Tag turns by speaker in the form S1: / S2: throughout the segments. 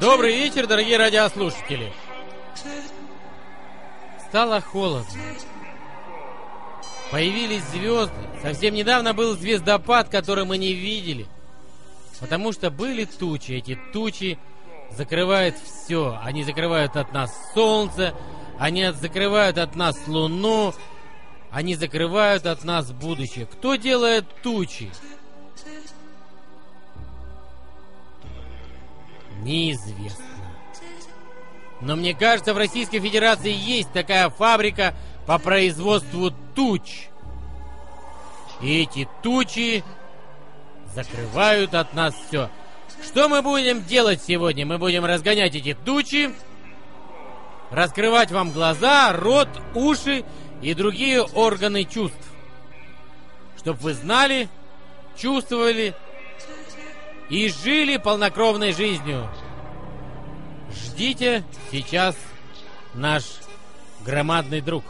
S1: Добрый вечер, дорогие радиослушатели. Стало холодно. Появились звезды. Совсем недавно был звездопад, который мы не видели. Потому что были тучи. Эти тучи закрывают все. Они закрывают от нас солнце. Они от- закрывают от нас луну. Они закрывают от нас будущее. Кто делает тучи? Неизвестно. Но мне кажется, в Российской Федерации есть такая фабрика по производству туч. И эти тучи закрывают от нас все. Что мы будем делать сегодня? Мы будем разгонять эти тучи, раскрывать вам глаза, рот, уши и другие органы чувств. Чтоб вы знали, чувствовали и жили полнокровной жизнью. Ждите сейчас наш громадный друг.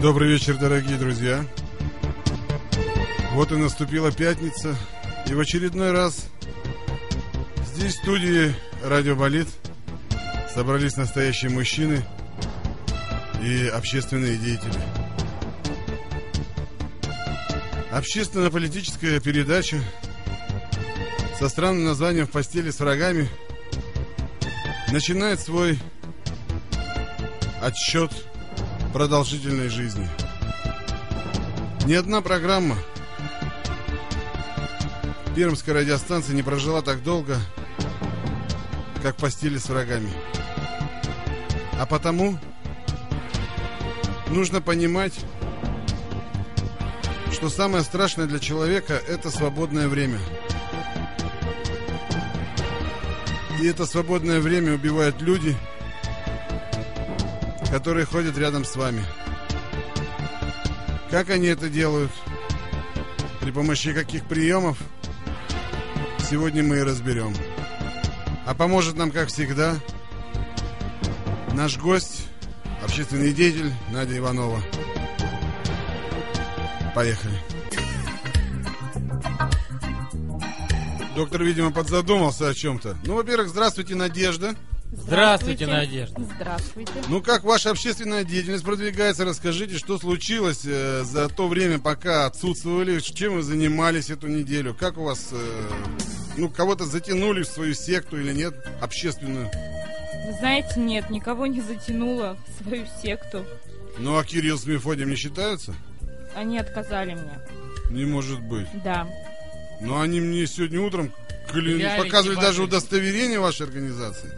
S2: Добрый вечер, дорогие друзья. Вот и наступила пятница. И в очередной раз здесь, в студии «Радио Болит», собрались настоящие мужчины и общественные деятели. Общественно-политическая передача со странным названием «В постели с врагами» начинает свой отсчет продолжительной жизни. Ни одна программа Пермская радиостанция не прожила так долго, как в постели с врагами. А потому нужно понимать, что самое страшное для человека – это свободное время. И это свободное время убивают люди – которые ходят рядом с вами. Как они это делают? При помощи каких приемов? Сегодня мы и разберем. А поможет нам, как всегда, наш гость, общественный деятель Надя Иванова. Поехали. Доктор, видимо, подзадумался о чем-то. Ну, во-первых, здравствуйте, Надежда.
S1: Здравствуйте, Надежда.
S3: Здравствуйте.
S2: Ну как ваша общественная деятельность продвигается? Расскажите, что случилось э, за то время, пока отсутствовали, чем вы занимались эту неделю? Как у вас, э, ну кого-то затянули в свою секту или нет общественную?
S3: Вы знаете, нет, никого не затянуло в свою секту.
S2: Ну а Кирилл с Мефодием не считаются?
S3: Они отказали мне.
S2: Не может быть.
S3: Да.
S2: Но они мне сегодня утром кляну-
S1: Реалити
S2: показывали даже
S1: вашей.
S2: удостоверение вашей организации.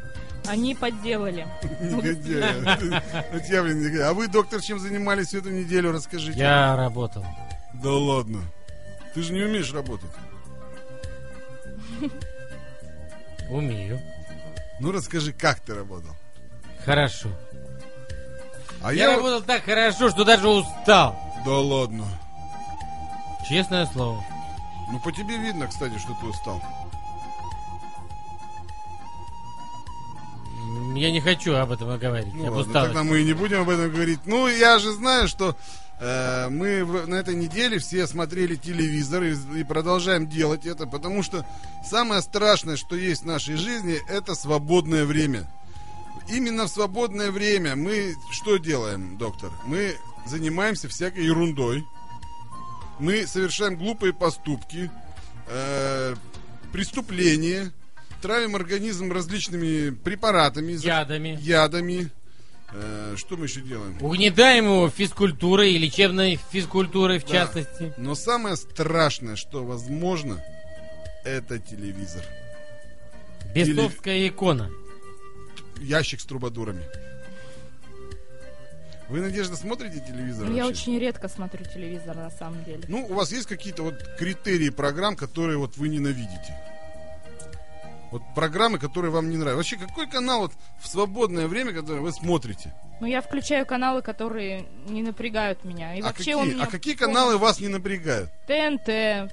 S3: Они подделали.
S2: Негодяи. Вот я, блин, негодяй. А вы, доктор, чем занимались всю эту неделю? Расскажите.
S1: Я работал.
S2: Да ладно. Ты же не умеешь работать.
S1: Умею.
S2: Ну расскажи, как ты работал.
S1: Хорошо.
S2: А
S1: Я
S2: я, вот-
S1: работал так хорошо, что даже устал.
S2: Да ладно.
S1: Честное слово.
S2: Ну по тебе видно, кстати, что ты устал.
S1: М, Я не хочу об этом говорить.
S2: Ну
S1: об
S2: ладно,
S1: усталости.
S2: тогда мы и не будем об этом говорить. Ну, я же знаю, что э, мы в- на этой неделе все смотрели телевизор и, и продолжаем делать это, потому что самое страшное, что есть в нашей жизни, это свободное время. Именно в свободное время мы что делаем, доктор? Мы занимаемся всякой ерундой. Мы совершаем глупые поступки, э, преступления, травим организм различными препаратами, за-
S1: Ядами.
S2: ядами. Э, что мы еще делаем?
S1: Угнетаем его физкультурой и лечебной физкультурой, в
S2: Да.
S1: частности.
S2: Но самое страшное, что возможно, это телевизор.
S1: Бестовская икона.
S2: Ящик с трубадурами. Вы, Надежда, смотрите телевизор?
S3: Ну, Я
S2: вообще?
S3: очень редко смотрю телевизор на самом деле.
S2: Ну, у вас есть какие-то вот критерии программ, которые вот вы ненавидите? Вот программы, которые вам не нравятся. Вообще, какой канал вот в свободное время, который вы смотрите?
S3: Но я включаю каналы, которые не напрягают меня. И
S2: а, какие,
S3: вообще у меня
S2: а какие каналы вас не напрягают?
S3: ТНТ,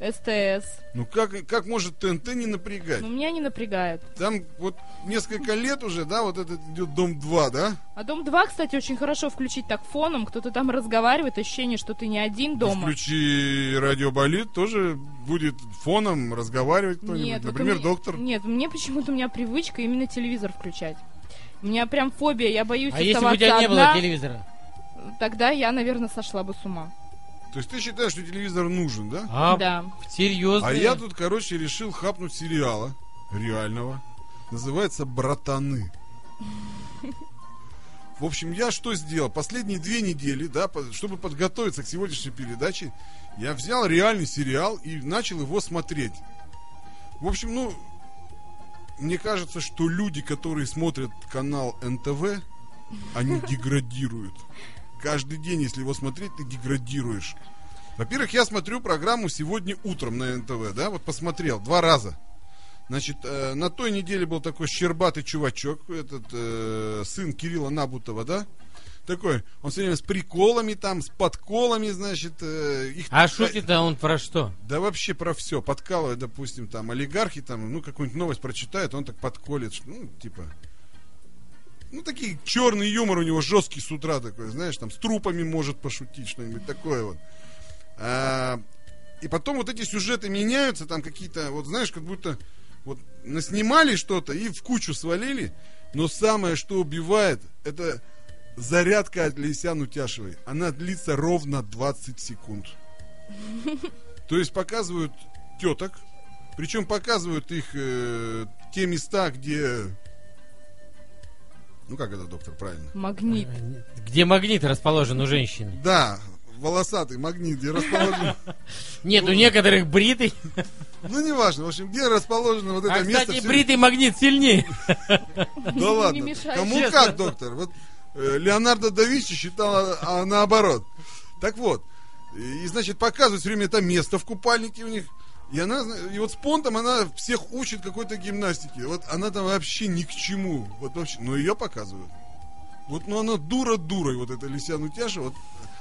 S3: СТС.
S2: Ну как, как может ТНТ не напрягать?
S3: Но меня не напрягает.
S2: Там вот несколько лет уже, да, вот этот идет Дом 2, да?
S3: А дом 2, кстати, очень хорошо включить так фоном. Кто-то там разговаривает, ощущение, что ты не один дома.
S2: Включи радиоболит, тоже будет фоном разговаривать кто-нибудь.
S3: Нет, вот у
S2: Например,
S3: меня-
S2: доктор.
S3: Нет, мне почему-то у меня привычка именно телевизор включать. У меня прям фобия, я боюсь
S1: А если бы у
S3: оставаться
S1: тебя не было
S3: одна,
S1: телевизора?
S3: тогда я, наверное, сошла бы с ума.
S2: То есть ты считаешь, что телевизор нужен, да?
S1: А,
S3: Да.
S1: серьезно?
S2: А я тут, короче, решил хапнуть сериала реального. Называется «Братаны». В общем, я что сделал? Последние две недели, да, по- чтобы подготовиться к сегодняшней передаче, я взял реальный сериал и начал его смотреть. В общем, ну, мне кажется, что люди, которые смотрят канал НТВ, они деградируют. Каждый день, если его смотреть, ты деградируешь. Во-первых, я смотрю программу сегодня утром на НТВ, да, вот посмотрел два раза. Значит, э, на той неделе был такой щербатый чувачок, этот э, сын Кирилла Набутова, да? Такой, он все время с приколами там, с подколами, значит, э, их...
S1: А шутит-то он про что?
S2: Да вообще про все. Подкалывает, допустим, там олигархи, там, ну, какую-нибудь новость прочитает, он так подколет, что, ну, типа. Ну, такие черный юмор у него жесткий с утра такой, знаешь, там с трупами может пошутить, что-нибудь такое вот. А, и потом вот эти сюжеты меняются, там какие-то, вот знаешь, как будто вот наснимали что-то и в кучу свалили. Но самое, что убивает, это зарядка от Лесян Утяшевой. Она длится ровно 20 секунд. То есть показывают теток, причем показывают их э, те места, где... Ну как это, доктор, правильно?
S3: Магнит.
S1: Где магнит расположен у женщины?
S2: Да, волосатый магнит, где расположен...
S1: Нет, у некоторых бритый.
S2: Ну, неважно, в общем, где расположено вот это
S1: А,
S2: место...
S1: кстати,
S2: всё-
S1: бритый магнит сильнее.
S2: Да ладно,
S3: мешай,
S2: кому
S1: честно.
S2: как, доктор? Вот э, Леонардо да Винчи считал а, а, наоборот. Так вот, и, и, значит, показывают все время это место в купальнике у них. И она, зна- и вот с понтом она всех учит какой-то гимнастике. Вот она там вообще ни к чему. Вот вообще, но ее показывают. Вот, ну она дура дурой, вот эта Лисян Утяша. Вот,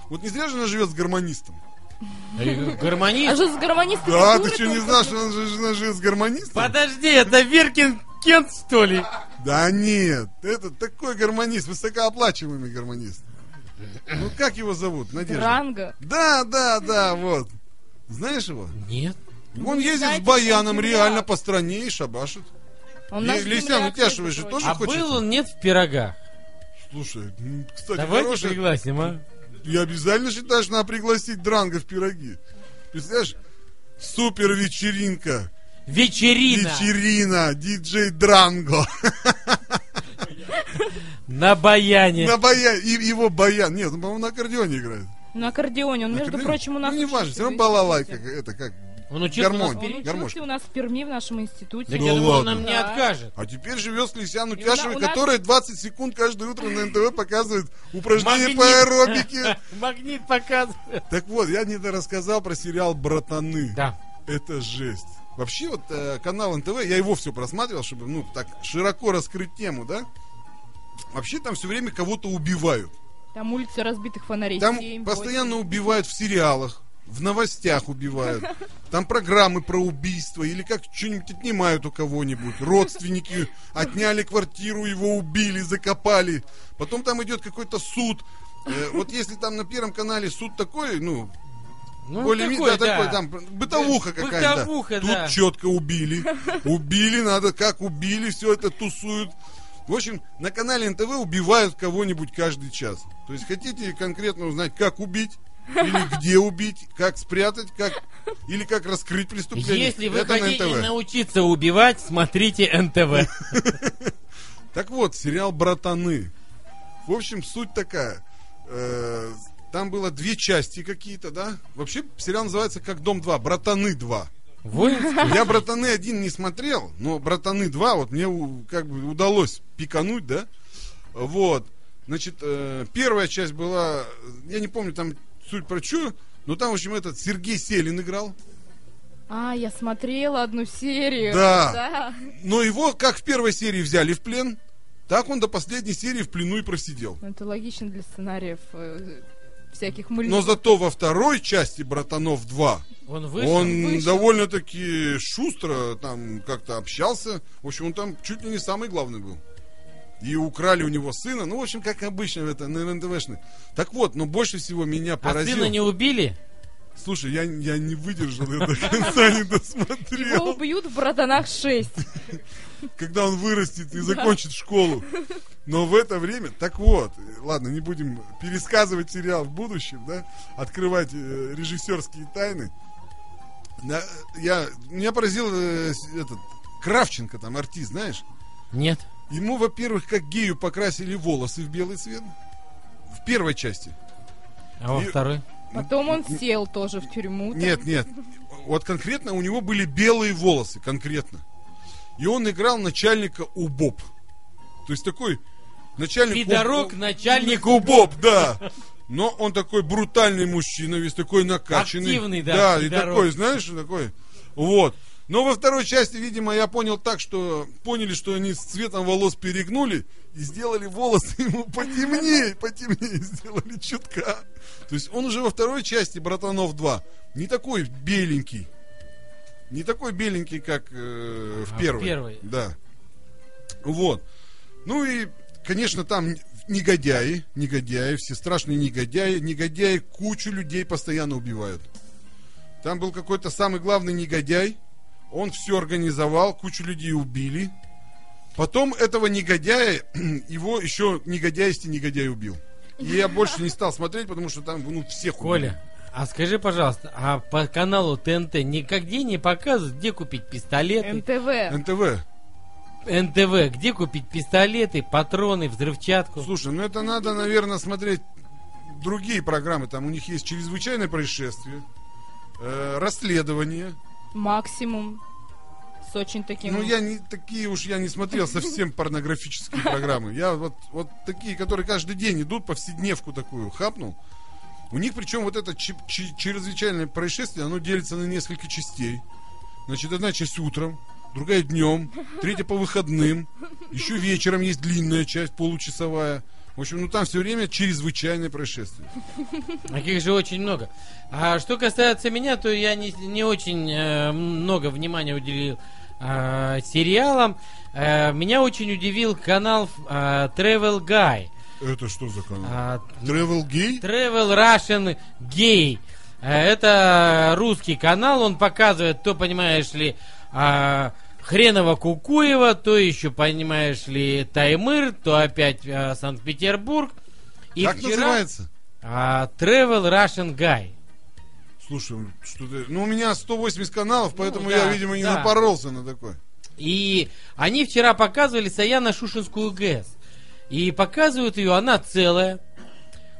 S2: вот не зря же она живет с гармонистом.
S3: А
S2: Э,
S1: Гармонист?
S3: что А с гармонистами
S2: Да,
S3: дуры
S2: ты что, не
S3: только?
S2: знал, что она, же- она живет с гармонистом?
S1: Подожди, это Виркин Кент, что ли?
S2: Да нет, это такой гармонист, высокооплачиваемый гармонист. Ну как его зовут, Надежда?
S3: Ранга.
S2: Да, да, да, вот. Знаешь его?
S1: Нет.
S2: Он ездит
S3: Ну, знаете,
S2: с баяном
S3: он
S2: реально
S3: земляк.
S2: по стране и шабашит.
S3: Он
S2: Е-
S3: наш
S2: Лисян
S3: земляк,
S2: Утяшева
S3: между
S2: же тоже
S3: прочим.
S1: А
S2: хочется?
S1: был он нет в пирогах?
S2: Слушай, м, кстати,
S1: Давайте
S2: хорошая-
S1: пригласим, а?
S2: Я обязательно считаю, что надо пригласить Дранга в пироги. Представляешь? Супер вечеринка.
S1: Вечерина
S2: Вечерина. Диджей Дранго.
S1: на баяне.
S2: На баяне. И его баян. Нет, он, по-моему, на аккордеоне играет.
S3: На аккордеоне. Он,
S2: На
S3: между
S2: аккордеоне?
S3: прочим, у нас...
S2: Ну, не важно,
S3: учился
S2: все равно
S3: в
S2: балалайка.
S3: институте.
S2: Это как?
S1: Он учился у нас
S2: гармонь.
S1: в Перми.
S3: Он
S2: гармошка.
S3: учился у нас в Перми, в нашем
S1: Так
S3: институте.
S2: Да
S1: я
S2: ну
S1: думал, он
S2: ладно.
S1: нам не
S3: Да.
S1: откажет.
S2: А теперь живет с Лисян
S3: у
S2: Утяшевой,
S3: на- у нас-
S2: которая 20 секунд каждое утро на НТВ показывает упражнения
S1: Магнит.
S2: по аэробике.
S1: Магнит показывает.
S2: Так вот, я не рассказал про сериал «Братаны».
S1: Да.
S2: Это жесть. Вообще, вот э, канал НТВ, я его все просматривал, чтобы, ну, так широко раскрыть тему, да? Вообще там все время кого-то убивают.
S3: Там улица разбитых фонарей.
S2: Там
S3: семь,
S2: постоянно
S3: восемь.
S2: убивают в сериалах, в новостях убивают. Там программы про убийство или как что-нибудь отнимают у кого-нибудь. Родственники отняли квартиру, его убили, закопали. Потом там идет какой-то суд. Э, Вот если там на Первом канале суд такой, ну,
S1: Ну,
S2: более
S1: такой, да.
S2: такой, там бытовуха
S1: Да,
S2: какая-то.
S1: бытовуха,
S2: Тут
S1: да.
S2: четко убили. Убили, надо как убили, все это тусуют. В общем, на канале НТВ убивают кого-нибудь каждый час. То есть хотите конкретно узнать, как убить, или где убить, как спрятать, как или как раскрыть преступление.
S1: Если вы
S2: это
S1: хотите
S2: на НТВ.
S1: научиться убивать, смотрите НТВ.
S2: Так вот, сериал «Братаны». В общем, суть такая. Э, Там было две части какие-то, да? Вообще, сериал называется как «Дом 2», «Братаны 2».
S1: Воинский?
S2: Я братаны один не смотрел, но братаны два, вот мне у- как бы удалось пикануть, да? Вот. Значит, э, первая часть была, я не помню там суть про чё, но там, в общем, этот Сергей Селин играл.
S3: А, я смотрела одну серию.
S2: Да.
S3: Да.
S2: Но его, как в первой серии, взяли в плен, так он до последней серии в плену и просидел.
S3: Ну, Это логично для сценариев э, всяких мыльных.
S2: Но зато во второй части «Братанов 2»
S1: Он вышел. А
S2: он
S3: вышел.
S2: довольно-таки шустро там как-то общался. В общем, он там чуть ли не самый главный был. И украли у него сына. Ну, в общем, как обычно в это, на НТВшной. Так вот, но больше всего меня
S1: А
S2: поразило...
S1: сына не убили?
S2: Слушай, я, я не выдержал, я до конца не
S3: Его
S2: досмотрел.
S3: убьют в братанах 6.
S2: Когда он вырастет и закончит школу. Но в это время, так вот, э, ладно, не будем пересказывать сериал в будущем, да, открывать э, режиссерские тайны. На- я, меня поразил э, с- этот Кравченко, там артист, знаешь?
S1: Нет.
S2: Ему, во-первых, как гею покрасили волосы в белый цвет. В первой части.
S1: А во
S2: И-
S1: второй?
S3: Потом он сел тоже в тюрьму. там.
S2: Нет, нет. Вот конкретно у него были белые волосы, конкретно. И он играл начальника УБОП. То есть такой начальник...
S1: Федорок,
S2: У-
S1: начальник
S2: УБОП, да. Но он такой брутальный мужчина, весь такой накачанный.
S1: Активный, да,
S2: Да, и
S1: Федорок.
S2: такой, знаешь, такой. Вот. Но во второй части, видимо, я понял так, что поняли, что они с цветом волос перегнули и сделали волосы ему потемнее, потемнее сделали чутка. То есть он уже во второй части Братанов 2 не такой беленький. Не такой беленький, как э, в
S1: А, в
S2: первой.
S1: первой.
S2: Да. Вот. Ну и, конечно, там негодяи, негодяи, все страшные негодяи. Негодяи кучу людей постоянно убивают. Там был какой-то самый главный негодяй. Он все организовал, кучу людей убили. Потом этого негодяя, его еще негодяйский негодяй убил. И я больше не стал смотреть, потому что там ну, всех убили.
S1: Коля, а скажи, пожалуйста, а по каналу ТНТ нигде не показывают, где купить пистолеты?
S3: НТВ.
S2: НТВ.
S1: НТВ, где купить пистолеты, патроны, взрывчатку?
S2: Слушай, ну это надо, наверное, смотреть другие программы. Там у них есть чрезвычайное происшествие, э, расследование.
S3: Максимум. С очень таким...
S2: Ну, я не такие уж я не смотрел совсем порнографические программы. Я вот, вот такие, которые каждый день идут, повседневку такую хапнул. У них причем вот это чи- чи- чрезвычайное происшествие, оно делится на несколько частей. Значит, одна часть утром, другая днем, третья по выходным. Еще вечером есть длинная часть, получасовая. В общем, ну там все время чрезвычайное происшествие.
S1: Таких же очень много. А что касается меня, то я не, не очень э, много внимания уделил э, сериалам. Э, меня очень удивил канал э, Travel Guy.
S2: Это что за канал?
S1: Э,
S2: А, ну, Travel Gay?
S1: Travel Russian Gay. Э, Это русский канал, он показывает, то, понимаешь ли, а, хреново Кукуева, то еще, понимаешь ли, Таймыр, то опять а, Санкт-Петербург. И
S2: Как
S1: вчера-
S2: называется?
S1: А, Travel Russian Guy.
S2: Слушай, что ты... Ну, у меня 180 каналов, поэтому
S1: Ну, да,
S2: я, видимо, не
S1: да.
S2: напоролся на такой.
S1: И они вчера показывали Саяна Шушинскую ГЭС. И показывают ее, она целая,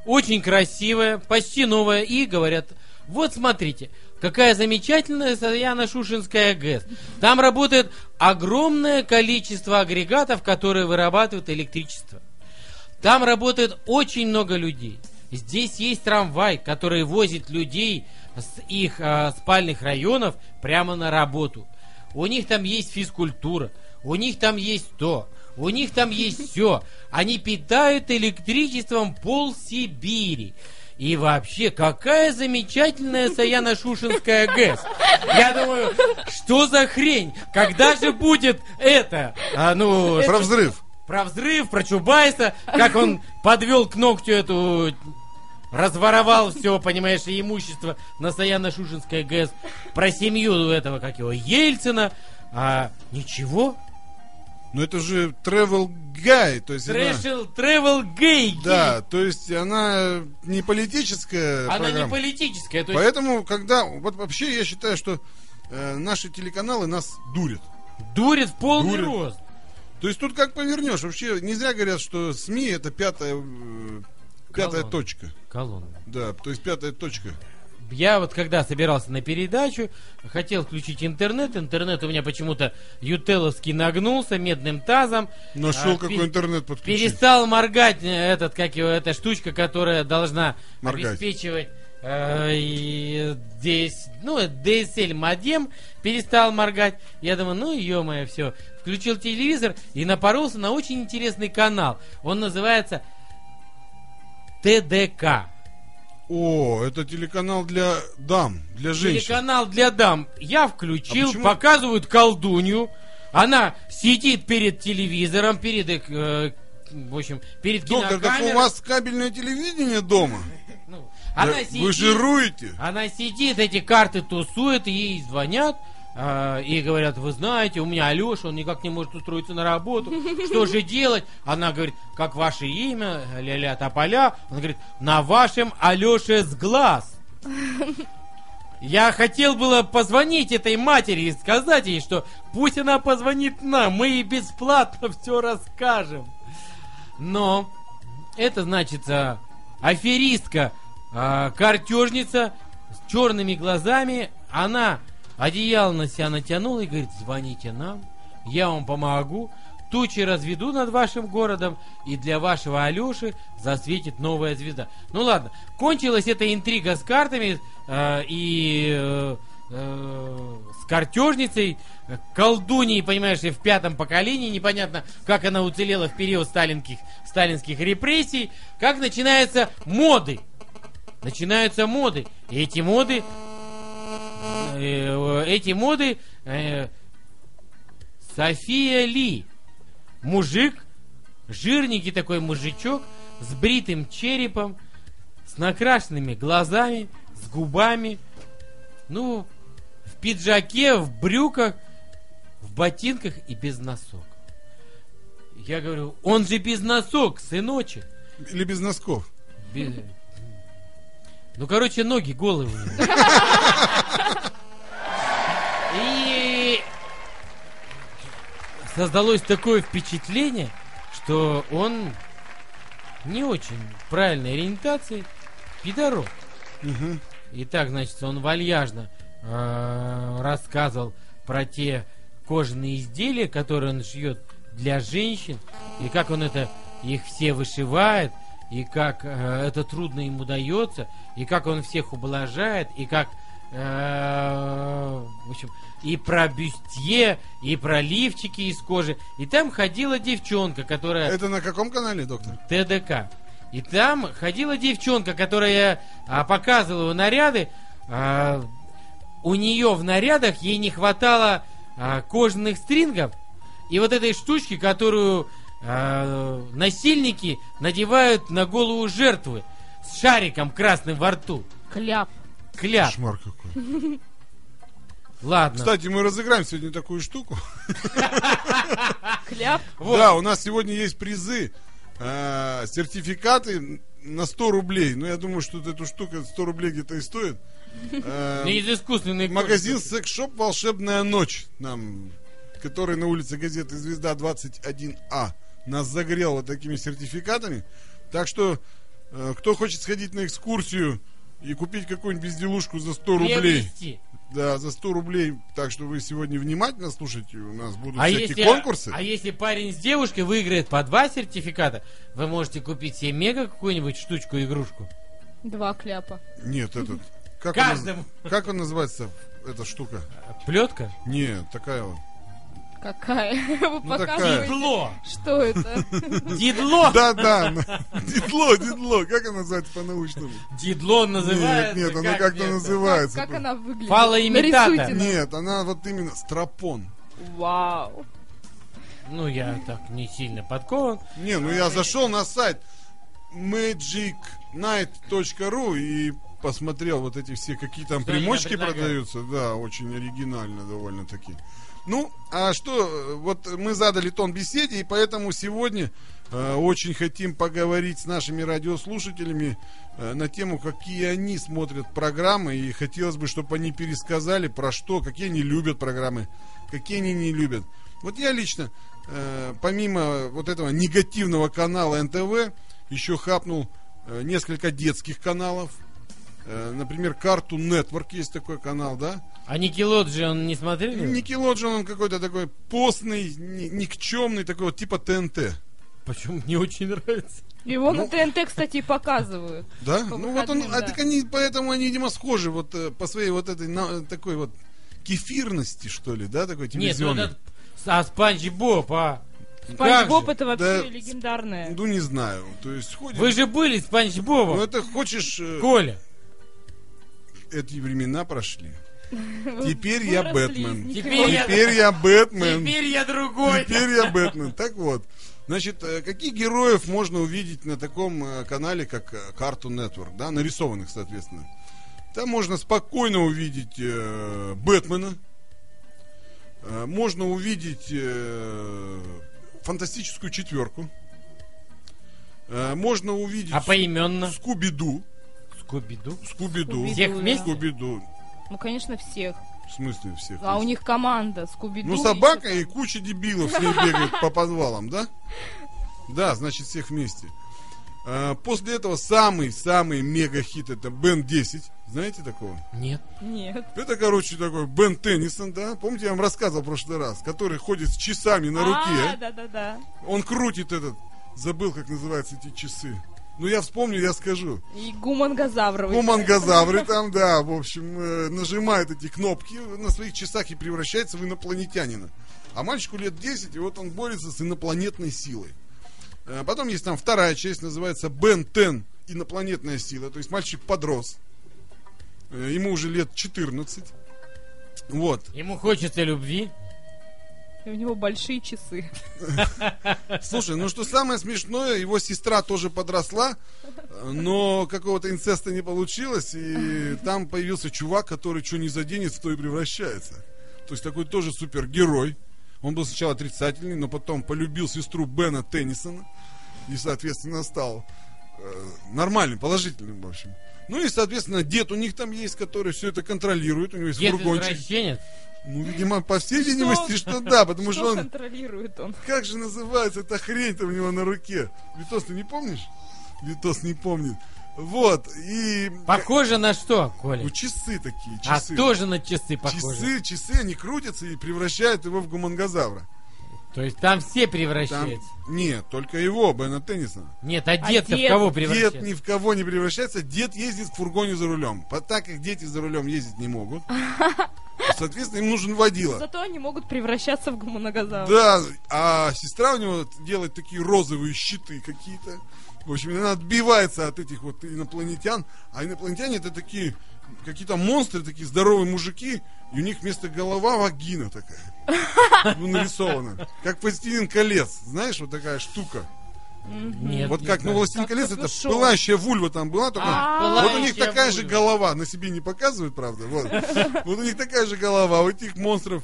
S1: очень красивая, почти новая. И говорят, вот смотрите, какая замечательная Саяна Шушинская ГЭС. Там работает огромное количество агрегатов, которые вырабатывают электричество. Там работает очень много людей. Здесь есть трамвай, который возит людей с их а, спальных районов прямо на работу. У них там есть физкультура, у них там есть то, у них там есть все. Они питают электричеством пол Сибири. И вообще, какая замечательная Саяна Шушинская ГЭС. Я думаю, что за хрень? Когда же будет это? А, ну,
S2: Про взрыв.
S1: про взрыв, про Чубайса, как он подвел к ногтю эту... Разворовал все, понимаешь, и имущество на Саяно-Шушинской ГЭС. Про семью этого, как его, Ельцина. А ничего.
S2: Ну, это же travel guy, то есть... она-
S1: Трэшел, тревел, гей.
S2: Да, то есть она не политическая
S1: Она не
S2: программа.
S1: политическая. То есть
S2: Поэтому, когда... Вот вообще я считаю, что э, наши телеканалы нас дурят.
S1: дурит в полный
S2: Дурит.
S1: рост.
S2: То есть тут как повернешь. Вообще нельзя говорят, что СМИ это пятая, э, пятая
S1: Колонна.
S2: точка.
S1: Колонна.
S2: Да, то есть пятая точка.
S1: Я вот когда собирался на передачу, хотел включить интернет. Интернет у меня почему-то ютеловский нагнулся медным тазом.
S2: Нашел
S1: А,
S2: какой
S1: пи-
S2: интернет подключить.
S1: Перестал моргать э, этот, как его, эта штучка, которая должна
S2: Моргать.
S1: обеспечивать э, и DS, ну, DSL модем, перестал моргать. Я думаю, ну, ё-моё, все. Включил телевизор и напоролся на очень интересный канал. Он называется ТДК.
S2: О, это телеканал для дам, для женщин.
S1: Телеканал для дам. Я
S2: А
S1: включил,
S2: почему-
S1: показывают колдунью. Она сидит перед телевизором, перед эк- э, в общем, перед
S2: Доктор, так
S1: кинокамерой.
S2: у вас кабельное телевидение дома?
S1: Ну, она
S2: Да
S1: сидит,
S2: Вы жируете?
S1: она сидит, эти карты тусует, и ей звонят. э, И говорят, вы знаете, у меня Алеша, он никак не может устроиться на работу. Что же делать? Она говорит, как ваше имя, ля-ля тополя. Она говорит, на вашем Алёше с глаз. Я хотел было позвонить этой матери и сказать ей, что пусть она позвонит нам, мы ей бесплатно все расскажем. Но это значит а, аферистка, а, картежница с черными глазами. Она одеяло на себя натянула и говорит, звоните нам, я вам помогу. Тучи разведу над вашим городом, и для вашего Алеши засветит новая звезда. Ну ладно, кончилась эта интрига с картами э, и э, э, с картежницей, э, колдуньей, понимаешь, и в пятом поколении, непонятно, как она уцелела в период сталинских, сталинских репрессий, как начинаются моды. Начинаются моды. И эти моды... э, эти моды... э, София Ли. Мужик, жирненький такой мужичок, с бритым черепом, с накрашенными глазами, с губами, ну, в пиджаке, в брюках, в ботинках и без носок. Я говорю, он же без носок, сыночек.
S2: Или без носков?
S1: Бе- Ну, короче, ноги голые. у него. И создалось такое впечатление, что он не очень правильной ориентации пидорок.
S2: Мгм.
S1: И так, значит, он вальяжно э, рассказывал про те кожаные изделия, которые он шьет для женщин, и как он это их все вышивает, и как э, это трудно ему дается, и как он всех ублажает, и как э, в общем, и про бюстье, и про лифчики из кожи. И там ходила девчонка, которая...
S2: Это на каком канале, доктор?
S1: ТДК. И там ходила девчонка, которая а, показывала наряды. а, у нее в нарядах ей не хватало а, кожаных стрингов и вот этой штучки, которую а, насильники надевают на голову жертвы с шариком красным во рту.
S3: Кляп.
S1: Кляп.
S2: Кошмар какой.
S1: Ладно.
S2: Кстати, мы разыграем сегодня такую штуку.
S3: Кляп.
S1: Вот.
S2: Да, у нас сегодня есть призы, э, сертификаты на 100 рублей. Ну, я думаю, что вот эта штука 100 рублей где-то и стоит. Э,
S1: Ну, Из искусственной кожи.
S2: Магазин секс-шоп «Волшебная ночь» нам, который на улице газеты «Звезда 21А» нас загрел вот такими сертификатами. Так что, э, кто хочет сходить на экскурсию и купить какую-нибудь безделушку за 100 рублей,
S1: Приобрести.
S2: да, за 100 рублей, так что вы сегодня внимательно слушайте, у нас будут
S1: А
S2: всякие
S1: если,
S2: конкурсы.
S1: а если парень с девушкой выиграет по два сертификата, вы можете купить себе мега какую-нибудь штучку, игрушку.
S3: Два кляпа.
S2: Нет, этот. Как,
S1: Каждому.
S2: Он, наз- как он называется, эта штука?
S1: Плетка?
S2: Не, такая вот.
S3: Какая?
S2: Ну,
S3: Вы
S2: такая.
S3: показываете,
S1: Дедло!
S3: что это?
S1: Дедло!
S2: Да, да. на- Дедло, дедло. Как она называется по-научному?
S1: Дедло называется.
S2: Нет, нет, она как-то
S1: это?
S3: Как,
S2: называется.
S3: как она выглядит?
S1: Фалоимитатор.
S3: Нарисуйте нам.
S2: Нет, она вот именно стропон.
S3: Вау.
S1: Ну, я так не сильно подкован.
S2: Не, ну я зашел на сайт magicnight.ru и посмотрел вот эти все, какие там
S1: Что они
S2: примочки
S1: там предлагают?
S2: продаются. Да, очень оригинально довольно-таки. Ну, а что, э, вот мы задали тон беседе, и поэтому сегодня э, очень хотим поговорить с нашими радиослушателями э, на тему, какие они смотрят программы, и хотелось бы, чтобы они пересказали про что, какие они любят программы, какие они не любят. Вот я лично, э, помимо вот этого негативного канала НТВ, еще хапнул э, несколько детских каналов. Э, например, карту Network есть такой канал, да?
S1: А Никелоджи он не смотрели?
S2: Никелоджион, он какой-то такой постный, ни- никчемный, такой вот типа ТНТ.
S1: Почему мне очень нравится?
S3: Его на
S2: Ну.
S3: ТНТ, кстати, и показывают.
S2: Да?
S3: По
S2: ну вот он,
S3: выходным,
S2: а
S3: да.
S2: так они, поэтому они, видимо, схожи вот э, по своей вот этой на- такой вот кефирности, что ли, да, такой
S1: Нет, ну
S2: телевизионной.
S1: этот... А Спанч Боб, а?
S3: Спанч Боб
S1: же?
S3: это вообще
S2: Да.
S3: легендарное.
S2: Ну, не знаю. То есть ходит...
S1: Вы же были с Панч
S2: Ну,
S1: Бобом,
S2: это хочешь... э,
S1: Коля.
S2: Эти времена прошли. Теперь я
S3: Выросли
S2: Бэтмен.
S3: из
S1: Теперь
S3: никого.
S1: я-
S2: Теперь я Бэтмен.
S1: Теперь я другой.
S2: Теперь я Бэтмен. Так вот. Значит, э, каких героев можно увидеть на таком э, канале, как э, Cartoon Network, да, нарисованных, соответственно. Там можно спокойно увидеть э, Бэтмена, э, можно увидеть э, фантастическую четверку, э, можно увидеть
S1: А поименно?
S2: Скуби-Ду,
S1: Скуби-Ду?
S2: Скуби-Ду,
S3: Скуби-Ду,
S1: Всех
S3: да.
S1: вместе?
S2: Скуби-Ду,
S3: Ну, конечно, всех.
S2: в смысле всех.
S3: А у
S2: вместе.
S3: них команда Скуби-Ду.
S2: Ну,
S3: и
S2: собака
S3: всё
S2: и куча дебилов с ней бегают по подвалам, да? Да, значит, всех вместе. А, После этого самый-самый мега-хит это Бен 10. Знаете такого?
S1: Нет.
S3: там. Нет.
S2: Это, короче, такой Бен Теннисон, да? Помните, я вам рассказывал в прошлый раз, который ходит с часами на
S3: А,
S2: руке.
S3: да-да-да.
S2: Он крутит этот. Забыл, как называются эти часы. Ну, я вспомню, я скажу.
S3: И гумангазавровый.
S2: Ну, мангазавры там, да, в общем, э, нажимает эти кнопки на своих часах и превращается в инопланетянина. А мальчику лет 10, и вот он борется с инопланетной силой. Э, Потом есть там вторая часть, называется Бен Тен, инопланетная сила. То есть мальчик подрос. Э, Ему уже лет 14. Вот.
S1: Ему хочется любви.
S3: И у него большие часы.
S2: Слушай, ну что самое смешное, его сестра тоже подросла, э, но какого-то инцеста не получилось, и там появился чувак, который что не заденет, в то и превращается. То есть такой тоже супергерой. Он был сначала отрицательный, но потом полюбил сестру Бена Теннисона и, соответственно, стал э, нормальным, положительным, в общем. Ну и, соответственно, дед у них там есть, который все это контролирует, у него есть
S1: Дед
S2: фургончик.
S1: извращенец.
S2: Ну, видимо, по всей видимости, что да, потому что
S3: Что
S2: он
S3: контролирует он?
S2: как же называется эта хрень-то у него на руке? Витос, ты не помнишь? Витос не помнит. Вот, и...
S1: Похоже на что, Коля?
S2: Ну, часы такие,
S1: А
S2: часы.
S1: тоже на часы похоже.
S2: часы, часы, они крутятся и превращают его в гумангазавра.
S1: То есть там все
S2: Там...
S1: превращаются.
S2: Нет, только его, Бена Теннисона.
S1: Нет, а дед-то в
S3: дед?
S1: кого
S2: Дед
S1: превращается?
S2: ни в кого не превращается, дед ездит в фургоне за рулем. По- Так как дети за рулем ездить не могут, соответственно, им нужен водила.
S3: Зато они могут превращаться в гумангазавра.
S2: Да, а сестра у него делает такие розовые щиты какие-то. В общем, она отбивается от этих вот инопланетян. А инопланетяне это такие какие-то монстры, такие здоровые мужики. И у них вместо голова вагина такая. Ну, нарисована. Как «Властелин колец». Знаешь, вот такая штука.
S1: Нет,
S2: Вот
S1: не
S2: как, ну,
S1: знаю.
S2: «Властелин
S3: Как
S2: колец» это
S3: капюшон.
S2: пылающая вульва там была, только...
S3: А,
S1: Пылающая
S2: Вот у них такая же
S1: вульва.
S2: голова, на себе не показывают, правда, вот. Вот у них такая же голова, у этих монстров.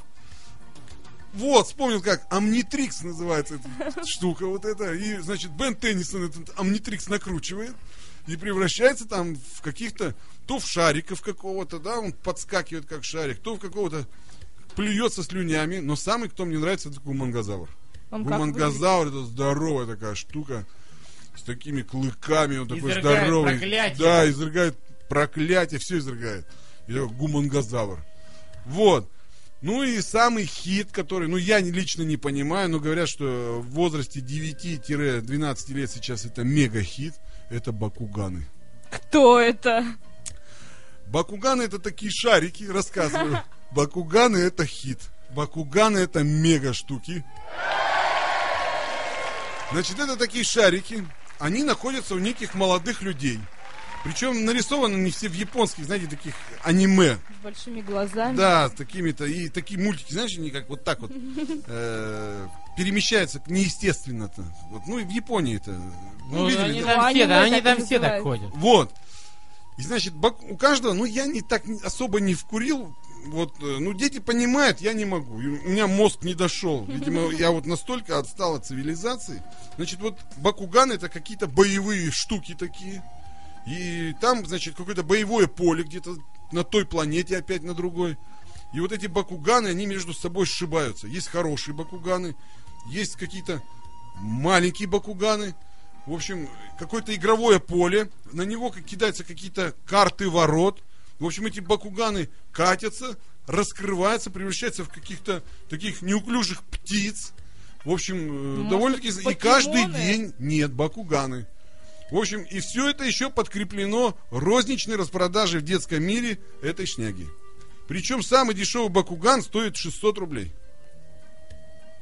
S2: Вот, вспомнил как, Амнитрикс называется эта штука вот эта. И, значит, Бен Теннисон этот Амнитрикс накручивает и превращается там в каких-то, то в шариков какого-то, да, он подскакивает как шарик, то в какого-то плюется слюнями, но самый, кто мне нравится, это гумангазавр.
S3: Он как
S2: Гумангазавр это здоровая такая штука с такими клыками, он такой
S1: Изрыгает
S2: здоровый.
S1: проклятие.
S2: Да, изрыгает проклятие, все изрыгает. И такой гумангазавр. Вот. Ну и самый хит, который, ну я не- лично не понимаю, но говорят, что в возрасте 9-12 лет сейчас это мега хит, это Бакуганы.
S3: Кто это?
S2: Бакуганы это такие шарики, рассказываю. Бакуганы это хит. Бакуганы это мега штуки. Значит, это такие шарики. Они находятся у неких молодых людей. Причем нарисованы не все в японских, знаете, таких аниме.
S3: С большими глазами.
S2: Да, с такими-то. И такие мультики, знаешь, они как вот так вот э, перемещаются к- неестественно-то. Вот, ну и в Японии это.
S1: Ну, они
S2: да?
S1: там все,
S3: Аниме
S1: да, они
S3: так
S1: там
S3: и
S1: все так
S3: называют.
S1: ходят.
S2: Вот. И значит, бак- у каждого, ну, я не так не- особо не вкурил. Вот, э, ну, дети понимают, я не могу. И У меня мозг не дошел. Видимо, я вот настолько отстал от цивилизации. Значит, вот Бакуган это какие-то боевые штуки такие. И там, значит, какое-то боевое поле где-то на той планете, опять на другой. И вот эти бакуганы, они между собой сшибаются. Есть хорошие бакуганы, есть какие-то маленькие бакуганы. В общем, какое-то игровое поле, на него как- кидаются какие-то карты ворот. В общем, эти бакуганы катятся, раскрываются, превращаются в каких-то таких неуклюжих птиц. В общем, э,
S3: Может,
S2: довольно-таки... И
S3: покемоны?
S2: каждый день нет бакуганы. В общем, и все это еще подкреплено розничной распродажей в детском мире этой шняги. Причем самый дешевый бакуган стоит 600 рублей.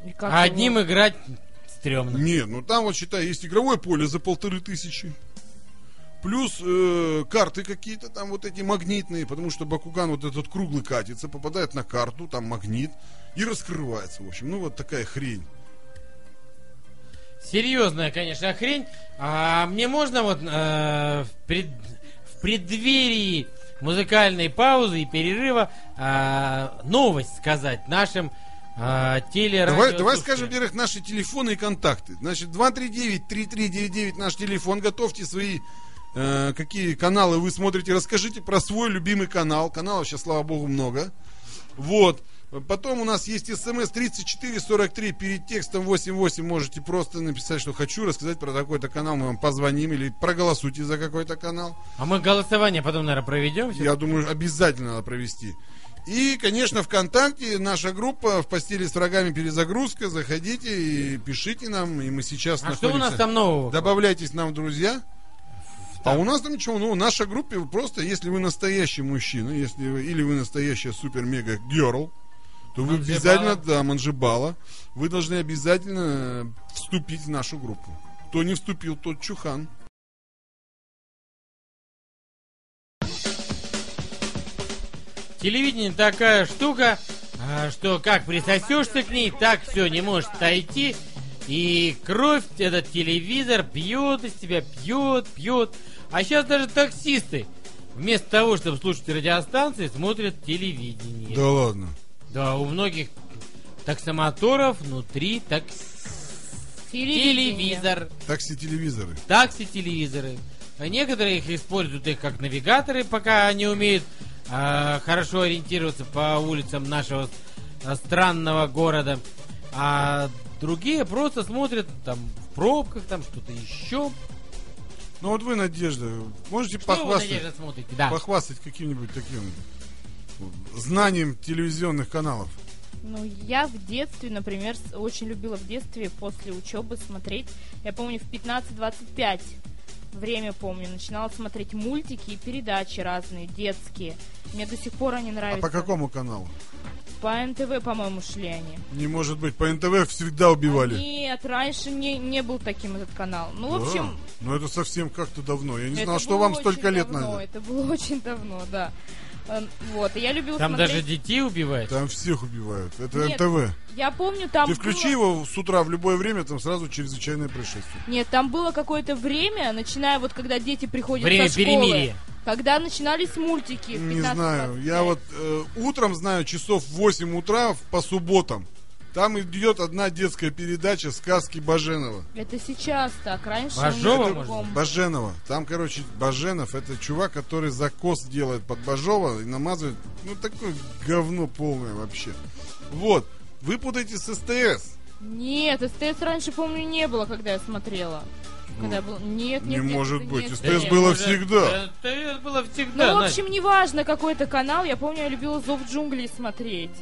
S3: И как
S1: А одним
S3: его?
S1: играть стрёмно.
S2: Нет, ну там вот считай, есть игровое поле за полторы тысячи. Плюс э, карты какие-то там вот эти магнитные, потому что Бакуган вот этот круглый катится, попадает на карту, там магнит и раскрывается, в общем. Ну вот такая хрень.
S1: Серьезная, конечно, хрень. А мне можно вот э, в, пред- в преддверии музыкальной паузы и перерыва а, новость сказать нашим а, телерадио-
S2: Давай, давай скажем,
S1: слушателям?
S2: во-первых, наши телефоны и контакты. Значит, 239-3399 наш телефон. Готовьте свои, э, какие каналы вы смотрите. Расскажите про свой любимый канал. Каналов сейчас, слава богу, много. Вот. Потом у нас есть смс 3443. Перед текстом 88 можете просто написать, что хочу рассказать про такой-то канал. Мы вам позвоним или проголосуйте за какой-то канал.
S1: А мы голосование потом, наверное, проведем.
S2: Я думаю, обязательно надо провести. И, конечно, ВКонтакте наша группа в постели с врагами перезагрузка. Заходите и пишите нам, и мы сейчас
S1: А
S2: находимся.
S1: что у нас там нового?
S2: Добавляйтесь нам, в друзья. А у нас там ничего, ну, в нашей группе вы просто, если вы настоящий мужчина, если вы, или вы настоящая супер-мега-герл, то вы
S1: Манжебала.
S2: обязательно, да, манжебала, вы должны обязательно вступить в нашу группу. Кто не вступил, тот чухан.
S1: Телевидение такая штука, а, что как присосешься к ней, так все, не может отойти. И кровь этот телевизор пьет из тебя, пьет, пьет. А сейчас даже таксисты вместо того, чтобы слушать радиостанции, смотрят телевидение.
S2: Да ладно.
S1: Да, у многих таксомоторов внутри такси. Телевизор.
S2: Такси-телевизоры.
S1: Такси-телевизоры. А Некоторые их используют их как навигаторы, пока не умеют а, хорошо ориентироваться по улицам нашего а, странного города. А другие просто смотрят там в пробках, там что-то еще.
S2: Ну вот вы, Надежда, можете
S1: Что вы,
S2: похвастать,
S1: Надежда, смотрите? Да.
S2: похвастать каким-нибудь таким знанием телевизионных каналов?
S3: Ну, я в детстве, например, с- очень любила в детстве после учебы смотреть. Я помню, в 15-25 время помню, начинала смотреть мультики и передачи разные, детские. Мне до сих пор они
S2: А
S3: нравятся.
S2: по какому каналу?
S3: По НТВ, по-моему, шли они.
S2: Не может быть, по НТВ всегда убивали.
S3: Нет, раньше не, не был таким этот канал. Ну, в
S2: Да.
S3: общем,
S2: Ну это совсем как-то давно. Я не
S3: Ну, а это
S2: знал, что
S3: было
S2: вам
S3: очень
S2: столько лет
S3: давно,
S2: надо.
S3: Это было очень давно, да. Э, Вот, и я любила
S1: Там
S3: смотреть.
S1: даже детей убивают.
S2: Там всех убивают. Это
S3: Нет,
S2: НТВ.
S3: Я помню, там
S2: Ты включи
S3: было-
S2: его с утра в любое время, там сразу чрезвычайное происшествие.
S3: Нет, там было какое-то время, начиная вот когда дети приходят
S1: Время
S3: со школы,
S1: перемирия.
S3: когда начинались мультики. в
S2: Не
S3: 15-25.
S2: знаю. Я вот э, утром знаю часов в 8 утра в- по субботам. Там идет одна детская передача сказки Баженова.
S3: Это сейчас так, раньше
S1: Бажова,
S3: у них
S1: может
S3: по-другому.
S2: Баженова. Там, короче, Баженов это чувак, который закос делает под Бажова и намазывает. Ну, такое говно полное вообще. Вот. Вы путаете с СТС.
S3: Нет, СТС раньше, помню, не было, когда я смотрела. Когда я был... Нет, нет,
S2: не
S3: нет,
S2: может
S3: это
S2: быть,
S3: нет,
S2: СТС
S3: нет.
S2: был- было
S1: Уже-
S2: всегда.
S1: ну, Да, это было всегда.
S3: Ну, в
S1: Надь.
S3: общем, неважно, какой это канал, я помню, я любила «Зов джунглей» смотреть.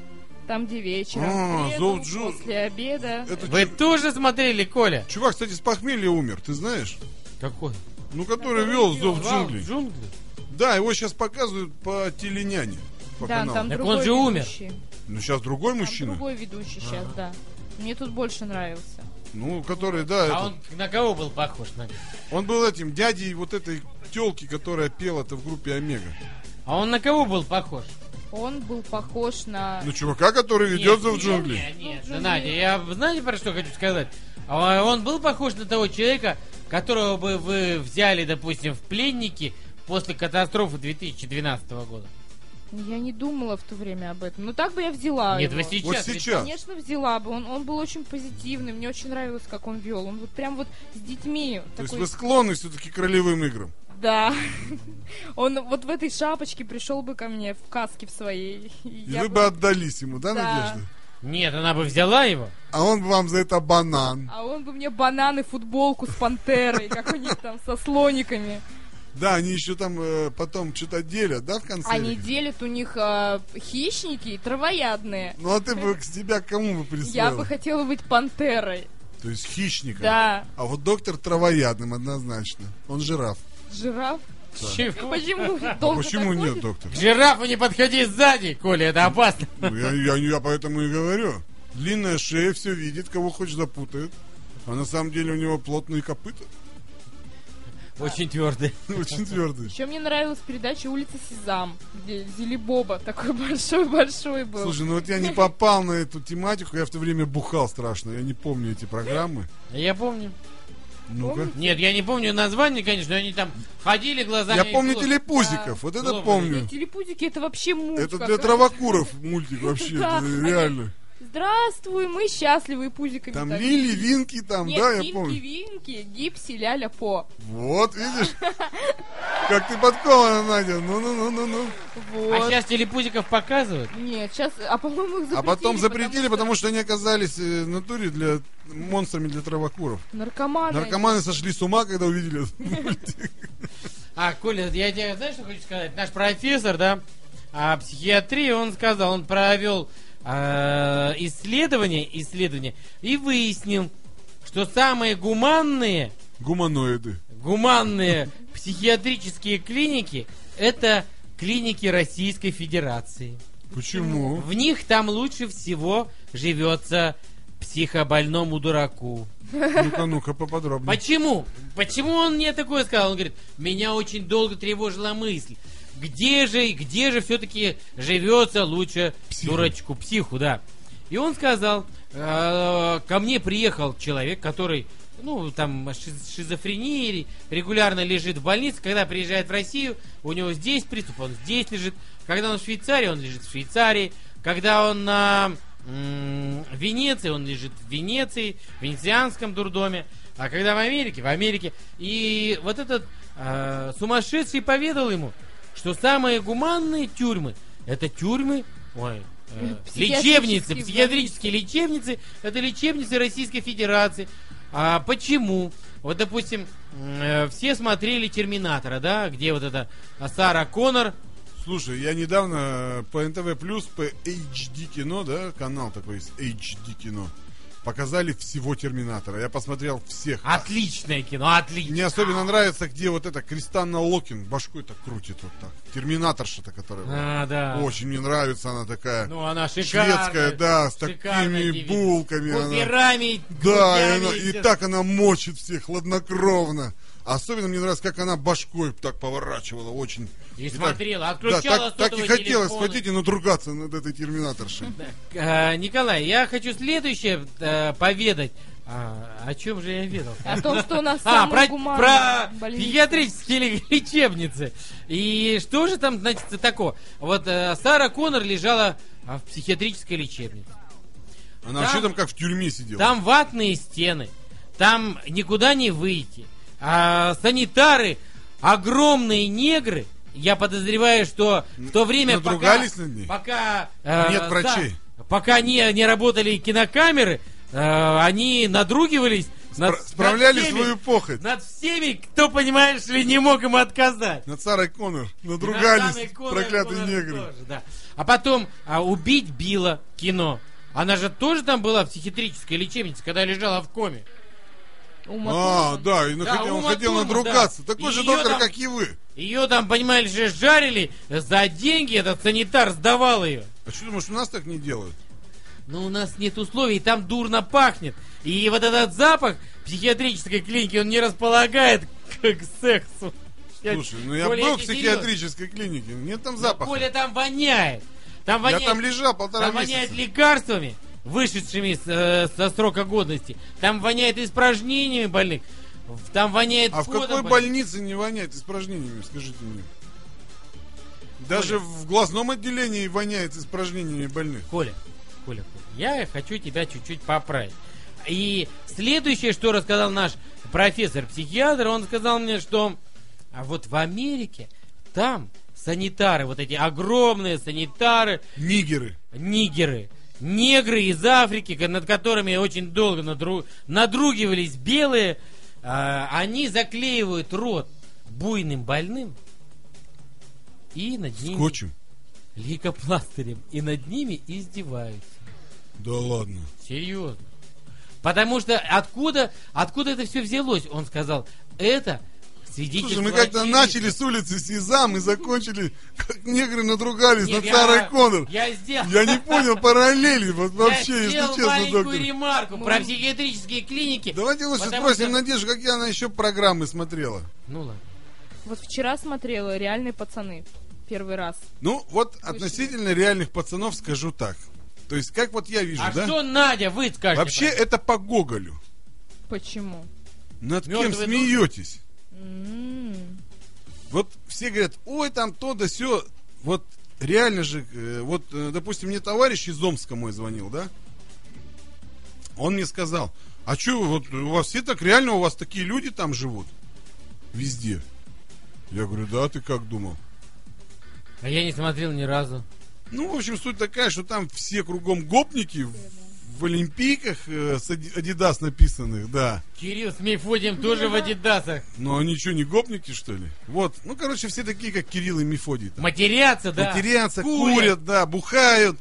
S3: Там, где вечером.
S2: А,
S3: в среду,
S2: «Зов джун-
S3: После обеда.
S2: Это
S1: Вы
S2: чу-
S1: тоже смотрели, Коля?
S2: чувак, кстати, с похмелья умер, ты знаешь?
S1: Какой?
S2: Ну, который
S3: Который
S2: вел
S3: вел.
S2: Зов
S1: Вал
S2: джунглей.
S1: джунглей?
S2: Да, его сейчас показывают по теленяне. По
S3: да,
S2: каналу.
S3: там
S1: Так
S3: другой
S1: он же умер.
S3: ведущий.
S2: Ну, сейчас другой
S3: Там
S2: мужчина.
S3: другой ведущий сейчас, да. Мне тут больше нравился.
S2: Ну, который, да, этот-
S1: А
S2: он...
S1: он на кого был похож? Надя?
S2: был этим дядей вот этой телки, которая пела-то в группе Омега.
S1: А он на кого был похож?
S3: Он был похож на...
S2: Ну, чувака, который ведет
S1: Нет,
S2: Зов
S1: нет,
S2: джунглей.
S1: Нет, нет, ну,
S3: Зов джунглей.
S1: Надя, я знаете про что хочу сказать? А Он был похож на того человека, которого бы вы взяли, допустим, в пленники после катастрофы 2012 года.
S2: Ну,
S3: Я не думала в то время об этом. Но так бы я взяла
S1: Нет,
S3: А,
S1: вы
S3: его.
S1: сейчас.
S2: Вот
S1: ведь-
S2: сейчас.
S3: Конечно, взяла бы. Он, он был очень позитивный. Мне очень нравилось, как он вел. Он вот прям вот с детьми.
S2: То есть
S3: такой-
S2: вы склонны все-таки к ролевым играм.
S3: Да. Он вот в этой шапочке пришел бы ко мне в каске в своей. И
S2: И
S3: я
S2: вы бы отдались ему, да,
S3: Да.
S2: Надежда?
S1: Нет, она бы взяла его.
S2: А он бы вам за это банан.
S3: А он бы мне бананы, футболку с пантерой, как у них там, со слониками.
S2: Да, они еще там э, потом что-то делят, да, в конце?
S3: Они делят А у них а, хищники и травоядные.
S2: Ну а ты бы к себя к кому бы присвоила?
S3: Я бы хотела быть пантерой.
S2: То есть хищника.
S3: Да.
S2: А вот доктор травоядным однозначно. Он жираф.
S3: Жираф.
S1: Чего?
S3: Почему?
S2: А
S3: Долго
S2: почему
S3: так
S2: нет,
S3: ходит?
S2: доктор?
S1: К жирафу не подходи сзади, Коля, это опасно.
S2: Ну, Я, я- я поэтому и говорю. Длинная шея все видит, кого хочешь запутает. А на самом деле у него плотные копыта.
S1: Очень твердый.
S2: Очень твердые.
S3: Еще мне нравилась передача «Улица Сезам», где Зелебоба такой большой-большой был.
S2: Слушай, ну вот я не попал на эту тематику, я в то время бухал страшно, я не помню эти программы.
S1: Я помню.
S2: Ну-ка.
S1: Нет, я не помню название, конечно, но они там ходили глазами.
S2: Я помню
S1: в лоб.
S2: телепузиков, вот это
S1: Глобус.
S2: помню.
S3: Телепузики это вообще
S2: ну,
S3: муть.
S2: Это для
S3: какая-то.
S2: травокуров мультик вообще,
S3: Да.
S2: это реально.
S3: Здравствуй, мы счастливы и пузиками.
S2: Там
S3: так.
S2: Лили, Винки, там,
S3: Нет,
S2: да, я
S3: Винки,
S2: помню.
S3: Винки, Гипси, Ляля, По.
S2: Вот, видишь, как ты подкована, Надя, ну-ну-ну-ну-ну.
S1: А
S3: Вот.
S1: сейчас телепузиков показывают?
S3: Нет, сейчас, а по-моему их запретили.
S2: А потом запретили,
S3: потому
S2: потому что они оказались э, в натуре для монстрами для травокуров.
S3: что наркоманы.
S2: Наркоманы сошли с ума, когда увидели. этот мультик.
S1: А, Коля, я тебе, знаешь, что хочу сказать? Наш профессор, да, о психиатрии, он сказал, он провел э, исследование, исследование и выяснил, что самые гуманные,
S2: Гуманоиды.
S1: гуманные психиатрические клиники это клиники Российской Федерации.
S2: Почему?
S1: В них там лучше всего живется психобольному дураку.
S2: Ну-ка, ну-ка, поподробнее.
S1: Почему? Почему он мне такое сказал? Он говорит, меня очень долго тревожила мысль. Где же, и где же все-таки живется лучше
S2: Психу.
S1: дурачку, психу, да. И он сказал, «Э, ко мне приехал человек, который, ну, там, шиз- шизофрении, регулярно лежит в больнице. Когда приезжает в Россию, у него здесь приступ, он здесь лежит. Когда он в Швейцарии, он лежит в Швейцарии. Когда он на м, Венеции, он лежит в Венеции, в венецианском дурдоме. А когда в Америке, в Америке. И вот этот э, сумасшедший поведал ему, что самые гуманные тюрьмы это тюрьмы, ой, э,
S3: Психиатрические
S1: лечебницы,
S3: больницы.
S1: психиатрические лечебницы, это лечебницы Российской Федерации. А почему? Вот, допустим, м, э, все смотрели Терминатора, да, где вот это а, Сара Коннор.
S2: Слушай, я недавно э, по НТВ плюс, по HD кино, да, канал такой есть, HD кино, показали всего Терминатора. Я посмотрел всех.
S1: А? Отличное кино, отлично.
S2: Мне особенно нравится, где вот эта Кристанна Локин башкой так крутит вот так. Терминаторша-то, которая была.
S1: А, да.
S2: Очень мне нравится она такая.
S1: Ну, она шикарная.
S2: Шведская, да, с
S1: шикарная
S2: такими
S1: девица.
S2: булками. она.
S1: Пуперами,
S2: Да, и,
S1: грудями
S2: она- и
S1: идет.
S2: так она мочит всех хладнокровно. Особенно мне нравится, как она башкой так поворачивала очень.
S1: И
S2: так-
S1: смотрела, а
S2: да,
S1: отключала
S2: так, так и
S1: сотовые
S2: хотелось
S1: телефоны.
S2: схватить и надругаться над этой терминаторшей.
S1: Э, Николай, я хочу следующее э, поведать. А, о чем же я ведал?
S3: О том, что у нас
S1: А,
S3: самые
S1: про,
S3: гуманные
S1: про
S3: больницы.
S1: психиатрические ли- лечебницы. И что же там, значит, такое? Вот э, Сара Коннор лежала а, в психиатрической лечебнице.
S2: Она вообще
S1: Там-
S2: там как в тюрьме сидела.
S1: Там ватные стены, там никуда не выйти. А санитары, огромные негры, я подозреваю, что в то время, пока,
S2: Надругались над ней?
S1: пока э,
S2: Нет врачей.
S1: да, пока не, не работали кинокамеры, э, они надругивались над,
S2: Спра- справляли
S1: над всеми,
S2: свою похоть.
S1: над всеми, кто, понимаешь ли, не мог им отказать.
S2: Над Сарой Коннор
S1: Над Анной
S2: надругались
S1: Коннор-
S2: проклятые
S1: Коннор
S2: негры.
S1: тоже, да. А потом а, убить Билла кино. Она же тоже там была в психиатрической лечебнице, когда лежала в коме.
S3: Ума
S2: А,
S3: Турман.
S2: да, и на-
S1: Да,
S2: хотел- он
S1: Ума
S2: хотел
S1: Турман,
S2: надругаться.
S1: да.
S2: Такой же
S1: Её
S2: доктор,
S1: там-
S2: как и вы.
S1: Ее там, понимаешь, же жарили за деньги, этот санитар сдавал ее.
S2: А что думаешь, у нас так не делают?
S1: Но у нас нет условий, там дурно пахнет. И вот этот запах психиатрической клиники, он не располагает к, к сексу. Я-
S2: Слушай, ну я
S1: Коля,
S2: был в
S1: тебе
S2: психиатрической клинике, нет там
S1: серьёзно.
S2: запаха.
S1: Коля, там воняет. Там
S2: Я
S1: воняет,
S2: там лежал полтора
S1: там воняет
S2: месяца.
S1: лекарствами, вышедшими с, э, со срока годности. Там воняет испражнениями больных. В- Там воняет
S2: А в
S1: потом
S2: какой
S1: больных.
S2: больнице не воняет испражнениями, скажите мне? Даже в глазном отделении воняет испражнениями больных.
S1: Коля, Коля, Коля, я хочу тебя чуть-чуть поправить. И следующее, что рассказал наш профессор-психиатр, он сказал мне, что а вот в Америке там санитары, вот эти огромные санитары,
S2: Нигеры.
S1: нигеры, негры из Африки, ко- над которыми очень долго надру- надругивались белые, а, они заклеивают рот буйным больным и над ними
S2: Скотчем.
S1: лейкопластырем, и над ними издеваются.
S2: Да ладно.
S1: Серьезно. Потому что откуда, откуда это все взялось? Он сказал, это
S2: Слушай,
S1: свидетельство
S2: мы как-то
S1: очевидца.
S2: начали с улицы Сезам и закончили, как негры надругались
S1: Нет,
S2: над
S1: я-
S2: Сарой Коннор.
S1: Я сделал...
S2: Я не понял параллели вот вообще,
S1: я
S2: если
S1: сделал
S2: честно,
S1: маленькую
S2: доктор.
S1: ремарку про психиатрические клиники.
S2: Давайте лучше
S1: Потому
S2: спросим
S1: что-
S2: Надежду, какие она еще программы смотрела.
S1: Ну ладно.
S3: Вот вчера смотрела «Реальные пацаны» первый раз.
S2: Ну, вот относительно реальных пацанов скажу так. То есть, как вот я вижу,
S1: А
S2: да?
S1: что, Надя, вы скажете?
S2: Вообще,
S1: про это?
S2: это по Гоголю.
S3: Почему?
S2: Над кем
S1: Мёртвый дух?
S2: смеетесь?
S3: М.
S2: Вот все говорят, ой, там то да все. Вот реально же, э, вот, э, допустим, мне товарищ из Омска мой звонил, да? Он мне сказал, а что, вот у вас все так реально, у вас такие люди там живут? Везде. Я говорю, да, ты как думал?
S1: А я не смотрел ни разу.
S2: Ну, в общем, суть такая, что там все кругом гопники в, в олимпийках э, с ади- Адидас написанных, да.
S1: Кирилл с Мефодием тоже в Адидасах.
S2: Но они что, не гопники, что ли? Вот. Ну, короче, все такие, как Кирилл и Мефодий. Там.
S1: Матерятся, да.
S2: Матерятся, курят. да, бухают.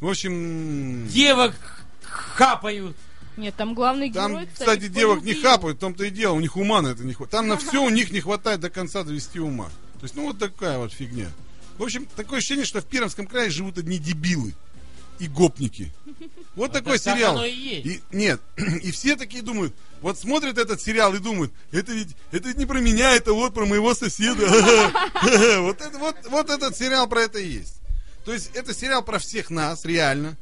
S2: В общем,
S1: Девок хапают.
S3: Нет, там главный
S2: там,
S3: герой,
S2: кстати, девок не
S3: полюбил.
S2: хапают, в том-то и дело, у них ума на это не хватает. Там на все у них не хватает до конца довести ума. То есть, ну, вот такая вот фигня. В общем, такое ощущение, что в Пермском крае живут одни дебилы и гопники. Вот такой
S1: Да так
S2: сериал.
S1: оно и Ну, есть.
S2: И, нет, и все такие думают, вот смотрят этот сериал и думают, это ведь, это ведь не про меня, это вот про моего соседа. Вот, это, вот, вот этот сериал про это и есть. То есть это сериал про всех нас, реально.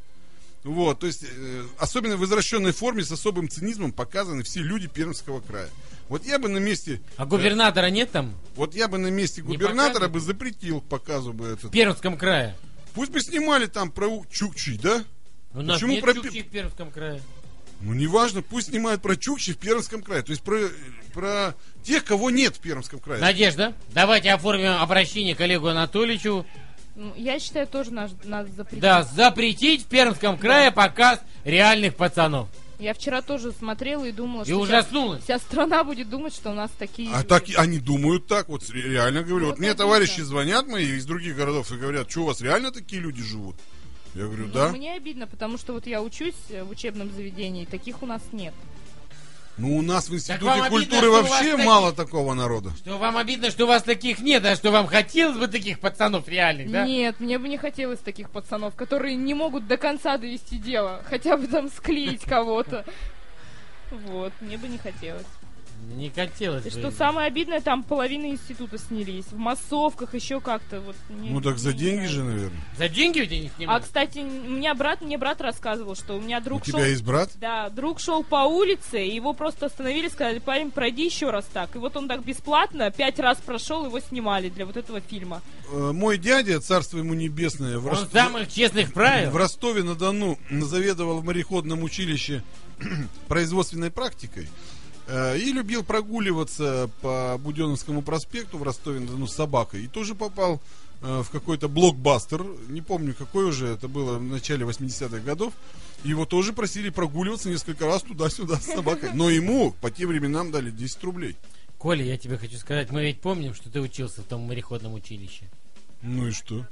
S2: Вот, то есть, э, особенно в извращенной форме с особым цинизмом показаны все люди Пермского края. Вот я бы на месте,
S1: А губернатора нет там?
S2: вот я бы на месте
S1: Не
S2: губернатора
S1: показывают?
S2: бы запретил к показу бы
S1: В
S2: этот.
S1: Пермском крае.
S2: Пусть бы снимали там про У- Чукчи, да?
S1: У нас
S2: Почему
S1: нет
S2: про
S1: чукчи в Пермском крае.
S2: Ну, неважно, пусть снимают про Чукчи в Пермском крае. То есть про, про тех, кого нет в Пермском крае.
S1: Надежда, давайте оформим обращение к Олегу Анатольевичу.
S3: Ну, Я считаю, тоже наш- нас запретили.
S1: Да, запретить в Пермском крае показ реальных пацанов.
S3: Я вчера тоже смотрела и думала,
S1: И
S3: что сейчас
S1: ужаснулась.
S3: вся страна будет думать, что у нас такие
S2: А
S3: люди.
S2: так и- они думают так, вот ре- реально говорю. Вот,
S3: Вот
S2: мне
S3: обидно.
S2: товарищи звонят мои из других городов и говорят, что у вас реально такие люди живут? Я говорю,
S3: Ну,
S2: да.
S3: Мне обидно, потому что вот я учусь э, в учебном заведении, таких у нас нет.
S2: Ну у нас в
S1: вам
S2: институте
S1: обидно,
S2: культуры
S1: что у вас
S2: вообще
S1: такие-
S2: мало такого народа.
S1: Что вам обидно, что у вас таких нет, а что вам хотелось бы таких пацанов реальных, да?
S3: Нет, мне бы не хотелось таких пацанов, которые не могут до конца довести дело, хотя бы там склеить кого-то. Вот, мне бы не хотелось.
S1: Не хотелось
S3: И
S1: бы.
S3: что самое обидное, там половина института снялись. В массовках еще как-то. Вот, не-
S2: Ну так за
S3: не
S2: деньги
S3: знаю.
S2: же, наверное.
S1: За деньги у тебя не
S3: А,
S1: снимают?
S3: кстати, у меня брат, мне брат рассказывал, что у меня
S2: У
S3: друг шел...
S2: тебя есть брат?
S3: Да, друг шел по улице, и его просто остановили, сказали, парень, пройди еще раз так. И вот он так бесплатно пять раз прошел, его снимали для вот этого фильма.
S2: Э, Мой дядя, царство ему небесное, в,
S1: Он
S2: Рост-
S1: самых честных правил.
S2: в Ростове-на-Дону заведовал в мореходном училище производственной практикой. э, И любил прогуливаться по Буденовскому проспекту в Ростове-на-Дону с собакой. И тоже попал э, в какой-то блокбастер, не помню какой уже, это было в начале 80-х годов. Его тоже просили прогуливаться несколько раз туда-сюда с собакой. Но ему по тем временам дали 10 рублей.
S1: Коля, я тебе хочу сказать, мы ведь помним, что ты учился в том мореходном училище.
S2: Ну и что?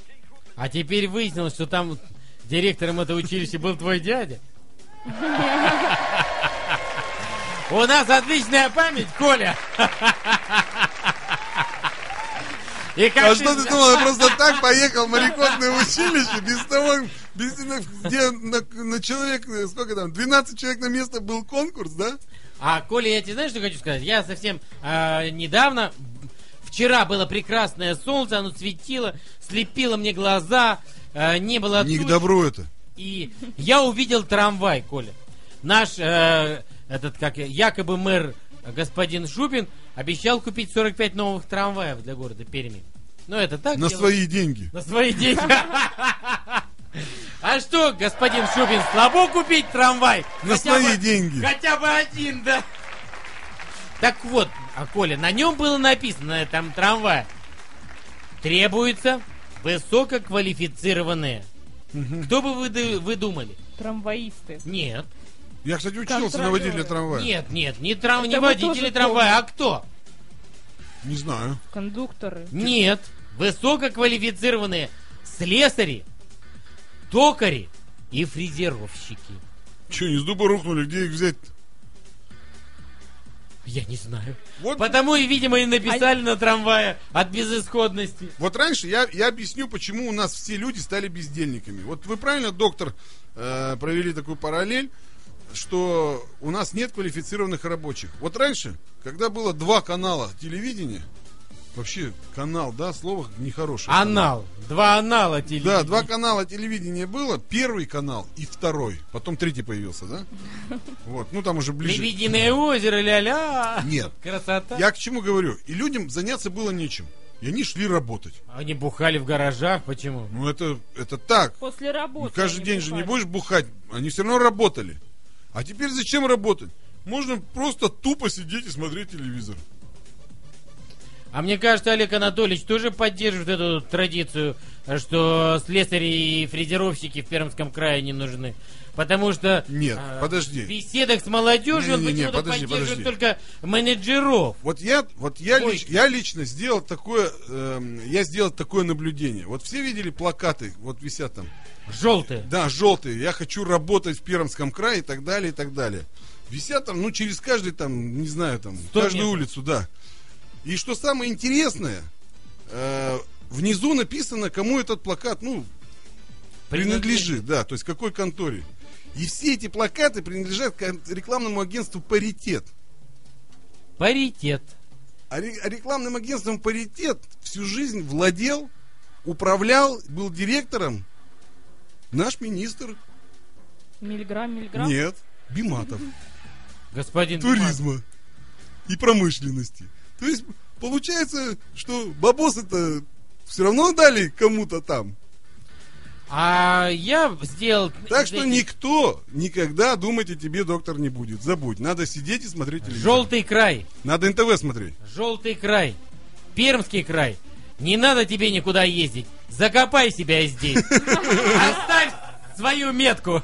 S1: А теперь выяснилось, что там директором этого училища был твой дядя. У нас отличная память, Коля. И как
S2: А
S1: ты
S2: что ты
S1: зна-
S2: думал, я просто так поехал в мореходное училище, без того, без, где на, на человек, э, сколько там, 12 человек на место был конкурс, да?
S1: А, Коля, я тебе знаешь, что хочу сказать? Я совсем а, недавно, вчера было прекрасное солнце, оно светило, слепило мне глаза, а, не было
S2: Не
S1: туч.
S2: к добру это.
S1: И я увидел трамвай, Коля. Наш, э, этот, как я- якобы мэр э, господин Шубин обещал купить 45 новых трамваев для города Перми. Ну, это так?
S2: На
S1: дело?
S2: свои деньги.
S1: На свои деньги. А что, господин Шубин, слабо купить трамвай?
S2: На
S1: Хотя
S2: свои
S1: бы-
S2: деньги.
S1: Хотя бы один, да. Так вот, а Коля, на нем было написано, на этом трамвае, требуется высококвалифицированные. Кто бы вы, ды- вы думали?
S3: Трамваисты.
S1: Нет,
S2: Я, кстати, учился на
S3: Контролеры.
S2: водителя трамвая.
S1: нет, нет, не, трам... не
S3: Это мы
S1: водители
S3: тоже
S1: трамвая, а кто?
S2: Не знаю.
S3: Кондукторы.
S1: Нет, высококвалифицированные слесари, токари и фрезеровщики.
S2: Че, не с дуба рухнули, где их взять
S1: Я не знаю.
S2: Вот,
S1: Потому и, видимо, и написали на трамвае от безысходности.
S2: вот раньше я, я объясню, почему у нас все люди стали бездельниками. Вот вы правильно, доктор, э, провели такую параллель, что у нас нет квалифицированных рабочих. Вот раньше, когда было два канала телевидения, вообще канал, да, слово нехорошее.
S1: Анал. Два анала телевидения.
S2: Да, два канала телевидения было. Первый канал и второй. Потом третий появился, да? Вот, ну там уже ближе.
S1: Лебединое озеро, ля-ля.
S2: Нет.
S1: Красота.
S2: Я к чему говорю? И людям заняться было нечем. И они шли работать.
S1: Они бухали в гаражах, почему?
S2: Ну это, это так.
S3: После
S2: Ну,
S3: работы.
S2: каждый
S3: они
S2: день же не
S3: бухали.
S2: будешь бухать. Они все равно работали. А теперь зачем работать? Можно просто тупо сидеть и смотреть телевизор.
S1: А мне кажется, Олег Анатольевич тоже поддерживает эту традицию, что слесари и фрезеровщики в Пермском крае не нужны. Потому что...
S2: Нет,
S1: а,
S2: подожди.
S1: В беседах с молодежью он
S2: Не-не-не,
S1: почему-то
S2: подожди,
S1: поддерживает
S2: подожди.
S1: только менеджеров.
S2: Вот я, вот я,
S1: Ой.
S2: лич- я лично сделал такое, эм, я сделал такое наблюдение. Вот все видели плакаты, вот висят там.
S1: Желтые.
S2: Да, желтые. Я хочу работать в Пермском крае и так далее, и так далее. Висят там, ну, через каждый там, не знаю, там, каждую
S1: метров.
S2: улицу, да. И что самое интересное, э, внизу написано, кому этот плакат, ну, принадлежит, да, то есть какой конторе. И все эти плакаты принадлежат кон- рекламному агентству «Паритет».
S1: Паритет.
S2: А, ре- а рекламным агентством «Паритет» всю жизнь владел, управлял, был директором наш министр,
S3: Миллиграмм, миллиграмм.
S2: нет, Биматов.
S1: Господин Туман.
S2: туризма и промышленности. То есть получается, что бабосы-то все равно дали кому-то там.
S1: А я сделал...
S2: Так
S1: из
S2: что
S1: этих-
S2: никто никогда думать о тебе, доктор, не будет. Забудь. Надо сидеть и смотреть телевизор.
S1: Желтый край.
S2: Надо НТВ смотреть.
S1: Желтый край, Пермский край. Не надо тебе никуда ездить. Закопай себя здесь. Оставь свою метку.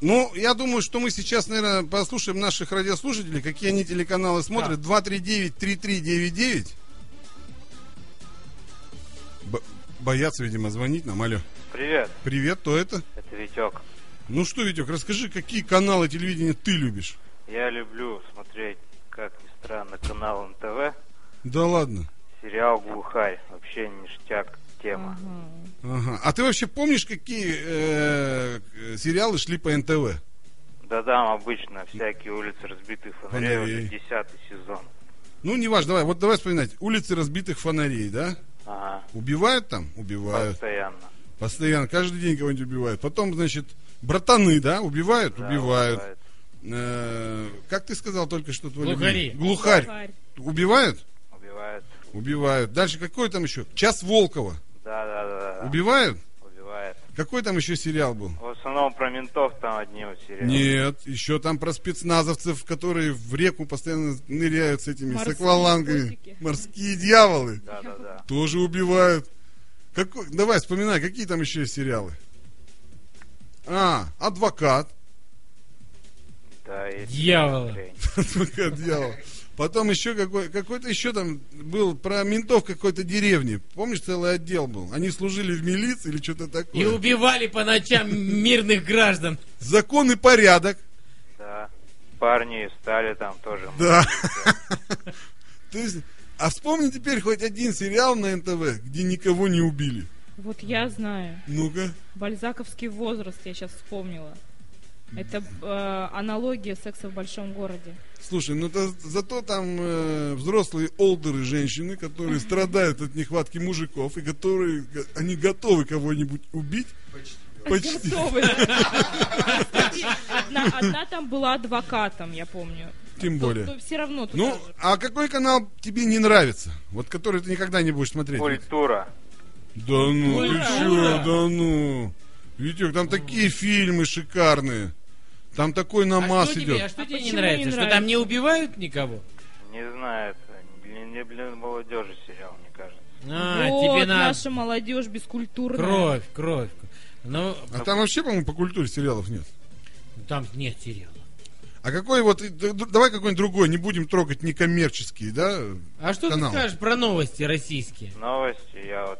S2: Ну, я думаю, что мы сейчас, наверное, послушаем наших радиослушателей, какие они телеканалы смотрят. 239-3399. Бо- боятся, видимо, звонить нам. Алло.
S4: Привет,
S2: Привет, кто это?
S4: это Витек.
S2: Ну что, Витек, расскажи, какие каналы телевидения ты любишь?
S4: Я люблю смотреть, как ни странно, канал НТВ.
S2: Да ладно.
S4: Сериал «Глухарь». Вообще ништяк тема.
S3: Мгм.
S2: Ага. А ты вообще помнишь, какие э, э, сериалы шли по НТВ?
S4: Да там обычно всякие улицы разбитых фонарей.
S2: Фонарей.
S4: уже Десятый сезон.
S2: Ну, не важно, давай, вот давай вспоминать. Улицы разбитых фонарей, да?
S4: Ага,
S2: Убивают там? Убивают.
S4: постоянно.
S2: Постоянно, каждый день кого-нибудь убивают. Потом, значит, братаны, да? Убивают?
S4: Да,
S2: убивают.
S4: бывает.
S2: Э, как ты сказал только что? твой
S1: Глухари.
S2: любимый? Глухарь.
S3: Глухарь.
S2: Убивают?
S4: Убивают.
S2: Убивают. Дальше какой там еще? Час Волкова.
S4: Да, да, да. да.
S2: Убивают?
S4: Убивает.
S2: Какой там еще сериал был?
S4: В основном про ментов там одни вот сериалы.
S2: Нет, еще там про спецназовцев, которые в реку постоянно ныряют с этими
S3: Морские
S2: с аквалангами.
S3: котики.
S2: Морские дьяволы.
S4: Да, да, да.
S2: Тоже убивают. Какой- Давай, вспоминай, какие там еще есть сериалы? А, адвокат.
S4: Да, есть
S1: Дьявола.
S4: хрень.
S2: Адвокат дьявол. Потом еще какой, какой-то еще там был про ментов какой-то деревни. Помнишь, целый отдел был? Они служили в милиции или что-то такое.
S1: И убивали по ночам мирных граждан.
S2: Закон и порядок.
S4: Да. Парни стали там тоже.
S2: Да. То есть, а вспомни теперь хоть один сериал на НТВ, где никого не убили.
S3: Вот я знаю.
S2: Ну-ка.
S3: Бальзаковский возраст я сейчас вспомнила. Это э, аналогия секса в большом городе.
S2: Слушай, ну то- зато там э, взрослые олдеры женщины, которые страдают от нехватки мужиков и которые г- они готовы кого-нибудь убить. Почти.
S3: Сова. Одна, одна там была адвокатом, я помню.
S2: Тем более.
S3: все равно туда
S2: Ну,
S3: же.
S2: а какой канал тебе не нравится? Вот который ты никогда не будешь смотреть?
S4: Культура.
S2: Да ну, ты
S1: Ура!
S2: чё, да ну. Витек, там такие фильмы шикарные. Там такой
S1: а
S2: намаз
S1: что тебе, а
S2: идет.
S1: что
S3: А
S1: тебе не
S3: почему
S1: нравится?
S3: не
S1: что
S3: нравится?
S1: там не убивают никого?
S4: Не знаю, это не, не для молодежи сериал, мне кажется.
S1: А,
S3: вот
S1: тебе надо
S3: наша молодежь бескультурная.
S1: кровь, кровь. Ну,
S2: А там вообще, по-моему, по культуре сериалов нет.
S1: там нет сериала.
S2: А какой вот, и д- д- давай какой-нибудь другой, не будем трогать некоммерческие, да?
S1: А что
S2: Канал.
S1: ты скажешь про новости российские?
S4: Новости, я вот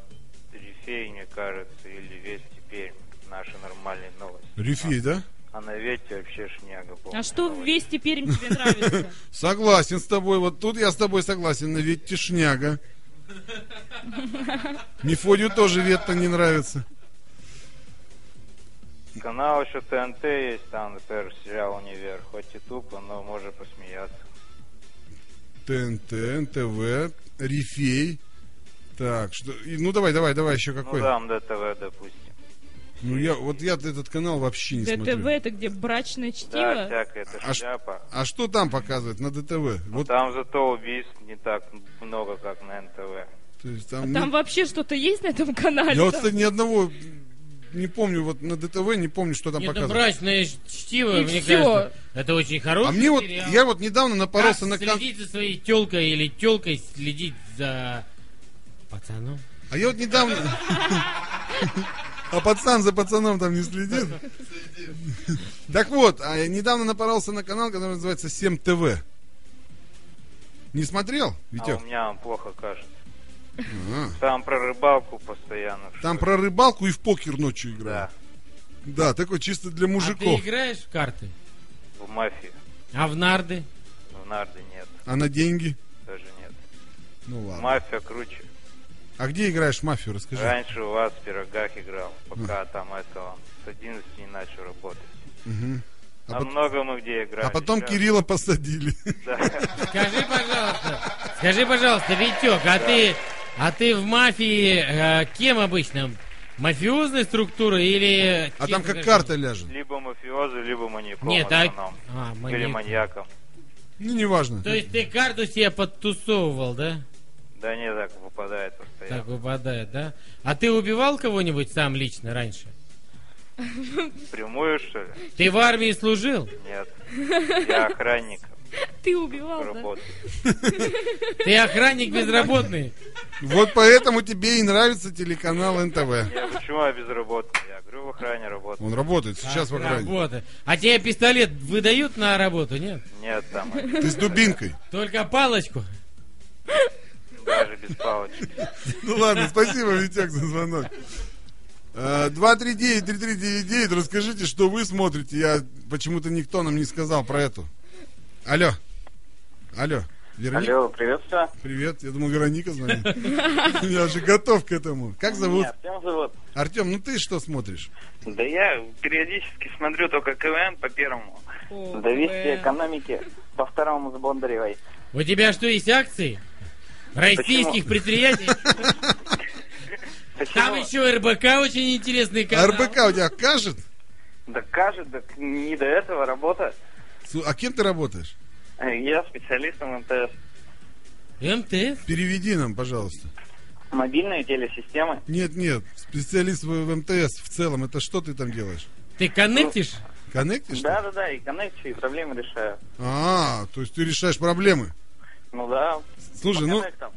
S4: Рифей, мне кажется, или Вести Пермь. Наши нормальные новости.
S2: Рифей, да?
S4: А на Вете вообще шняга полная.
S3: А что в
S4: Ой,
S3: Вести Пермь тебе нравится?
S2: Согласен с тобой, вот тут я с тобой согласен, но ведь тишняга. Мефодию тоже Ветта не нравится.
S4: Канал еще ТНТ есть, там, например, сериал «Универ». Хоть и тупо, но можно посмеяться.
S2: ТНТ, НТВ, Рифей. Так, что... и, ну давай, давай, давай, еще какой.
S4: Ну, там ДТВ, допустим.
S2: Ну, я, вот я этот канал вообще не
S3: ДТВ
S2: смотрю.
S3: это где? Брачное
S4: Да,
S3: чтиво?
S4: всякая эта
S2: А ш-
S4: шляпа.
S2: А что там показывают на ДТВ? Вот,
S4: Там зато убийств не так много, как на НТВ. А
S2: то есть там...
S3: Там
S2: ну,
S3: вообще что-то есть на этом канале?
S2: я вот,
S3: Там-
S2: кстати, ни одного не помню, вот на ДТВ не помню, что там
S1: Нет, ну,
S2: показывают.
S1: мрачное чтиво,
S3: И
S1: мне
S3: всё.
S1: кажется, это очень хороший
S2: А мне вот,
S1: сериал.
S2: я вот недавно
S1: Как
S2: напоролся на... кон-
S1: следить за своей телкой или телкой следить за пацаном?
S2: А я вот недавно... А пацан за пацаном там не следит? Так вот, а я недавно напоролся на канал, который называется 7ТВ. Не смотрел,
S4: А
S2: Витек?
S4: у меня он плохо кажется.
S2: А.
S4: Там про рыбалку постоянно.
S2: Там
S4: что-то.
S2: про рыбалку и в покер ночью играют.
S4: Да,
S2: Да, такой чисто для
S1: А
S2: мужиков.
S1: ты играешь в карты?
S4: в мафии.
S1: А в нарды?
S4: В Ну, нарды нет,
S2: А на деньги?
S4: даже нет.
S2: Ну ладно.
S4: Мафия круче.
S2: А где играешь в мафию, расскажи.
S4: Раньше у вас в пирогах играл, пока там этого с 11 не начал работать.
S2: Мгм. А
S4: А
S2: пот-
S4: много мы где играли.
S2: А потом
S4: Сейчас-
S2: Кирилла посадили.
S4: Да.
S1: Скажи, пожалуйста, скажи, пожалуйста, Витек, а ты, а ты в мафии э, кем обычно? Мафиозной структуры или...
S2: А
S1: чем
S2: там
S1: ты
S2: как
S1: как-
S2: карта ляжет.
S4: Либо мафиозы, либо маньяком.
S1: Нет,
S4: в
S1: а...
S4: основном.
S1: а,
S4: Или
S1: маньяк.
S4: маньяком.
S2: Ну, неважно.
S1: То есть ты карту себе подтусовывал, да?
S4: Да не так выпадает постоянно.
S1: Так выпадает, да? А ты убивал кого-нибудь сам лично раньше?
S4: Прямую, что ли?
S1: Ты в армии служил?
S4: Нет. Я охранник
S3: Ты
S1: Ну,
S3: убивал, да?
S4: работаю.
S1: Ты охранник безработный?
S2: Вот поэтому тебе и нравится телеканал НТВ.
S4: Я почему я безработный? Я говорю, в охране работаю.
S2: Он работает сейчас в охране.
S1: Работа. А тебе пистолет выдают на работу, нет?
S4: Нет, там
S2: Ты с дубинкой.
S1: Только палочку?
S4: даже без палочки.
S2: Ну ладно, спасибо, Витяк, за звонок. Э, 239-3399, расскажите, что вы смотрите. Я почему-то никто нам не сказал про эту. Алло. Алло. Вероника,
S5: Алло, приветствую.
S2: привет. Я думал, Вероника звонит. Я же готов к этому. Как зовут?
S5: Меня Артем зовут.
S2: Артем, ну ты что смотришь?
S5: Да я периодически смотрю только КВН по первому.
S3: О,
S5: Зависти
S3: бэ.
S5: экономики по второму с Бондаревой.
S1: У тебя что, есть акции? Российских предприятий? Там
S5: Почему?
S1: еще РБК очень интересный канал.
S2: РБК у тебя кажет?
S5: Да кажет, да не до этого работа.
S2: Су- А кем ты работаешь?
S5: Я специалистом МТС.
S1: МТС?
S2: Переведи нам, пожалуйста.
S5: Мобильные телесистемы.
S2: Нет, нет, специалист в в МТС в целом, это что ты там делаешь?
S1: Ты коннектишь?
S2: Ну, Коннектишь?
S5: Да, да, да, и коннекции, и проблемы решаю.
S2: А, то есть ты решаешь проблемы.
S5: Ну да,
S2: Слушай, ну,
S5: коннектам.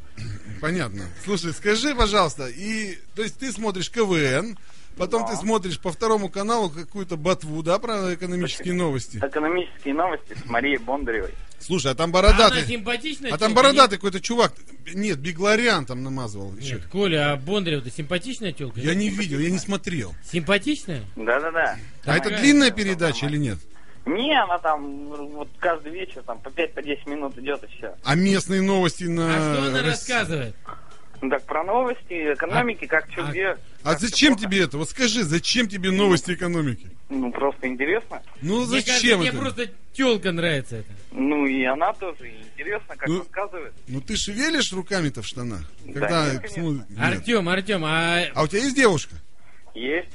S2: понятно. Слушай, скажи, пожалуйста, и, то есть ты смотришь КВН, потом ты смотришь по второму каналу какую-то ботву, да, про экономические новости?
S5: Экономические новости с Марией Бондаревой.
S2: Слушай, а там
S1: Она
S2: бородатый,
S1: симпатичная?
S2: а там
S1: тёлка,
S2: бородатый какой-то чувак, нет, Бегларян там намазывал
S1: Нет,
S2: еще.
S1: Нет, Коля, а Бондарева-то симпатичная телка?
S2: Я не видел, я не смотрел.
S1: Симпатичная?
S5: Да, да, да.
S2: А это длинная передача или нет?
S5: Не, она там вот каждый вечер там по 5-10 минут идет и все.
S2: А местные новости на...
S1: А что она
S2: России?
S1: рассказывает?
S5: Ну Так про новости, экономики, как что,
S1: а-
S5: где.
S2: А
S5: как чё
S2: зачем
S5: плохо.
S2: тебе это? Вот скажи, зачем тебе новости экономики?
S5: Ну, просто интересно.
S2: Ну
S1: Мне кажется,
S2: зачем
S1: Мне
S2: это?
S1: просто телка нравится это.
S5: Ну, и она тоже интересно, как
S2: Ну,
S5: рассказывает.
S2: Ну ты шевелишь руками-то в штанах?
S5: Да
S2: Когда
S5: нет, конечно.
S2: смотрят? Нет.
S1: Артем, Артем, а
S2: А у тебя есть девушка?
S5: Есть.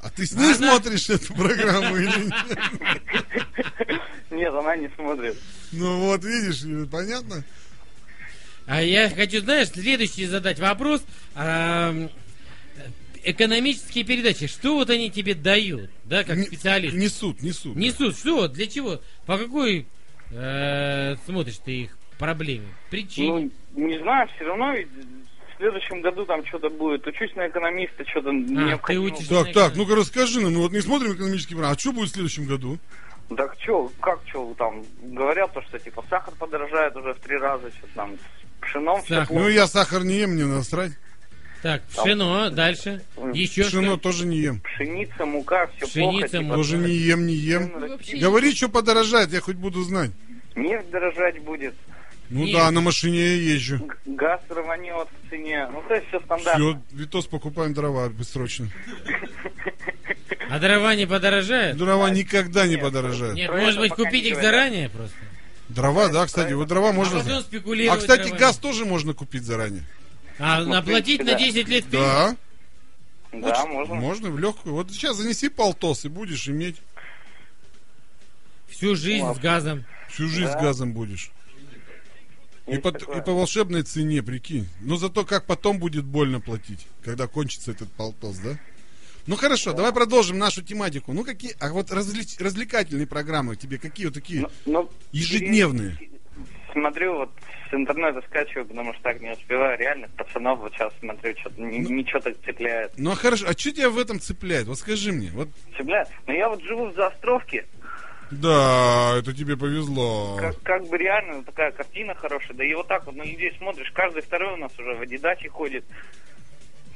S2: А ты с ней
S1: Ну, Она-
S2: смотришь эту программу или нет?
S5: Нет, она не смотрит.
S2: Ну вот, видишь, э, понятно?
S1: А я хочу, знаешь, следующий задать вопрос. Ам, экономические передачи, что вот они тебе дают, да, как
S2: Не-
S1: специалист?
S2: Несут, несут.
S1: Несут, что, для чего? По какой э, смотришь ты их проблеме? Причине?
S5: Ну, не знаю, все равно ведь в следующем году там что-то будет. Учусь на экономиста, что-то необходимо.
S1: А, ты учишь?
S2: Так, так, ну-ка расскажи нам, мы вот не смотрим экономический программ, а что будет в следующем году?
S5: Так что, как что, там говорят, то, что типа сахар подорожает уже в три раза, что там с пшеном всё
S1: Сахар.
S5: плохо.
S2: Ну я сахар не ем, мне насрать.
S1: Так, пшено, дальше.
S5: М,
S1: Еще
S2: Пшено
S1: что?
S2: тоже не ем.
S5: Пшеница, мука, все плохо.
S1: Пшеница,
S5: типа,
S1: мука.
S2: Тоже не ем, не ем.
S3: Ну, вообще
S2: Говори, что подорожает, я хоть буду знать.
S5: Нефть дорожать будет,
S2: Ну
S1: Нет.
S2: да, на машине я езжу.
S5: г- газ рванет в цене. Ну, то есть все стандартно.
S2: Все, Витос, покупаем дрова бессрочно.
S1: А дрова не подорожают?
S2: Дрова никогда не подорожают.
S1: Нет,
S5: Про
S1: может
S5: это
S1: быть,
S5: пока
S1: купить
S5: не
S1: их
S5: говорят.
S1: заранее просто?
S2: Дрова, да, кстати, вот дрова
S1: А потом
S2: можно...
S1: спекулировать
S2: А, кстати,
S1: дровами.
S2: газ тоже можно купить заранее.
S1: А наплатить на
S5: да.
S1: 10 лет вперед?
S2: Да,
S5: Да, можно.
S2: можно в легкую. Вот сейчас занеси полтос и будешь иметь.
S1: Всю жизнь с газом.
S2: Всю жизнь с газом будешь. И
S5: Есть
S2: по,
S5: такое.
S2: и по волшебной цене, прикинь. Но зато как потом будет больно платить, когда кончится этот полтос, да? Ну хорошо, давай продолжим нашу тематику. Ну какие, а вот развлеч- развлекательные программы тебе какие вот такие
S5: Ну, ну,
S2: ежедневные?
S5: Смотрю, вот с интернета скачиваю, потому что так не успеваю. Реально, пацанов вот сейчас смотрю, что-то
S1: Ну,
S5: ничего так цепляет.
S2: Ну а хорошо, а что тебя в этом цепляет? Вот скажи мне. Вот,
S5: Цепляет. Но я вот живу в заостровке.
S2: да, это тебе повезло.
S5: Как, как бы реально ну, такая картина хорошая. Да и вот так вот на людей смотришь. Каждый второй у нас уже в Адидасе ходит.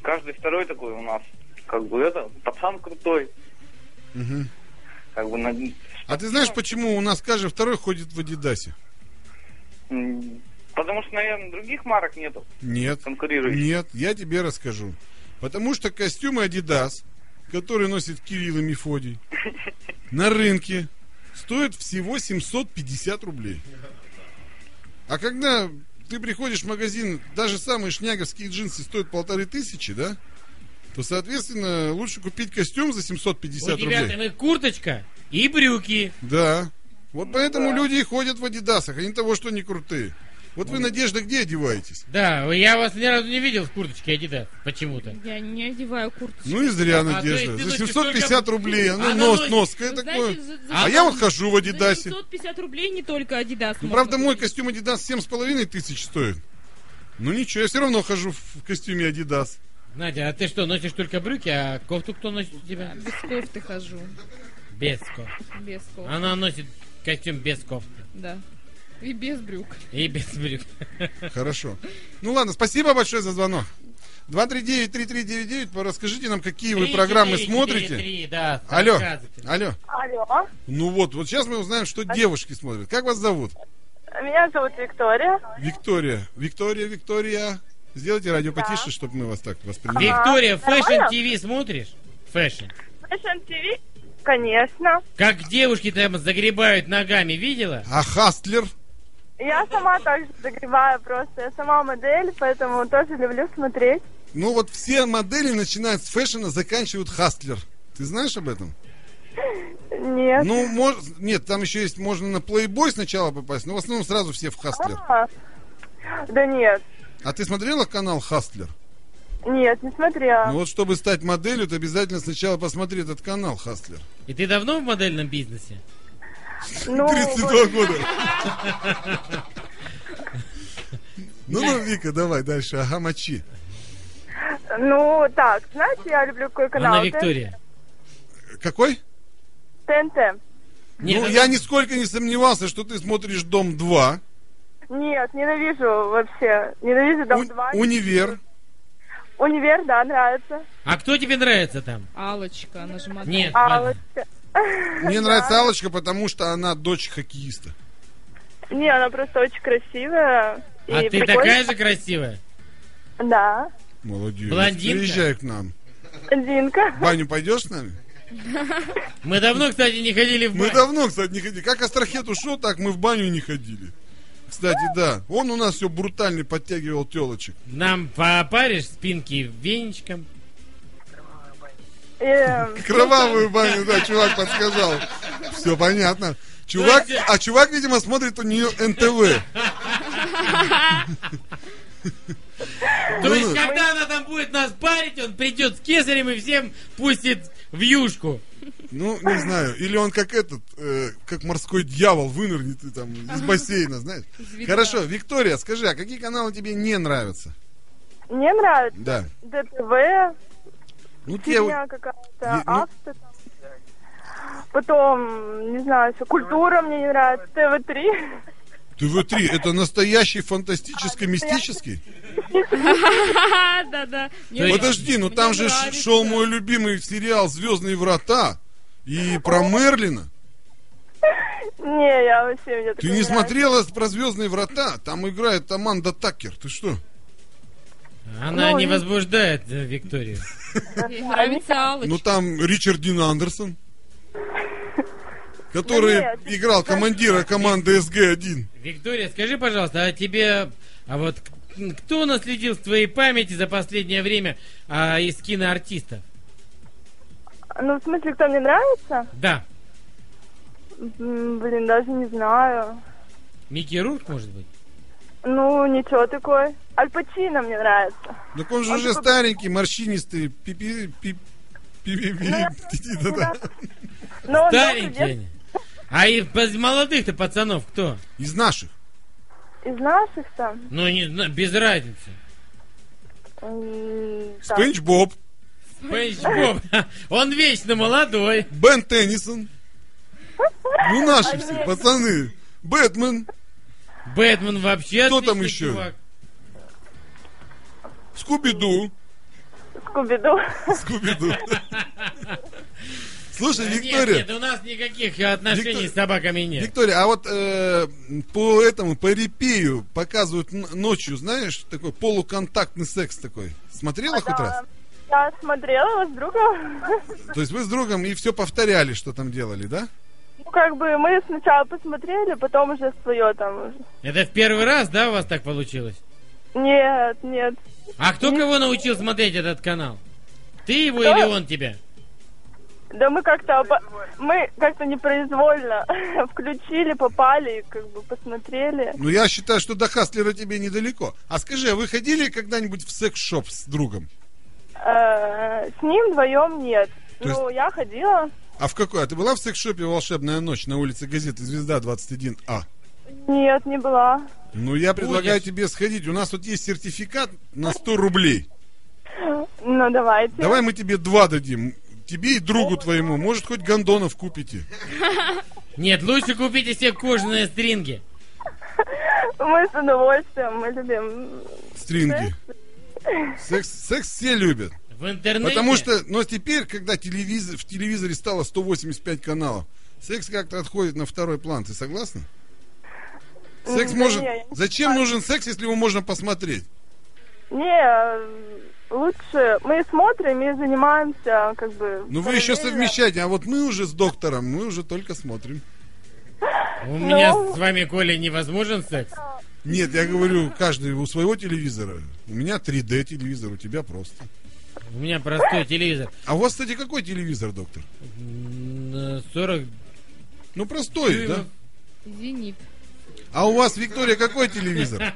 S5: Каждый второй такой у нас. Как бы это, пацан крутой.
S2: Мгм.
S5: Как бы на...
S2: А ты знаешь, почему у нас каждый второй ходит в Адидасе?
S5: м, Потому что, наверное, других марок нету
S2: Нет.
S5: конкурирующих.
S2: Нет, я тебе расскажу. Потому что костюмы Adidas, которые носит Кирилл и Мефодий, на рынке стоят всего 750 рублей. А когда ты приходишь в магазин, даже самые шняговские джинсы стоят полторы тысячи, да? То, соответственно, лучше купить костюм за 750
S1: У тебя
S2: рублей.
S1: там и курточка, и брюки.
S2: Да. Вот поэтому
S5: да.
S2: люди и ходят в Адидасах, они того, что не крутые. Вот вы, Надежда, где одеваетесь?
S1: Да, я вас ни разу не видел в курточке Adidas почему-то.
S3: Я не одеваю курточку.
S2: Ну и зря,
S1: А,
S2: Надежда.
S1: то есть ты
S2: за
S1: носишь
S2: 750
S1: только-
S2: рублей. А ну
S1: Она
S2: нос,
S1: носит-
S2: нос, какое
S3: Вы
S2: такое?
S3: знаете, за- за-
S2: а я вот хожу в Адидасе.
S3: За 750 рублей не только Адидас.
S2: Ну,
S3: можно
S2: правда, мой
S3: купить.
S2: костюм Адидас семь с половиной тысяч стоит. Ну ничего, я все равно хожу в в костюме Адидас.
S1: Надя, а ты что, носишь только брюки, а кофту кто носит у тебя?
S3: Без кофты хожу.
S1: Без кофты.
S3: Без
S2: А?
S3: кофты,
S1: Она носит костюм без кофты.
S3: да. И без брюк.
S1: И без брюк.
S2: Хорошо. Ну ладно, спасибо большое за звонок. 239-3399, по- расскажите нам, какие вы
S1: Три,
S2: программы
S1: четыре, четыре,
S2: смотрите.
S1: три, да,
S2: Алло,
S1: рассказывайте.
S2: алло.
S6: Алло,
S2: Ну вот, вот сейчас мы узнаем, что девушки смотрят. Как вас зовут?
S6: меня зовут Виктория.
S2: Виктория. Виктория, Виктория. Сделайте радио потише, чтобы мы вас так воспринимали.
S1: Виктория, Fashion
S6: Нормально?
S1: TV смотришь? Fashion.
S6: Fashion TV? Конечно.
S1: Как девушки там загребают ногами, видела?
S2: А Хастлер?
S6: Я сама также загреваю просто. Я сама модель, поэтому тоже люблю смотреть.
S2: Ну вот все модели начинают с фэшена, заканчивают хастлер. Ты знаешь об этом?
S6: Нет.
S2: Ну, мож- нет, там еще есть, можно на плейбой сначала попасть, но в основном сразу все в хастлер.
S1: Ну.
S6: А. Да нет.
S2: А ты смотрела канал Хастлер?
S6: Нет, не смотрела.
S2: Ну вот, чтобы стать моделью, ты обязательно сначала посмотри этот канал Хастлер.
S1: И ты давно в модельном бизнесе?
S6: Ну,
S2: 32 года. Ну, ну, Вика, давай дальше. Ага, мочи.
S6: вот, ну, так, знаете, я люблю какой канал?
S1: Она Виктория.
S2: Какой?
S6: ТНТ.
S1: Нет, а
S2: ну,
S1: это-
S2: я нисколько не сомневался, что ты смотришь «Дом 2»,
S6: Нет, ненавижу вообще. Ненавижу Дом 2.
S2: у- «Универ».
S6: Универ, да, нравится.
S1: А кто тебе нравится там?
S3: Алочка, она же модель.
S1: Нет,
S6: А
S1: ладно.
S6: вот...
S2: Мне нравится Алочка, потому что она дочь хоккеиста.
S6: Не, она просто очень красивая.
S1: А
S6: и
S1: ты
S6: прикольная.
S1: такая же красивая?
S6: Да.
S2: Молодец.
S1: Блондинка?
S2: Приезжай к нам.
S6: Динка.
S2: В баню пойдешь с нами?
S1: Мы давно, кстати, не ходили в
S2: Мы
S1: баню.
S2: давно, кстати, не ходили. Как Астрахет ушел, так мы в баню не ходили. Кстати, да. Он у нас все брутально подтягивал телочек.
S1: Нам попаришь спинки веничком.
S6: Эм,
S2: Кровавую баню, да, чувак подсказал. Все понятно. Чувак,
S1: Слушайте.
S2: а чувак, видимо, смотрит у нее НТВ.
S1: То есть, когда она там будет нас парить, он придет с кесарем и всем пустит в юшку.
S2: Ну, не знаю. Или он как этот, э, как морской дьявол вынырнет и там из бассейна, знаешь.
S3: Звезда.
S2: Хорошо, Виктория, скажи, а какие каналы тебе не нравятся?
S6: Мне нравится
S2: Да.
S6: ДТВ,
S2: Ну, тебе вот-
S6: фигня какая-то,
S2: Е- ну-
S6: авто там. Потом, не знаю, еще культура мне не нравится, ТВ-3.
S2: ТВ-3, это настоящий фантастический, мистический?
S3: Да-да. Мне очень-
S2: Подожди, ну
S3: мне
S2: там же ш-
S3: нравится.
S2: шел мой любимый сериал «Звездные врата» и про Мерлина.
S6: Не, я вообще... Мне
S2: Ты не смотрела про «Звездные врата»? Там играет Аманда Такер, ты что?
S1: Она
S6: Ну,
S1: не
S6: и-
S1: возбуждает э, Викторию.
S3: Ей Нравится Аллочка.
S2: Ну там Ричард Дин Андерсон, который
S6: Ну, нет.
S2: играл командира команды СГ-1.
S1: Виктория, скажи, пожалуйста, а тебе... А вот к- кто наследил в твоей памяти за последнее время а, из киноартистов?
S6: Ну, в смысле, кто мне нравится?
S1: Да.
S6: М, Блин, даже не знаю.
S1: Микки Рурк, может быть?
S6: Ну, ничего такой. Аль Пачино мне нравится.
S2: Так он же
S6: Он
S2: уже
S6: такой-
S2: старенький, морщинистый, пипи... пи- пи-пи-пи.
S6: Ну, я-
S2: Да-да.
S6: Но он
S1: Старенькие
S6: тоже
S1: они. А из молодых-то пацанов кто?
S2: Из наших.
S6: где- Из наших там.
S1: Ну, не знаю, без разницы.
S6: м, там.
S2: Спенч Боб,
S1: Пейдж Боб. Он вечно молодой.
S2: Бен Теннисон. Ну, наши все,
S6: нет.
S2: пацаны. Бэтмен,
S1: Бэтмен вообще
S2: Кто там
S1: отличный
S2: еще?
S1: чувак.
S2: Скуби-Ду.
S6: Скуби-Ду.
S2: Скуби-Ду. Слушай,
S1: Нет,
S2: Виктория,
S1: Нет, у нас никаких отношений
S2: Виктор-
S1: с собаками нет.
S2: Виктория, а вот э, по этому, по репею показывают н- ночью, знаешь, такой полуконтактный секс такой. Смотрела хоть раз?
S6: Да. Я смотрела его с другом.
S2: То есть вы с другом и все повторяли, что там делали, да?
S6: Ну, как бы мы сначала посмотрели, потом уже свое там уже.
S1: Это в первый раз, да, у вас так получилось?
S6: Нет, нет.
S1: А кто
S2: Ну.
S1: кого научил смотреть этот канал? Ты его
S6: Кто?
S1: или он тебя?
S6: Да мы как-то оба- мы как-то непроизвольно включили, попали и как бы посмотрели.
S2: Ну, я считаю, что до Хаслера тебе недалеко. А скажи, а вы ходили когда-нибудь в секс-шоп с другом?
S6: Э, С ним вдвоем нет.
S2: То
S6: Ну, я ходила.
S2: А в какой? А ты была в секс-шопе «Волшебная ночь» на улице газеты «Звезда 21А»?
S6: Нет, не была.
S2: Ну, я предлагаю
S1: Будешь.
S2: тебе сходить. У нас тут есть сертификат на 100 рублей.
S6: Ну, давайте.
S2: Давай мы тебе два дадим. Тебе и другу твоему. Может, хоть гондонов купите.
S1: Нет, лучше купите себе кожаные стринги.
S6: Мы с удовольствием, мы любим.
S2: Стринги. Секс, секс все любят.
S1: В интернете.
S2: Потому что, но теперь, когда телевизор, в телевизоре стало 185 каналов, секс как-то отходит на второй план. Ты согласна? Секс
S6: Ну, Да
S2: может...
S6: не, я не
S2: Зачем нужен секс, если его можно посмотреть?
S6: Не, э, лучше мы смотрим и занимаемся, как бы.
S2: Ну вы еще
S6: параллельно.
S2: совмещаете, а вот мы уже с доктором, мы уже только смотрим.
S1: У меня
S6: Ну.
S1: с вами, Коля, невозможен секс.
S2: Нет, я говорю, каждый у своего телевизора. У меня 3D телевизор, у тебя просто.
S1: У меня простой телевизор.
S2: А у вас, кстати, какой телевизор, доктор?
S1: М, э, 40
S2: Ну простой, да?
S1: дюймов.
S2: Ну,
S3: Зенит.
S2: А у вас, Виктория, какой телевизор?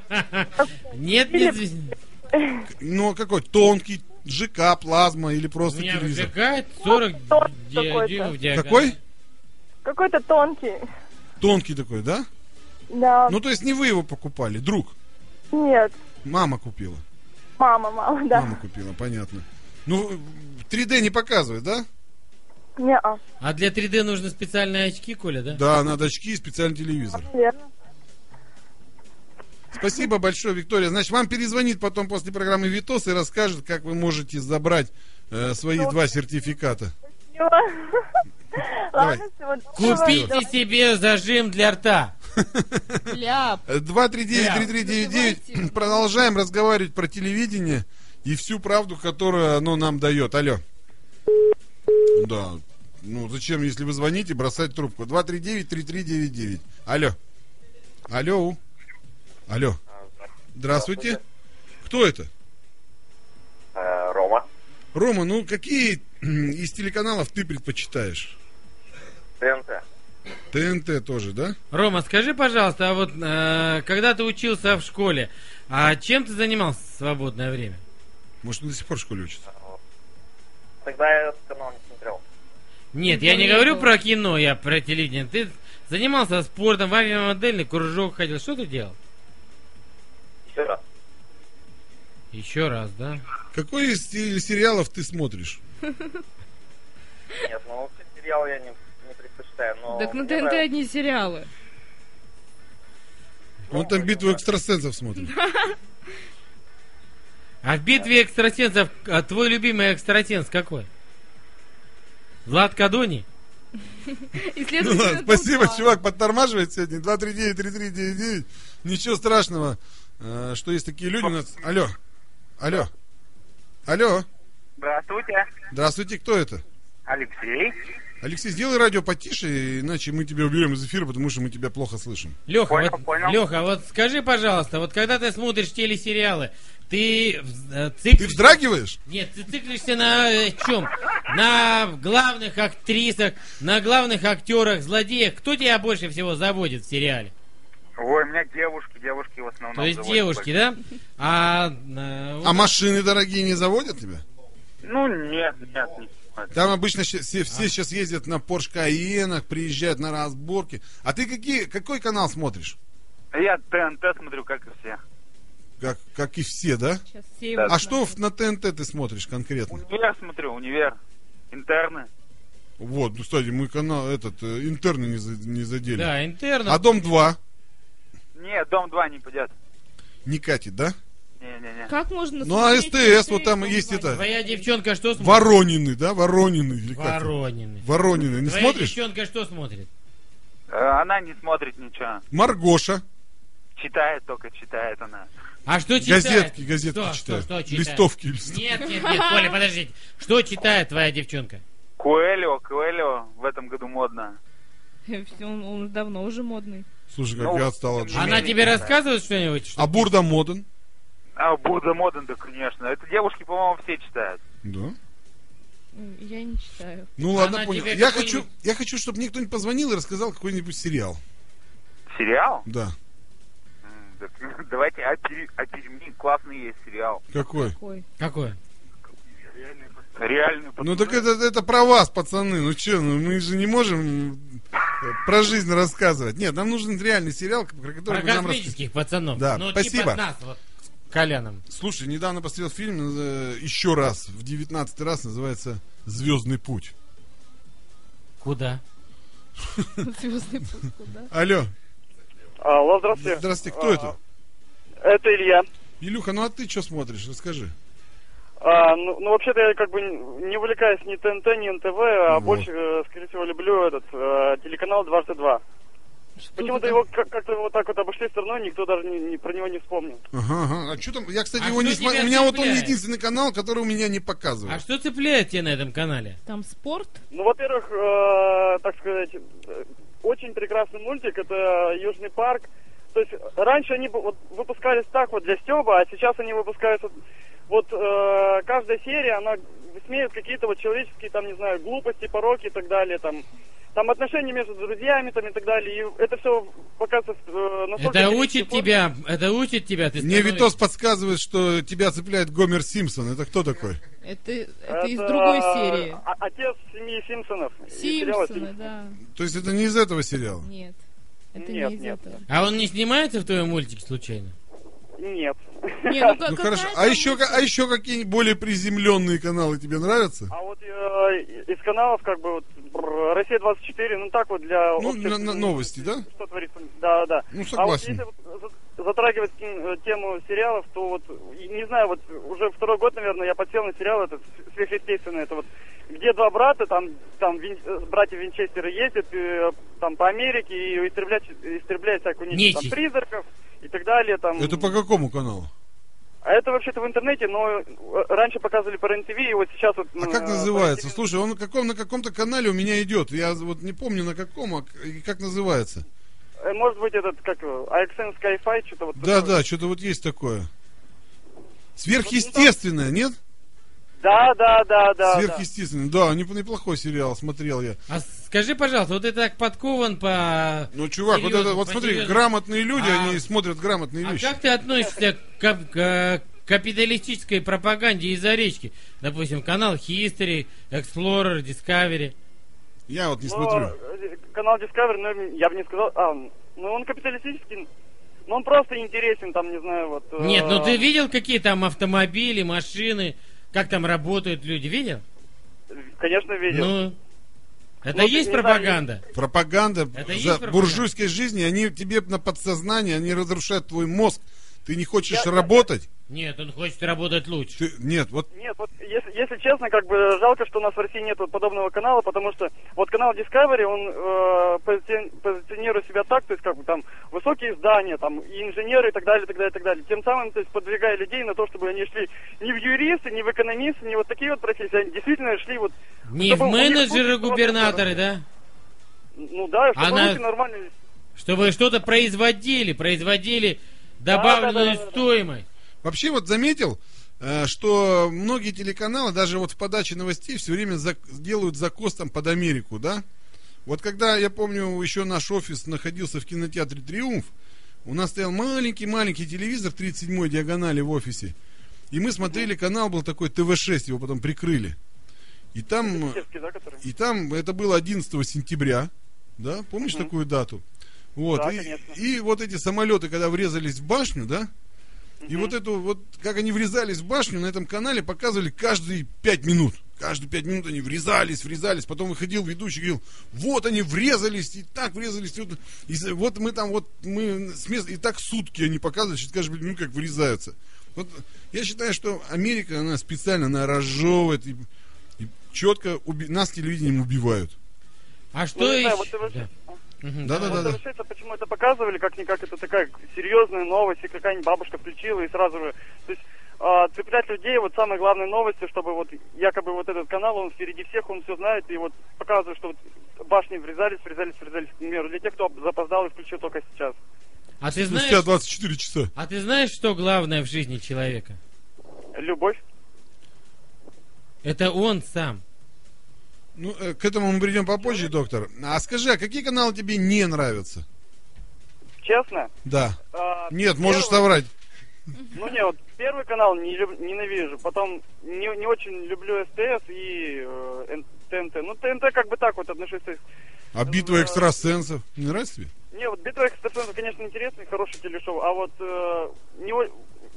S1: Нет, нет. здесь-
S2: Ну а какой? Тонкий, ЖК, плазма или
S1: У
S2: просто
S1: меня
S2: телевизор?
S1: ЖК 40
S6: Торт
S1: ди-
S6: Ну, какой-то.
S1: дюймов диагональ.
S2: Какой?
S6: Какой-то тонкий.
S2: Тонкий такой, да?
S6: Да.
S2: Ну то есть не вы его покупали, друг.
S6: Нет.
S2: Мама купила.
S6: Мама, мама, да.
S2: Мама купила, понятно. Ну, 3D не показывает, да?
S6: Не-а.
S1: А для 3D нужны специальные очки, Коля, да?
S2: Да, надо очки и специальный телевизор.
S6: Верно.
S2: Спасибо большое, Виктория. Значит, вам перезвонит потом после программы Витос и расскажет, как вы можете забрать э, свои два сертификата.
S6: Ладно, всего доброго.
S1: Купите себе зажим для рта.
S3: Ляп.
S2: Э, 239-3399. Продолжаем разговаривать про телевидение и всю правду, которую оно нам дает. Алло. Да. Ну, зачем, если вы звоните, бросать трубку? 239-3399. Алло. Алло. Алло. Здравствуйте. Кто это?
S5: Э, Рома.
S2: Рома, ну какие м, из телеканалов ты предпочитаешь?
S5: ТНТ.
S2: ТНТ тоже, да?
S1: Рома, скажи, пожалуйста, а вот э, когда ты учился в школе, а чем ты занимался в свободное время?
S2: Может, он до сих пор в школе учится?
S5: Тогда я этот канал не смотрел.
S1: Нет, я не говорю про кино, я про телевидение. Ты занимался спортом, в авиамодельный кружок ходил. Что ты делал?
S5: Еще раз.
S1: Еще раз, да?
S2: Какой из те- сериалов ты смотришь?
S5: Нет, ну вообще сериал
S3: ну,
S5: я не, не предпочитаю, но...
S7: Так на
S5: мне
S7: ТНТ
S5: нравится.
S7: одни сериалы.
S2: Он там битву экстрасенсов смотрит.
S1: А в битве экстрасенсов а, твой любимый экстрасенс какой? Влад Кадони?
S2: Ну ладно, спасибо, чувак, подтормаживает сегодня. 239-3399. Ничего страшного, э, что есть такие люди у нас. Алло. Алло. Алло.
S5: Здравствуйте,
S2: Здравствуйте, кто это?
S5: Алексей.
S2: Алексей, сделай радио потише, иначе мы тебя уберем из эфира, потому что мы тебя плохо слышим.
S1: Леха,
S5: Понял,
S1: вот,
S5: понял.
S1: Леха, вот скажи, пожалуйста, вот когда ты смотришь телесериалы, ты, э,
S2: Ты
S1: циклишь-
S2: вздрагиваешь?
S1: Нет, ты циклишься на э, чем? На главных актрисах, на главных актерах, злодеях. Кто тебя больше всего заводит в сериале?
S5: Ой, у меня девушки, девушки в основном.
S1: То есть
S5: заводят
S1: девушки,
S5: Ну, больше.
S1: да? А, э, вот-
S2: А машины дорогие не заводят тебя?
S5: Ну, нет, нет, не знаю.
S2: Там обычно щ- все, все сейчас ездят на Porsche Cayenne, приезжают на разборки. А ты какие, какой канал смотришь?
S5: Я ТНТ смотрю, как и все.
S2: Как, как и все, да?
S3: Сейчас все его
S2: А
S3: смотрят.
S2: что в- на ТНТ ты смотришь конкретно?
S5: Универ смотрю, универ. Интерны.
S2: Вот, ну, кстати, мы канал этот, э, интерны не, за- не задели.
S1: Да, интернет.
S2: А Дом 2
S5: Нет, дом 2 не пойдет.
S2: не катит, да?
S5: Не-не-не.
S3: Как можно
S2: Ну, а
S3: смотреть
S2: СТС,
S3: «Интер»
S2: вот там
S3: и
S2: есть это,
S1: Твоя девчонка что смотрит?
S2: Воронины, да? Воронины. Или как?
S1: Воронины.
S2: Воронины. Не
S1: Твоя
S2: смотришь?
S1: девчонка что смотрит?
S5: Э, Она не смотрит ничего.
S2: Маргоша.
S5: Читает только, читает она.
S1: А что читает?
S2: Газетки, газетки
S1: Что,
S2: читает.
S1: что, что читает?
S2: Листовки, листовки.
S1: Нет, нет, нет, Коля, подождите. Что читает твоя девчонка?
S5: Куэлио, Куэлио в этом году модно.
S3: Всё, Он, он давно уже модный.
S2: Слушай, как
S5: Ну,
S2: я отстал от жизни.
S1: Она тебе рассказывает что-нибудь? Что?
S2: А Бурда Моден?
S5: А, Будда моден, да, конечно. Это девушки, по-моему, все читают.
S2: Да.
S3: М, Я не читаю.
S2: Ну ладно,
S1: Она
S2: понял.
S1: тебе
S2: Я
S1: какой-нибудь-
S2: хочу, я хочу, чтобы мне кто-нибудь позвонил и рассказал какой-нибудь сериал.
S5: Сериал?
S2: Да.
S5: М, так, Давайте о, тюрь- о тюрьме. Классный есть сериал.
S2: Какой?
S3: Какой?
S1: Какое?
S5: Реальный
S2: Ну так это, это про вас, пацаны. Ну че, ну мы же не можем э, про жизнь рассказывать. Нет, нам нужен реальный сериал, про который вы
S1: Про
S2: ну, нам рассказываете.
S1: космических пацанов.
S2: Да,
S1: ну,
S2: спасибо.
S1: Типа нас, вот, с Коляном.
S2: Слушай, недавно посмотрел фильм э, еще раз, в девятнадцатый раз, называется «Звездный путь».
S1: Куда?
S3: Звездный путь куда?
S2: Алло,
S7: Алло,
S5: Э,
S7: здравствуйте.
S2: здравствуйте, кто это?
S7: Это Илья.
S2: Илюха, ну а ты что смотришь, расскажи.
S7: А, ну, ну, вообще-то я как бы не увлекаюсь ни ТНТ, ни НТВ, а
S2: Вот.
S7: больше, э, скорее всего, люблю этот э, телеканал «Дважды два».
S3: Что
S7: Почему-то
S3: ты
S7: его как- как-то его вот так вот обошли стороной, никто даже не- не- про него не вспомнил.
S2: Ага, ага. А что там? Я, кстати,
S1: А
S2: его
S1: что
S2: не смотрю.
S1: тебя
S2: У меня вот он
S1: цепляет?
S2: единственный канал, который у меня не показывает.
S1: А что цепляет тебя на этом канале?
S3: там? Там спорт?
S7: Ну, во-первых, э, так сказать, э, очень прекрасный мультик, это «Южный парк». То есть раньше они бы вот выпускались так вот для Стеба, а сейчас они выпускаются... Вот э, каждая серия, она высмеивает какие-то вот человеческие, там, не знаю, глупости, пороки и так далее, там... Там отношения между друзьями там и так далее. И это все показывается э,
S8: Ну,
S7: настолько...
S1: Это
S7: реалистичной
S1: учит
S7: форме.
S1: тебя, это учит тебя. Ты
S2: Мне
S1: становишься-
S2: Витос подсказывает, что тебя цепляет Гомер Симпсон. Это кто такой?
S3: Это, это из другой серии.
S7: а- Отец семьи Симпсонов. И сериала
S3: Симпсоны,
S7: «Симпсоны».
S3: да.
S2: То есть это не из этого сериала?
S3: Нет. Это
S7: Нет,
S3: не из
S7: нет,
S3: этого.
S1: А он не снимается в твоем мультике случайно?
S7: Нет.
S3: Не, ну,
S2: Ну
S3: какая
S2: хорошо. А
S3: там
S2: еще, ка- а еще какие более приземленные каналы тебе нравятся?
S7: А вот э, из каналов, как бы, вот, бр- «Россия-24», ну так вот для...
S2: Ну,
S7: общих-
S2: на- на новости, да?
S7: Что творится, да, да.
S2: Ну,
S7: А вот
S2: согласен.
S7: если вот за- затрагивать м, э, тему сериалов, то вот, и не знаю, вот уже второй год, наверное, я подсел на сериал этот сверхъестественный, это вот где два брата, там, там Вин- э, братья Винчестеры ездят э, там по Америке и истреблять, истреблять всякую нечисть, там,
S1: Нечисть.
S7: призраков и так далее. Там.
S2: Это по какому каналу?
S7: А это вообще-то в интернете, но э, раньше показывали по РЕН-ТВ, и вот сейчас вот...
S8: Ну,
S7: э,
S2: А как называется? Слушай, он на каком на каком-то канале у меня идет. Я вот не помню на каком, а к- и как называется.
S7: Э, Может быть, этот, как его, AXN Skyfi, что-то вот...
S2: Да,
S7: такое.
S2: да, что-то вот есть такое. Сверхъестественное, нет?
S7: Да, да, да, да. да.
S2: Сверхъестественное. Да, неп- неплохой сериал, смотрел я.
S1: А скажи, пожалуйста, вот ты так подкован по...
S2: Ну, чувак, вот это,
S1: Серьезно,
S2: вот смотри,
S1: по-серьезно.
S2: грамотные люди,
S1: А-
S2: они смотрят грамотные
S1: А
S2: вещи.
S1: как ты относишься к, кап- к капиталистической пропаганде из-за речки? Допустим, канал History, Explorer, Discovery.
S2: Я вот не
S7: Но,
S2: смотрю.
S7: э, канал Discovery, ну, я бы не сказал... А, ну, он капиталистический, но он просто интересен, там, не знаю, вот... э,
S1: Нет, ну ты видел, какие там автомобили, машины, как там работают люди, видел?
S7: Конечно, видел.
S1: Ну, Это
S7: Ну,
S1: есть
S7: не знаю,
S1: пропаганда?
S2: Пропаганда
S1: Это есть
S2: за
S1: пропаганда?
S2: буржуйской жизни, они тебе на подсознание, они разрушают твой мозг. Ты не хочешь работать?
S1: Нет, он хочет работать лучше.
S2: Ты- нет, вот
S7: Нет, вот если, если честно, как бы жалко, что у нас в России нет вот подобного канала, потому что вот канал Discovery, он э, пози- позиционирует себя так, то есть как бы там высокие здания, там и инженеры и так далее, и так далее, и так далее. Тем самым, то есть подвигая людей на то, чтобы они шли не в юристы, не в экономисты, не вот такие вот профессии, они действительно шли вот...
S1: Не в
S7: чтобы у них
S1: менеджеры
S7: был-
S1: губернаторы, да?
S7: Ну да, чтобы
S1: Она-
S7: люди нормально...
S1: Чтобы что-то производили, производили добавленную
S7: Да-да-да-да-да.
S1: стоимость.
S2: Вообще вот заметил, э, что многие телеканалы даже вот в подаче новостей все время за- делают закос там под Америку, да? Вот когда, я помню, еще наш офис находился в кинотеатре «Триумф», у нас стоял маленький-маленький телевизор в 37-й диагонали в офисе. И мы смотрели канал, был такой ТВ-6, его потом прикрыли. И там...
S7: Севки, да, которые-
S2: И там это было 11 сентября, да, помнишь такую дату? Вот,
S7: Да,
S2: и,
S7: конечно.
S2: и вот эти самолеты, когда врезались в башню, да, и вот эту вот, как они врезались в башню, на этом канале показывали каждые пять минут. Каждые пять минут они врезались, врезались. Потом выходил ведущий и говорил, вот они врезались, и так врезались. И вот, и за- вот мы там, вот мы с мест- и так сутки они показывают, через каждую минуту ну, как врезаются. Вот я считаю, что Америка, она специально, она разжевывает и, и четко уби- нас телевидением убивают.
S1: А что
S7: Ну, не знаю,
S1: еще?
S7: вот ТВ-6
S1: Да. Мгм,
S2: Да, да, да,
S7: Вот
S2: да.
S7: это почему это показывали, как-никак это такая серьезная новость, и какая-нибудь бабушка включила, и сразу же... То есть а, цеплять людей, вот самой главной новостью, чтобы вот якобы вот этот канал, он впереди всех, он все знает, и вот показывает, что вот башни врезались, врезались, врезались, к примеру, для тех, кто запоздал и включил только сейчас.
S1: А ты
S2: Спустя
S1: знаешь,
S2: 24 часа.
S1: а ты знаешь, что главное в жизни человека?
S7: Любовь.
S1: Это он сам.
S2: Ну, э, к этому мы придем попозже, доктор. А скажи, а какие каналы тебе не нравятся?
S7: Честно?
S2: Да.
S7: а,
S2: Нет, можешь соврать.
S7: первый- Ну не, вот первый канал не люб- ненавижу, потом не, не очень люблю СТС и э, Н- ТНТ. Ну ТНТ как бы так вот отношусь, то есть
S2: А битва экстрасенсов не нравится тебе?
S7: Не, вот «Битва экстрасенсов», конечно, интересный, хороший телешоу, а вот э, не, о-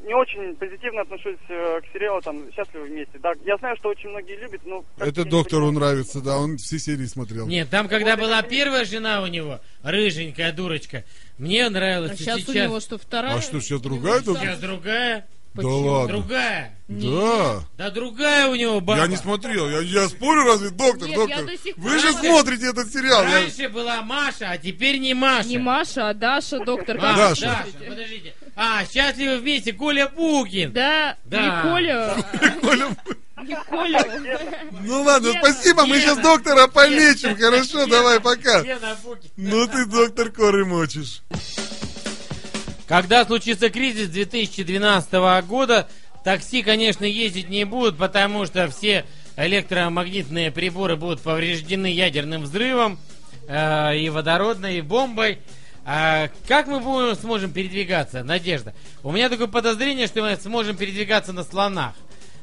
S7: не очень позитивно отношусь э, к сериалу там «Счастливы вместе». Да, я знаю, что очень многие любят, но... как-то
S2: Это
S7: я не
S2: доктору
S7: понимаю.
S2: нравится, да, он все серии смотрел.
S1: Нет, там, когда была первая жена у него, рыженькая дурочка, мне нравилось.
S3: А
S1: и
S3: сейчас, у
S1: сейчас.
S3: него что, вторая?
S2: А что, сейчас другая
S3: Сейчас.
S1: Сейчас другая,
S2: Да
S3: Почему?
S2: ладно.
S1: другая.
S2: Да.
S1: Да другая у него баба.
S2: Я не смотрел, я, я спорю, разве доктор,
S3: Нет,
S2: доктор?
S3: я до сих
S2: Вы
S3: пор
S2: же
S3: смотрю.
S2: смотрите этот сериал. я-
S1: Раньше была Маша, а теперь не Маша.
S3: Не Маша, а Даша, доктор.
S1: А,
S3: как
S2: Даша.
S1: Даша. подождите. А, счастливы вместе, Коля Пукин.
S3: Да,
S1: Да.
S3: не Коля,
S2: Коля,
S3: не Коля.
S2: Ну ладно,
S3: Лена,
S2: спасибо, мы
S1: Лена.
S2: сейчас доктора полечим, хорошо, давай, пока.
S1: Гена Пукин.
S2: Ну ты, доктор, коры мочишь.
S1: Когда случится кризис 2012 года, такси, конечно, ездить не будут, потому что все электромагнитные приборы будут повреждены ядерным взрывом э, и водородной и бомбой. А как мы будем, сможем передвигаться, Надежда? У меня такое подозрение, что мы сможем передвигаться на слонах.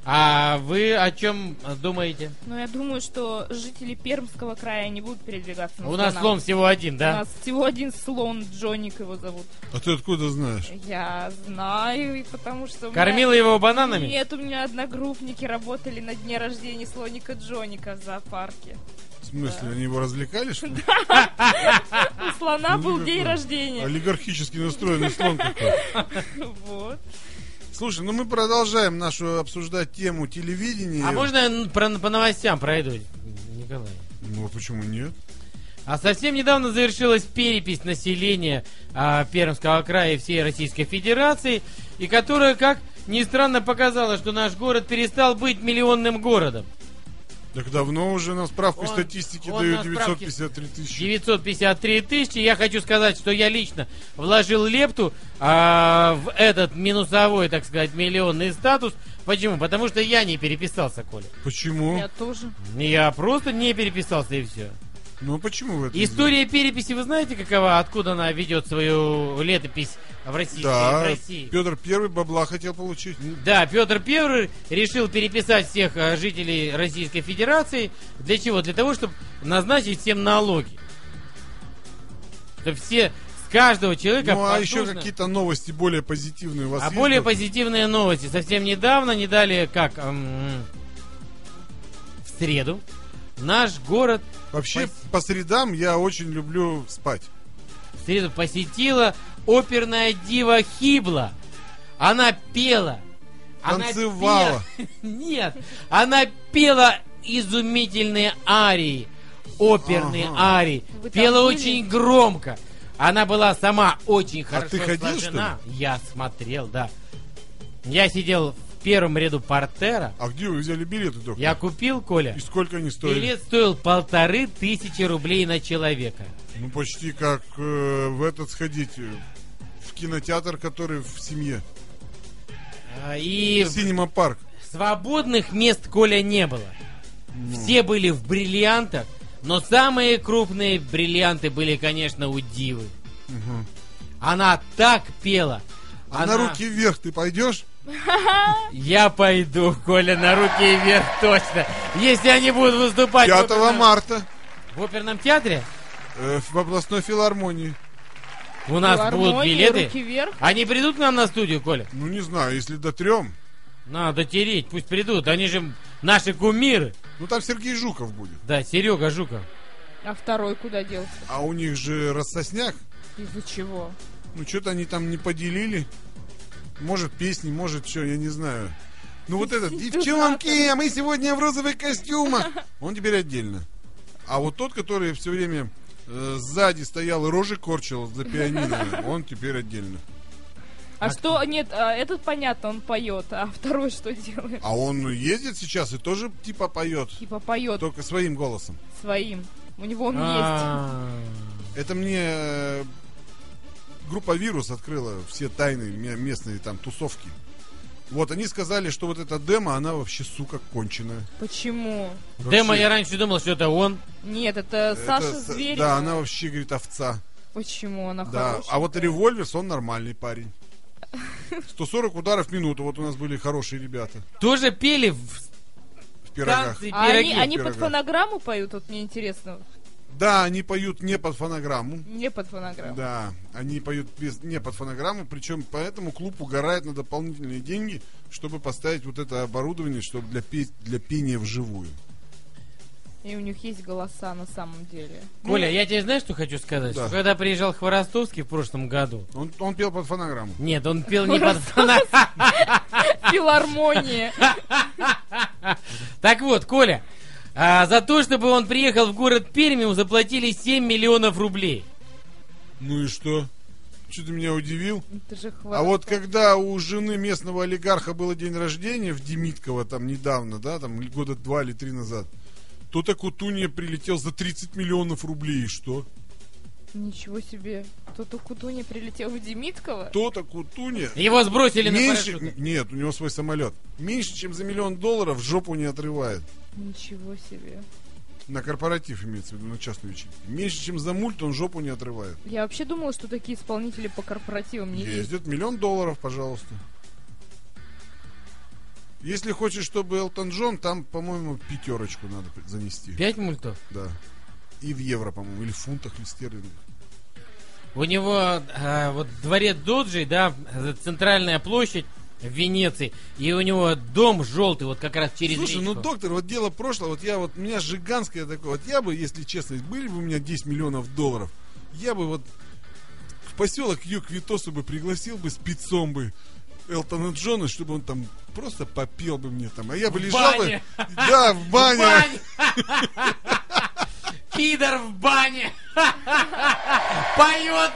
S1: А вы о чем думаете?
S3: Ну, я думаю, что жители Пермского края не будут передвигаться на
S1: У нас
S3: слонах.
S1: слон всего один,
S3: У
S1: да?
S3: нас всего один слон, Джоник его зовут.
S2: А ты откуда знаешь?
S3: Я знаю, и потому что... у меня-
S1: Кормила его бананами?
S3: Нет, у меня одногруппники работали на дне рождения слоника Джоника в зоопарке.
S2: В смысле, они его развлекали, что ли?
S3: У слона
S2: Ну,
S3: был
S2: какой.
S3: день рождения.
S2: Олигархически настроенный слон какой.
S3: Вот.
S2: Слушай, ну мы продолжаем нашу обсуждать тему телевидения.
S1: А можно я н- про- по новостям пройду, Николай?
S2: Ну а почему нет?
S1: А совсем недавно завершилась перепись населения а, Пермского края и всей Российской Федерации, и которая, как ни странно, показала, что наш город перестал быть миллионным городом.
S2: Так давно уже на справку
S1: Он-
S2: статистики
S1: он
S2: дают
S1: на справке-
S2: 953 тысячи.
S1: 953 тысячи. Я хочу сказать, что я лично вложил лепту а, в этот минусовой, так сказать, миллионный статус. Почему? Потому что я не переписался, Коля.
S2: Почему?
S3: Я тоже.
S1: Я просто не переписался и все.
S2: Ну почему в этом?
S1: История переписи, вы знаете, какова, откуда она ведет свою летопись в России? в
S2: Да,
S1: России? Ну,
S2: Петр Первый бабла хотел получить.
S1: Да, Петр Первый решил переписать всех э, жителей Российской Федерации. Для чего? Для того, чтобы назначить всем налоги. Чтобы все с каждого человека
S2: Ну а еще
S1: послушно-
S2: какие-то новости более позитивные у вас
S1: А
S2: есть?
S1: более
S2: доктор?
S1: позитивные новости. Совсем недавно, не далее как эм, в среду, Наш город
S2: Вообще,
S1: Спасибо.
S2: по средам я очень люблю спать.
S1: в среду посетила оперная дива Хибла. Она пела. Она
S2: Танцевала.
S1: пела- Нет, она пела изумительные арии, оперные
S2: Ага.
S1: арии.
S3: Вы там
S1: пела
S3: были?
S1: очень громко. Она была сама очень хорошо
S2: А ты ходил,
S1: сложена. Я смотрел, да. Я сидел в первом ряду портера.
S2: А где вы взяли билеты, доктор?
S1: Я купил, Коля.
S2: И сколько они стоили?
S1: Билет стоил полторы тысячи рублей на человека.
S2: Ну, почти как э, в этот сходить, э, в кинотеатр, который в семье.
S1: А, И
S2: Синема парк.
S1: свободных мест Коля не было. Все были в бриллиантах, но самые крупные бриллианты были, конечно, у Дивы. Она так пела.
S2: А на руки вверх ты пойдешь?
S1: Я пойду, Коля, на руки вверх точно. Если они будут выступать
S2: 5
S1: в, оперном...
S2: марта
S1: в оперном театре,
S2: э, в областной филармонии.
S1: у нас будут
S3: Гармония,
S1: билеты.
S3: Ну, Руки вверх.
S1: Они придут к нам на студию, Коля?
S2: Ну, не знаю, если до трем.
S1: Надо тереть, пусть придут. Они же наши кумиры.
S2: Ну, там Сергей Жуков будет.
S1: Да, Серега Жуков.
S3: А второй куда делся?
S2: А у них же рассосняк.
S3: Из-за чего?
S2: Ну, что-то они там не поделили. Может, песни, может, что, я не знаю. Ну, вот этот, девчонки, а мы сегодня в розовых костюмах. Он теперь отдельно. А вот тот, который все время э, сзади стоял и рожи корчил за пианино, он теперь отдельно.
S3: А, что? Нет, а, этот понятно, он поет, а второй что делает?
S2: А он ездит сейчас и тоже типа поет,
S3: Типа поет
S2: только своим голосом.
S3: своим. У него он есть.
S1: А.
S2: Это мне э, группа Вирус открыла все тайны ме- местные там тусовки. Вот, они сказали, что вот эта демо, она вообще, сука, конченая.
S3: Почему?
S2: Вообще.
S1: Демо, я раньше думал, что это он.
S3: Нет, это,
S2: Это
S3: Саша
S2: с-
S3: Зверев.
S2: Да, она вообще, говорит, овца.
S3: Почему она
S2: Да.
S3: хорошая?
S2: А вот Револьверс, он нормальный парень. 140 ударов в минуту. Вот у нас были хорошие ребята
S1: Тоже пели в
S2: в пирогах.
S1: танцы и
S3: А они,
S1: пироги.
S3: они под
S2: пирога.
S3: фонограмму поют, вот мне интересно.
S2: Да, они поют не под фонограмму.
S3: Не под фонограмму.
S2: Да, они поют без, не под фонограмму, причем поэтому клуб угорает на дополнительные деньги, чтобы поставить вот это оборудование, чтобы для, пе- для пения вживую.
S3: И у них есть голоса на самом деле.
S1: Коля, я тебе знаешь, что хочу сказать?
S2: Ну, Да.
S1: Что когда приезжал Хворостовский в прошлом году,
S2: Он, он пел под фонограмму.
S1: нет, он пел не под фонограмму.
S3: Филармония.
S1: Так вот, Коля, а, за то, чтобы он приехал в город Пермь, ему заплатили 7 миллионов рублей.
S2: Ну и что? Что ты меня удивил?
S3: Это же хватит.
S2: А вот когда у жены местного олигарха было день рождения в Демитково, там недавно, да, там года два или три назад, то так Кутунья прилетел за 30 миллионов рублей, и что?
S3: Ничего себе. Кто-то Кутуни прилетел в Демитково?
S2: То-то Кутунья
S1: Его сбросили
S2: меньше...
S1: на парашют.
S2: Нет, у него свой самолет. Меньше, чем за миллион долларов жопу не отрывает.
S3: Ничего себе.
S2: На корпоратив имеется в виду, на частную вечеринку. Меньше, чем за мульт, он жопу не отрывает.
S3: Я вообще думала, что такие исполнители по корпоративам не ездят.
S2: Ездит миллион долларов, пожалуйста. Если хочешь, чтобы Элтон Джон, там, по-моему, пятерочку надо при- занести.
S1: Пять мультов?
S2: Да. И в евро, по-моему, или в фунтах, или стерлингах.
S1: У него а, вот дворец Доджи, да, центральная площадь в Венеции, и у него дом желтый, вот как раз через
S2: Слушай, ну
S1: речку.
S2: доктор, вот дело прошлого, вот я вот, у меня жиганское такое, вот я бы, если честно, были бы у меня 10 миллионов долларов, я бы вот в поселок Юг Витосу бы пригласил бы спецом бы Элтона Джона, чтобы он там просто попел бы мне там, а я бы лежал
S1: бане.
S2: бы... Да, в бане.
S1: Пидор в бане! Поет!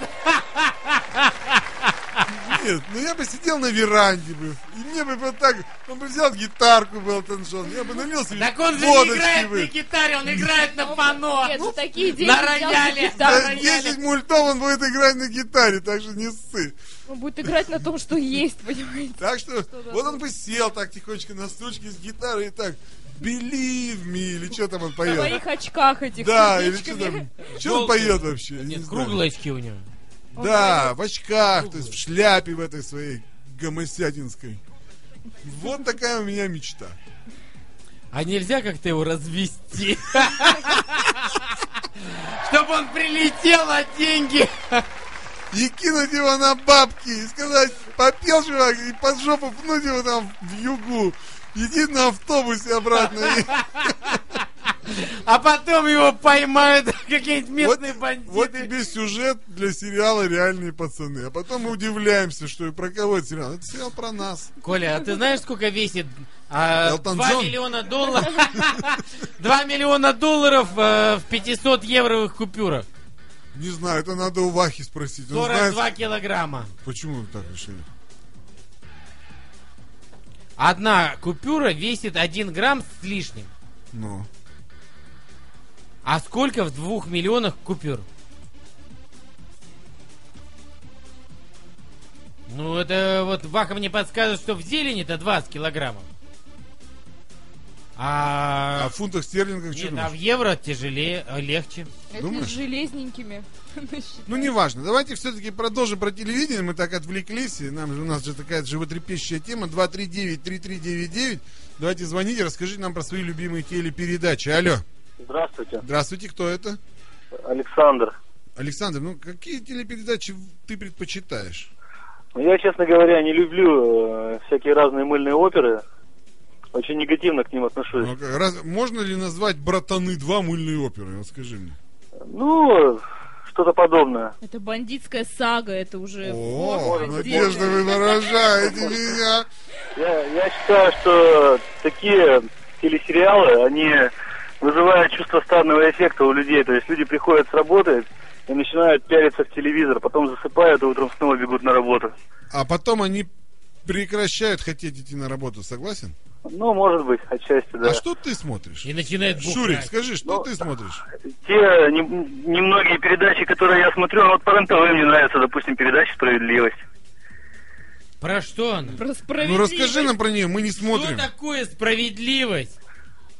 S2: Нет, ну я бы сидел на веранде бы, и мне бы вот так, он бы взял гитарку бы Элтон Джон, я бы налил себе
S1: Так он же не
S2: водочки
S1: играет
S2: бы.
S1: на гитаре, он играет на фано!
S3: Нет, за такие деньги
S1: на
S3: взял бы
S1: рояле.
S3: гитару.
S2: Да, 10 мультов он будет играть на гитаре, так что не ссы.
S3: Он будет играть на том, что есть, понимаете?
S2: Так что,
S3: да,
S2: вот
S3: да.
S2: он бы сел так тихонечко на стучке с гитарой и так Believe me, или что там он
S3: В
S2: поет?
S3: своих очках этих.
S2: Да, или что
S3: сердечками.
S2: там? Что он поет вообще? Я не
S1: Нет,
S2: знаю.
S1: круглые очки у него.
S2: Да, в очках, то есть в шляпе в этой своей гомосятинской. Вот такая у меня мечта.
S1: А нельзя как-то его развести? Чтобы он прилетел, а деньги...
S2: И кинуть его на бабки, и сказать, попел, чувак, и под жопу пнуть его там в югу. Иди на автобусе обратно. И-
S1: а потом его поймают какие-нибудь местные бандиты.
S2: Вот тебе сюжет для сериала «Реальные пацаны». А потом мы удивляемся, что и про кого это сериал. Это сериал про нас.
S1: Коля, а ты знаешь, сколько весит а,
S2: Элтон
S1: 2
S2: Джон?
S1: миллиона долларов? 2 миллиона долларов э, в 500 евровых купюрах.
S2: Не знаю, это надо у Вахи спросить. Он знает,
S1: 42 килограмма.
S2: почему вы так решили.
S1: Одна купюра весит 1 грамм с лишним.
S2: Ну,
S1: А сколько в 2 миллионах купюр? Ну, это вот Ваха мне подсказывает, что в зелени-то 20 килограммов.
S2: а
S1: А,
S2: в фунтах стерлингах что
S1: нет, а в
S2: думаешь?
S1: евро тяжелее, э, легче.
S2: Думаешь?
S9: Это с железненькими.
S2: Ну, неважно. Давайте все-таки продолжим про телевидение. Мы так отвлеклись. И нам, же- у нас же такая животрепещущая тема. 239-3399. Давайте звоните, расскажите нам про свои любимые телепередачи. Алло.
S8: Здравствуйте,
S2: Здравствуйте, кто это?
S8: Александр.
S2: Александр, ну какие телепередачи ты предпочитаешь?
S8: Ну, Я, честно говоря, не люблю э, всякие разные мыльные оперы. Очень негативно к ним отношусь.
S2: Ну, как- раз- можно ли назвать «Братаны 2» мыльные оперы? Вот скажи мне.
S8: Ну, что-то подобное.
S3: Это бандитская сага, это
S8: Э,
S3: уже...
S2: О,
S3: Форд
S2: Надежда,
S3: сделал.
S2: вы поражаете меня.
S8: Я, я считаю, что такие телесериалы, они вызывают чувство странного эффекта у людей. То есть люди приходят с работы и начинают пялиться в телевизор, потом засыпают и утром снова бегут на работу.
S2: А потом они прекращают хотеть идти на работу, согласен?
S8: Ну, может быть, отчасти, да.
S2: А что ты смотришь?
S1: И начинает бухать.
S2: Шурик, скажи, что
S8: Ну,
S2: ты смотришь?
S8: Те не- немногие передачи, которые я смотрю, ну, вот по РЕН-ТВ мне нравятся, допустим, передача «Справедливость».
S1: Про что она?
S3: Про
S2: Ну
S3: справедливость.
S2: расскажи нам про нее, мы не
S1: Что
S2: смотрим.
S1: такое справедливость?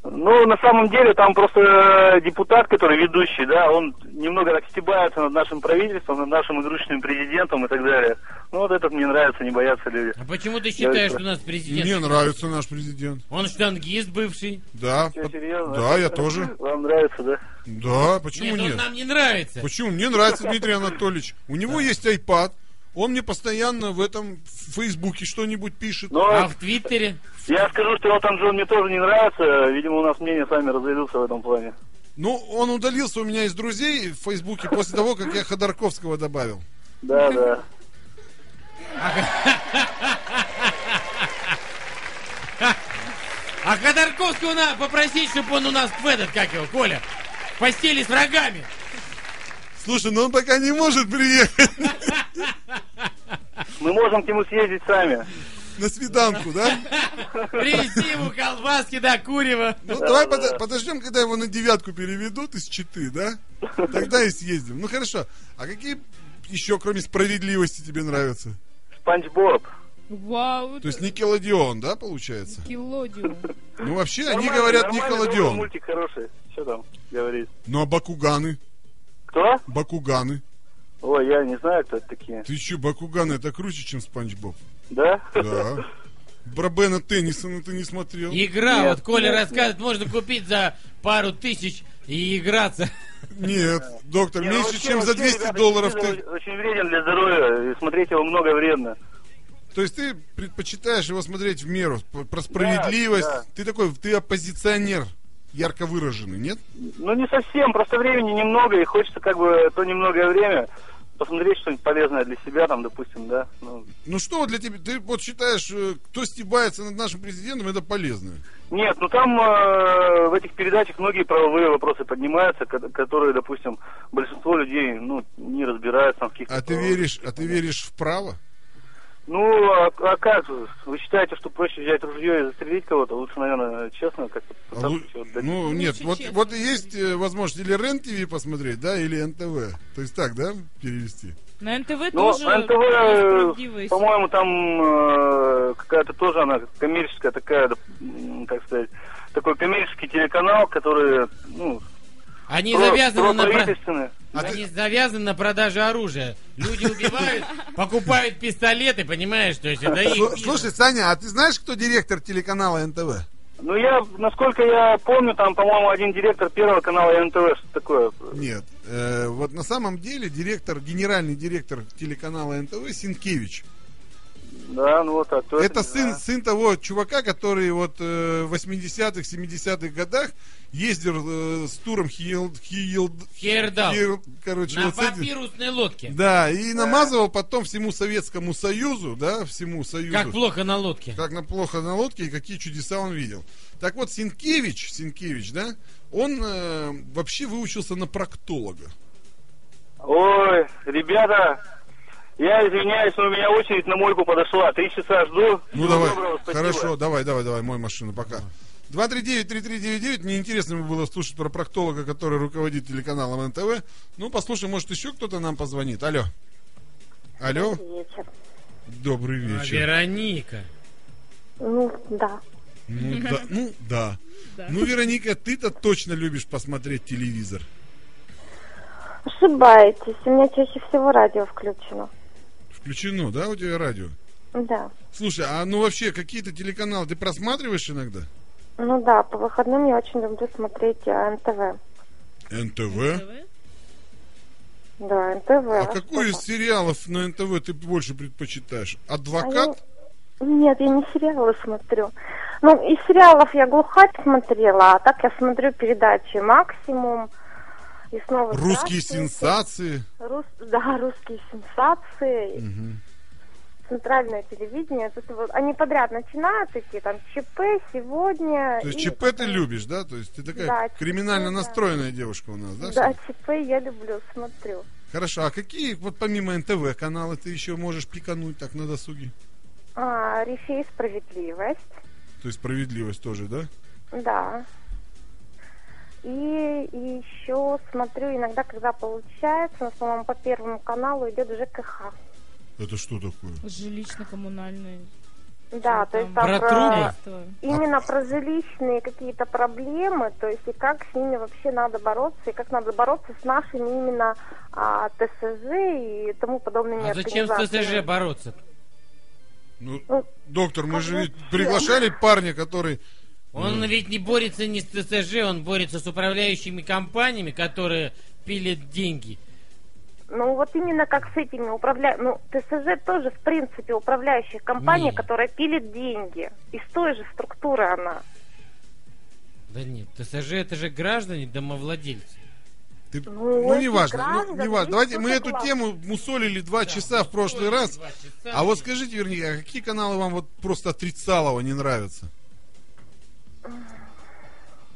S8: Ну, на самом деле, там просто э, депутат, который ведущий, да, он немного так стебается над нашим правительством, над нашим игрушечным президентом и так далее. Ну, вот этот мне нравится, не боятся люди.
S1: А почему ты считаешь, что у нас президент?
S8: ну-
S2: Мне нравится наш президент.
S1: Он штангист бывший.
S2: Да.
S8: Всё
S2: по-
S8: серьезно?
S2: Да, я тоже.
S8: Вам нравится, да?
S2: Да, почему
S1: нет, он
S2: нет?
S1: нам не нравится.
S2: Почему? Мне нравится Дмитрий Анатольевич. У него есть iPad. Он мне постоянно в этом в Фейсбуке что-нибудь пишет.
S8: Но
S1: А в Твиттере?
S8: я скажу, что Элтон Джон мне тоже не нравится. Видимо, у нас мнения с вами разойдутся в этом плане.
S2: Ну, он удалился у меня из друзей в Фейсбуке после того, как я Ходорковского добавил.
S8: Да, да.
S1: А Ходорковского надо попросить, чтобы он у нас в этот, как его, Коля, в постели с врагами.
S2: Слушай, ну он пока не может приехать
S8: Мы можем к нему съездить сами.
S2: на свиданку, да?
S1: Привезти ему колбаски до Курева.
S2: Ну, давай подо- подождем, когда его на девятку переведут из Читы, да? Тогда и съездим. Ну, хорошо. А какие еще, кроме справедливости, тебе нравятся?
S8: Спанч Боб.
S3: Вау,
S2: То
S3: это
S2: есть Никелодеон, да, получается?
S3: Никелодеон.
S2: Ну, вообще, они
S8: Нормальный,
S2: говорят
S8: нормальный, добрый
S2: Никелодеон.
S8: Мультик хороший. Что там говорит?
S2: Ну, а Бакуганы?
S8: Кто?
S2: Бакуганы.
S8: Ой, я не знаю, кто это такие.
S2: Ты че, Бакуганы, это круче, чем Спанч Боб?
S8: Да?
S2: Да. Про Бена Теннисона ты не смотрел?
S1: Игра,
S8: Нет,
S1: вот Коля
S8: нет,
S1: рассказывает, можно купить за пару тысяч и играться.
S2: Нет, доктор,
S8: Не, ну,
S2: меньше,
S8: вообще,
S2: чем за
S8: вообще,
S2: 200
S8: ребята,
S2: долларов
S8: телевизор
S2: ты...
S8: о- Очень вреден для здоровья, и смотреть его много вредно.
S2: То есть ты предпочитаешь его смотреть в меру, п- про справедливость.
S8: да.
S2: Ты такой, ты оппозиционер, ярко выраженный, нет?
S8: Ну, не совсем, просто времени немного, и хочется как бы то немногое время посмотреть что-нибудь полезное для себя, там, допустим, да. Ну,
S2: Ну что вот для тебя, ты вот считаешь, э, кто стебается над нашим президентом, это полезно.
S8: Нет, ну там э, в этих передачах многие правовые вопросы поднимаются, ко- которые, допустим, большинство людей, ну, не разбираются там в каких-то...
S2: А ты
S8: правовых-
S2: веришь, а ты веришь в право?
S8: Ну, а, а как? же? Вы считаете, что проще взять ружье и застрелить кого-то? Лучше, наверное, честно как-то
S2: А
S8: пытаться
S2: лу-
S8: чего-то добиться.
S2: Ну нет,
S3: Лучше
S2: вот,
S3: честно
S2: вот и есть э, возможность или РЕН-ТВ посмотреть, да, или НТВ. То есть так, да, перевести?
S3: На НТВ
S8: Ну,
S3: тоже
S8: НТВ,
S3: справедливость.
S8: по-моему, там э, какая-то тоже она коммерческая такая, да, м, как сказать, такой коммерческий телеканал, который, ну,
S1: Они
S8: про-
S1: завязаны на... про-
S8: проправительственный.
S2: А
S1: Они завязаны на продаже оружия. Люди убивают, покупают пистолеты, понимаешь, то есть это
S2: Слу-
S1: их...
S2: Слушай, Саня, а ты знаешь, кто директор телеканала НТВ?
S8: Ну, я, насколько я помню, там, по-моему, один директор первого канала НТВ, что такое.
S2: Нет. Э, вот на самом деле директор, генеральный директор телеканала НТВ Синкевич.
S8: Да, ну вот, а то
S2: Это
S8: не
S2: сын,
S8: знаю.
S2: сын того чувака, который вот э, в 80-х, 70-х годах ездил э, с туром Хиелд... Хиелд-
S1: Хердал.
S2: Хир- короче,
S1: На
S2: вот с этим.
S1: папирусной лодке.
S2: Да, и намазывал потом всему Советскому Союзу, да, всему Союзу.
S1: Как плохо на лодке.
S2: как на плохо на лодке и какие чудеса он видел. Так вот, Синкевич, Синкевич, да, он э, вообще выучился на проктолога.
S8: Ой, ребята, я извиняюсь, но у меня очередь на мойку подошла. Три часа жду.
S2: Ну
S8: Всего
S2: давай,
S8: доброго, спасибо.
S2: хорошо, давай, давай, давай, мой машину, пока. 239-3399, мне интересно было слушать про проктолога, который руководит телеканалом НТВ. Ну, послушай, может, еще кто-то нам позвонит. Алло. Алло,
S9: Вечер.
S2: добрый
S1: А,
S2: вечер.
S1: Вероника.
S9: Ну, да.
S2: Ну да, ну да.
S3: Да.
S2: Ну, Вероника, ты-то точно любишь посмотреть телевизор.
S9: Ошибаетесь. У меня чаще всего радио включено.
S2: Включено, да, у тебя радио?
S9: Да.
S2: Слушай, а ну вообще какие-то телеканалы ты просматриваешь иногда?
S9: Ну да, по выходным я очень люблю смотреть э, НТВ.
S2: НТВ?
S9: Да, НТВ.
S2: А
S9: что
S2: какой из
S9: там?
S2: сериалов на НТВ ты больше предпочитаешь? Адвокат?
S9: А я- Нет, я не сериалы смотрю. Ну, из сериалов я глухарь смотрела, а так я смотрю передачи «Максимум», и снова
S2: Русские
S9: «Здравствуйте»,
S2: сенсации?
S9: Рус- Да, «Русские сенсации», центральное телевидение. Тут вот они подряд начинают идти, там ЧП сегодня.
S2: То есть
S9: и-
S2: ЧП ты любишь, да? То есть ты такая
S9: Да, ЧП,
S2: криминально
S9: да.
S2: настроенная девушка у нас, да?
S9: Да,
S2: всё?
S9: ЧП я люблю, смотрю.
S2: Хорошо, а какие вот помимо НТВ каналы ты еще можешь пикануть так на досуге?
S9: А, Рифей справедливость,
S2: То есть справедливость тоже, да?
S9: да. И, и еще смотрю иногда, когда получается, но, по-моему, по первому каналу идет ЖКХ.
S2: Это что такое?
S3: Жилищно-коммунальные.
S9: Да,
S3: Что
S9: то есть
S3: там?
S9: там э,
S1: Про трубы?
S3: хозяйства.
S9: именно про жилищные какие-то проблемы, то есть и как с ними вообще надо бороться, и как надо бороться с нашими именно а, ТСЖ и тому подобными
S1: А зачем с
S9: организациями.
S1: ТСЖ бороться?
S2: Ну,
S9: Ну,
S2: доктор, мы же
S9: как
S2: ведь приглашали парня, который...
S1: Он
S2: Ну.
S1: ведь не борется не с ТСЖ, он борется с управляющими компаниями, которые пилят деньги.
S9: Ну вот именно как с этими управля... Ну, ТСЖ тоже, в принципе, управляющая компания,
S1: Не.
S9: которая пилит деньги. Из той же структуры она.
S1: Да нет, ТСЖ это же граждане, домовладельцы.
S2: Ты-
S9: Ну,
S2: Ну,
S9: эти
S2: неважно, ну,
S9: граждане,
S2: неважно.
S9: ну,
S2: Давайте
S9: что
S2: мы
S9: за
S2: эту
S9: класс?
S2: тему мусолили два часа в прошлый раз. А вот скажите, вернее, а какие каналы вам вот просто отрицалово не нравятся?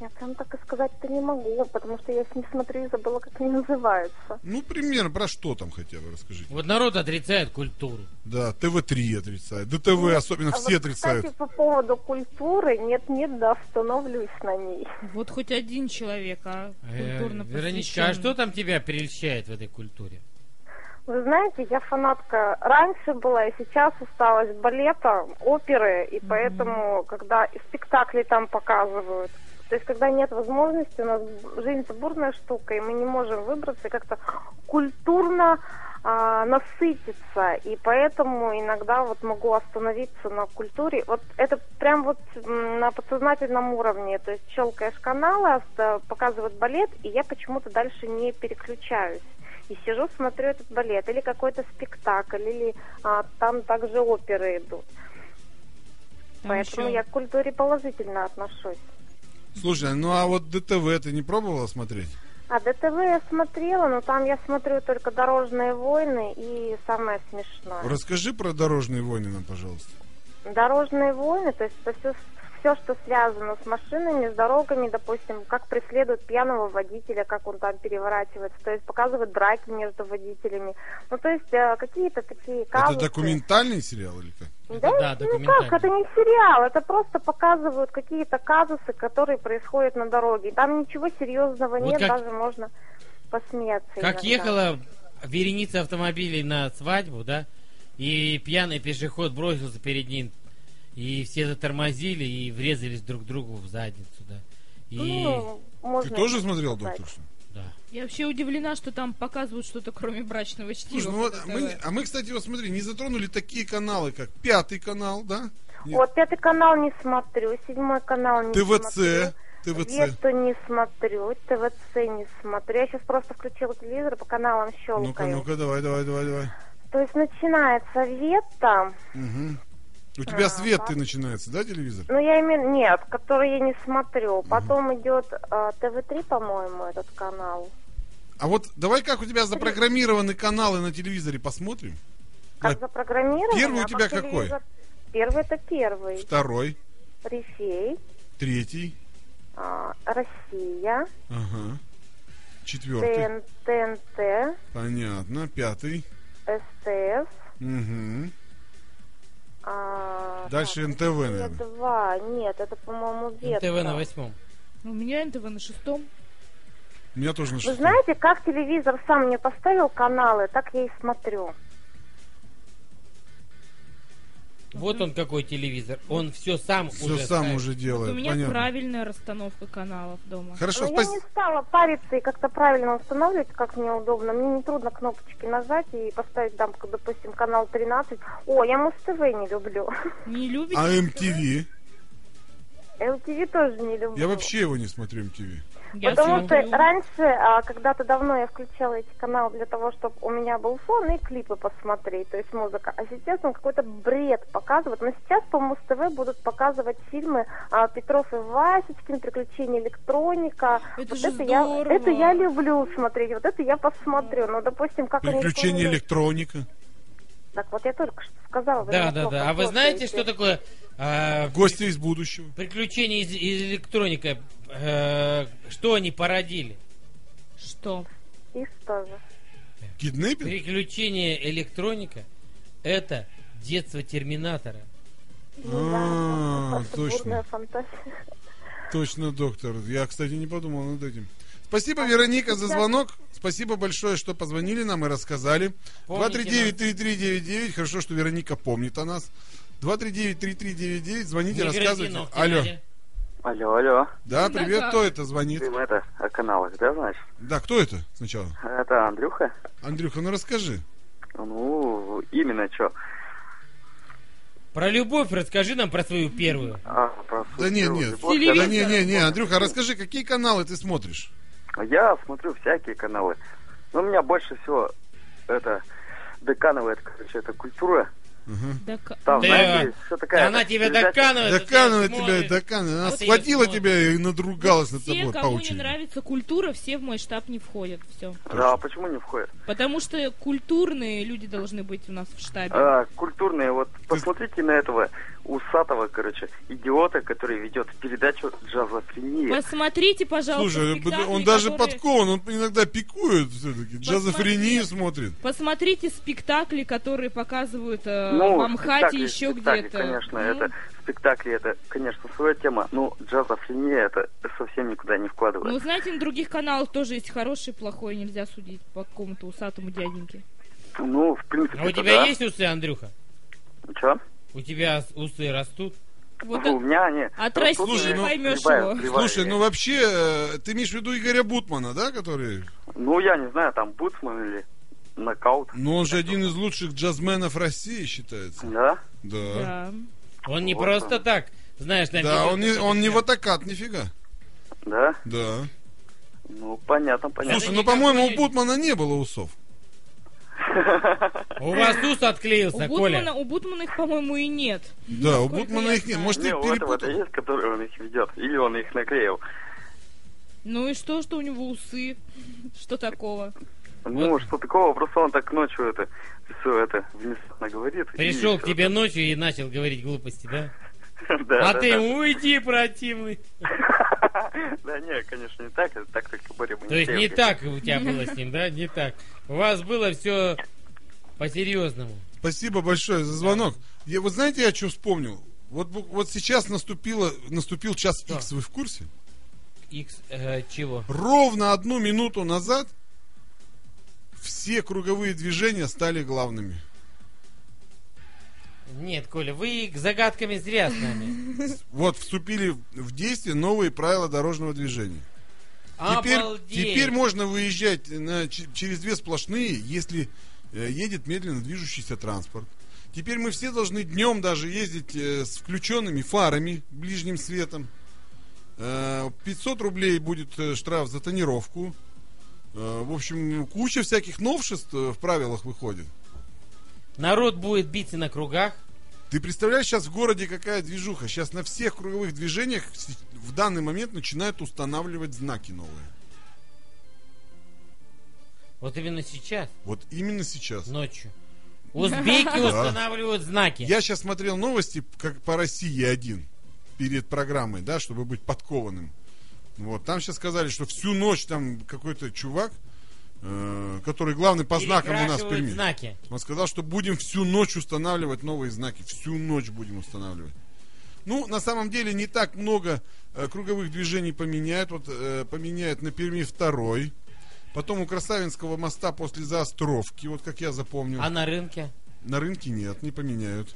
S9: Я прям так и сказать-то не могу, потому что я их не смотрю и забыла, как они называются.
S2: Ну, примерно, про что там хотя бы расскажите.
S1: Вот народ отрицает культуру.
S2: Да, ТВ-3 отрицает, ДТВ особенно,
S9: А
S2: Ну, все
S9: вот, кстати,
S2: отрицают.
S9: по поводу культуры, нет-нет, да, становлюсь на ней.
S3: Вот хоть один человек, а
S1: Э,
S3: культурно
S1: Вероничка, а что
S3: просвещенный.
S1: там тебя прельщает в этой культуре?
S9: Вы знаете, я фанатка раньше была, и сейчас осталась балета, оперы, и поэтому, когда и спектакли там показывают, то есть, когда нет возможности, у нас жизнь бурная штука, и мы не можем выбраться и как-то культурно а, насытиться, и поэтому иногда вот могу остановиться на культуре. Вот это прям вот м, на подсознательном уровне, то есть щелкаешь каналы, оста- показывают балет, и я почему-то дальше не переключаюсь и сижу, смотрю этот балет, или какой-то спектакль, или а, там также оперы идут.
S3: Там
S9: Поэтому
S3: еще-
S9: я к культуре положительно отношусь.
S2: Слушай, ну а вот ДТВ ты не пробовала смотреть?
S9: А ДТВ я смотрела, но там я смотрю только «Дорожные войны» и самое смешное.
S2: Расскажи про «Дорожные войны» нам, пожалуйста.
S9: Дорожные войны, то есть это все, все, что связано с машинами, с дорогами, допустим, как преследуют пьяного водителя, как он там переворачивается, то есть показывают драки между водителями. Ну, то есть э, какие-то такие
S2: Это
S9: казусы.
S2: документальный сериал или как?
S9: Да,
S1: да,
S9: это
S1: документальный.
S9: никак, это не сериал, это просто показывают какие-то казусы, которые происходят на дороге. И Там ничего серьезного
S1: Вот
S9: нет,
S1: как-
S9: даже можно посмеяться.
S1: Как
S9: иногда.
S1: ехала вереница автомобилей на свадьбу, да, и пьяный пешеход бросился перед ним, и все затормозили и врезались друг другу в задницу, да. И
S9: Ну, можно
S2: Ты тоже смотрел,
S9: сказать.
S2: доктор? что ли?
S1: да.
S3: Я вообще удивлена, что там показывают что-то, кроме брачного чтива.
S2: Слушай, ну вот,
S3: по
S2: а мы,
S3: ТТВ.
S2: а мы, кстати, вот смотри, не затронули такие каналы, как Пятый канал, да? Нет.
S9: Вот пятый канал не смотрю, седьмой канал не
S2: ТВЦ,
S9: ну, смотрю.
S2: ТВЦ.
S9: Вету не смотрю, ТВЦ не смотрю. Я сейчас просто включила телевизор, по каналам щелкаю.
S2: Ну-ка, ну-ка, давай, давай, давай, давай.
S9: То есть начинается Ветта,
S2: Мгм. У тебя
S9: А,
S2: свет ты
S9: так.
S2: начинается, да, телевизор?
S9: ну я имею... Нет, который я не смотрю. Потом идет э, ТВ-3, по-моему, этот канал.
S2: А вот давай как у тебя запрограммированы каналы на телевизоре посмотрим.
S9: Как
S2: Да.
S9: запрограммировано.
S2: Э, Первый у
S9: а
S2: тебя
S9: как
S2: какой?
S9: телевизор- Первый это первый.
S2: Второй,
S9: Рифей,
S2: третий,
S9: а, Россия,
S2: ага. Четвертый.
S9: ТН, ТНТ,
S2: Понятно. Пятый.
S9: СТС.
S2: Мгм.
S9: а,
S2: Дальше
S9: так,
S2: НТВ,
S9: Россия
S2: наверное.
S9: два. Нет, это, по-моему, Ветра.
S1: НТВ на восьмом.
S3: У меня НТВ на шестом.
S2: У меня тоже на
S9: Вы
S2: шестом.
S9: знаете, как телевизор сам мне поставил каналы, так я и смотрю.
S1: Вот он какой телевизор. Он все сам
S2: Все
S1: уже
S2: сам
S1: ставит.
S2: уже делает.
S3: у меня
S2: Понятно.
S3: правильная расстановка каналов дома.
S2: Хорошо,
S9: Но А я
S2: спасибо.
S9: не стала париться и как-то правильно устанавливать, как мне удобно. Мне не трудно кнопочки нажать и поставить там, к- допустим, канал 13. О, я Муз ТВ не люблю.
S3: Не любите?
S2: А MTV?
S9: LTV тоже не люблю.
S2: Я вообще его не смотрю, MTV.
S3: Я
S9: Потому что
S3: смотрю.
S9: раньше, а, когда-то давно я включала эти каналы для того, чтобы у меня был фон и клипы посмотреть, то есть музыка. А сейчас он какой-то бред показывает. Но сейчас по Муз-ТВ будут показывать фильмы а, Петров и Васечкин, Приключения электроника.
S3: Это
S9: вот
S3: же
S9: это, я,
S3: здорово.
S9: это я люблю смотреть, вот это я посмотрю. Ну, допустим, как они
S2: Приключения
S9: вспомнили-
S2: электроника.
S9: Так, вот я только что сказала. вы
S1: Да,
S9: меня
S1: да,
S9: плохо
S1: да. А вы знаете, что
S9: слушаете.
S1: такое а,
S2: Гости из будущего.
S1: приключения из, из электроника? Э, что они породили?
S3: Что?
S9: И что же?
S2: Киднеппинг?
S1: Приключения электроника – это детство терминатора.
S9: Ну да,
S2: А,
S9: просто бурная
S2: точно.
S9: фантазия.
S2: Точно, доктор. Я, кстати, не подумал над этим. Спасибо, Вероника, за звонок. Спасибо большое, что позвонили нам и рассказали.
S1: Помните
S2: 239-3399. Хорошо, что Вероника помнит о нас. 239-3399. Звоните,
S1: Не грози
S2: рассказывайте.
S1: ногти,
S2: Алло.
S1: Надя.
S7: Алло, алло.
S2: Да, привет.
S3: Да-да.
S2: Кто это звонит?
S7: Ты это о каналах, да, значит?
S2: Да, кто это сначала?
S7: Это Андрюха?
S2: Андрюха, ну расскажи.
S7: Ну, именно что.
S1: Про любовь расскажи нам про свою первую.
S7: А, просто
S2: Да не,
S7: беру
S2: не.
S7: любовь,
S2: Да
S1: Телевизор.
S2: не, не, не, Андрюха, расскажи, какие каналы ты смотришь?
S7: да. Я смотрю всякие каналы. Но меня больше всего это доканывает, короче, это культура.
S2: Мгм.
S3: Да ка-
S7: Там,
S1: Да.
S7: знаете, все такая...
S1: Она тебя
S7: передача-
S1: доканывает. а ты
S2: Доканывает
S1: смотришь.
S2: тебя, доканывает. Она
S1: Вот ты
S2: схватила
S1: её
S2: тебя и надругалась над
S3: Все,
S2: тобой
S3: кому
S2: паучьей.
S3: не нравится культура, все в мой штаб не входят. Все.
S7: Да, а почему не входит?
S3: Потому что культурные люди должны быть у нас в
S9: Э,
S3: штабе.
S7: А, культурные, вот посмотрите на этого усатого, короче, идиота, который ведет передачу «Джазофрения».
S3: Посмотрите, пожалуйста,
S2: Слушай,
S3: спектакли,
S2: он даже
S3: которые-
S2: подкован, он иногда пикует все-таки. Джазофрению смотрит.
S3: Посмотрите спектакли, которые показывают э, в Амхате,
S7: Ну, спектакли,
S3: еще
S7: спектакли,
S3: где-то.
S7: конечно,
S3: Ну,
S7: это спектакли, это, конечно, своя тема, но джазофрения это совсем никуда не вкладывает.
S3: Ну, знаете, на других каналах тоже есть хорошее и плохое, нельзя судить по какому-то усатому дяденьке.
S7: Ну, в принципе,
S1: А у
S7: это
S1: тебя
S7: да.
S1: есть усы, Андрюха?
S7: Чё?
S1: У тебя с- усы растут?
S3: Вот
S7: Ну, у
S3: это-
S7: меня они...
S3: от
S7: растут,
S3: России
S7: но
S2: не
S3: поймешь
S7: кривая-
S3: его.
S7: кривая
S2: Слушай, ну вообще, э, ты имеешь в виду Игоря Бутмана, да, который...
S7: Ну, я не знаю, там Бутсман или Нокаут.
S2: Ну, он же один из лучших джазменов России считается.
S7: Да?
S2: Да.
S3: Да.
S1: Он не
S7: Вот
S1: просто
S7: он.
S1: так, знаешь,
S2: Да,
S1: на
S2: он не, он не ватакат, нифига.
S7: Да?
S2: Да.
S7: Ну, понятно, понятно.
S2: Слушай,
S1: не
S2: ну, по-моему, у
S1: какой-
S2: Бутмана не было усов.
S1: У вас ус
S3: У
S1: отклеился,
S3: Бутмана,
S1: Коля.
S3: у Бутмана их, по-моему, и нет.
S2: Да, у
S3: Ну, Насколько
S2: Бутмана
S3: я
S2: их нет.
S3: знаю.
S2: Может, ты
S7: Не, у этого-то
S2: перепутал?
S7: есть, который он их ведет. Или он их наклеил.
S3: Ну и что, что у него усы? Что такого?
S7: Ну, что такого, просто он так ночью это все это внезапно говорит. и
S1: Пришел к
S7: всё.
S1: тебе ночью и начал говорить глупости, да?
S7: Да,
S1: А
S7: да,
S1: ты
S7: да.
S1: ему уйди, противный.
S7: Да не, конечно, не так. это Так только Боря
S1: То есть не
S7: Моисеев.
S1: так у тебя было с ним, да? Не так. У вас было все по-серьезному.
S2: Спасибо большое за звонок. Я, вот знаете, я что вспомнил? Вот, бу- вот сейчас наступило, наступил час
S1: Что?
S2: X, вы в курсе?
S1: Икс, э, чего?
S2: Ровно одну минуту назад все круговые движения стали главными.
S1: Нет, Коля, вы к загадками зря с нами.
S2: Вот вступили в- в действие новые правила дорожного движения. Теперь,
S1: Обалдеть.
S2: теперь можно выезжать на ч- через две сплошные, если э, едет медленно движущийся транспорт. Теперь мы все должны днем даже ездить э, с включенными фарами, ближним светом. Э, 500 рублей будет э, штраф за тонировку. Э, В общем, куча всяких новшеств э, в правилах выходит.
S1: Народ будет биться на кругах.
S2: Ты представляешь, сейчас в городе какая движуха? Сейчас на всех круговых движениях с- в данный момент начинают устанавливать знаки новые.
S1: Вот именно сейчас,
S2: Вот именно сейчас.
S1: ночью. Узбеки
S2: Да.
S1: устанавливают знаки.
S2: Я сейчас смотрел новости как по России один перед программой, да, чтобы быть подкованным. Вот, там сейчас сказали, что всю ночь там какой-то чувак, э, который главный по знакам у нас в
S1: Перекрашивают
S2: Перми,
S1: знаки.
S2: он сказал, что будем всю ночь устанавливать новые знаки. Всю ночь будем устанавливать. Ну, на самом деле, не так много э, круговых движений поменяют. Вот э, поменяют на Перми второй. Потом у Красавинского моста после заостровки, вот как я запомнил.
S1: А на рынке?
S2: На рынке нет, не поменяют.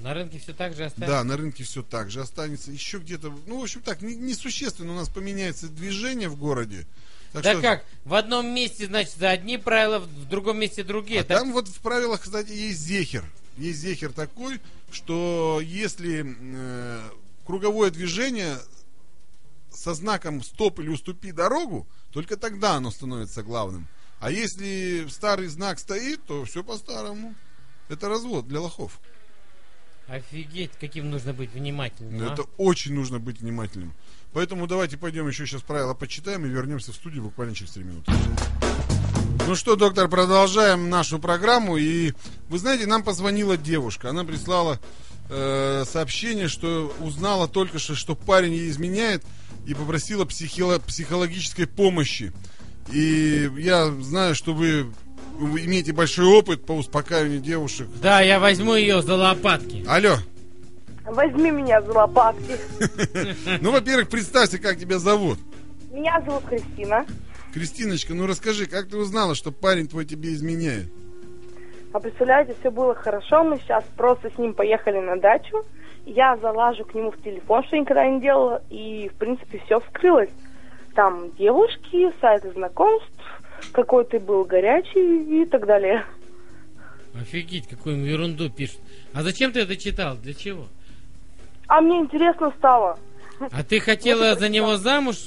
S1: На рынке все так же остается?
S2: Да, на рынке все так же останется. Еще где-то, ну, в общем, так, не- несущественно у нас поменяется движение в городе. Так
S1: да
S2: что- А
S1: как? В одном месте, значит, за одни правила, в другом месте другие.
S2: А
S1: Так-
S2: там вот в правилах, кстати, есть зехер. Есть зехер такой, что если э, круговое движение со знаком стоп или уступи дорогу, только тогда оно становится главным. А если старый знак стоит, то все по-старому. Это развод для лохов.
S1: Офигеть, каким нужно быть внимательным. а.
S2: Ну, Это очень нужно быть внимательным. Поэтому давайте пойдем еще сейчас правила почитаем и вернемся в студию буквально через 3 минуты. Ну что, доктор, продолжаем нашу программу. И вы знаете, нам позвонила девушка. Она прислала э, сообщение, что узнала только что, что парень ей изменяет и попросила психило- психологической помощи. И я знаю, что вы, вы имеете большой опыт по успокаиванию девушек.
S1: Да, я возьму ее за лопатки.
S2: Алло.
S10: Возьми меня за лопатки.
S2: Ну, во-первых, представься, как тебя зовут.
S10: Меня зовут Кристина.
S2: Кристиночка, ну расскажи, как ты узнала, что парень твой тебе изменяет?
S10: А представляете, все было хорошо, мы сейчас просто с ним поехали на дачу. Я залажу к нему в телефон, что я никогда не делала, и, в принципе, все вскрылось. Там девушки, сайты знакомств, какой ты был горячий и так далее.
S1: Офигеть, какую им ерунду пишут. А зачем ты это читал? Для чего?
S10: А мне интересно стало.
S1: А ты хотела за него замуж?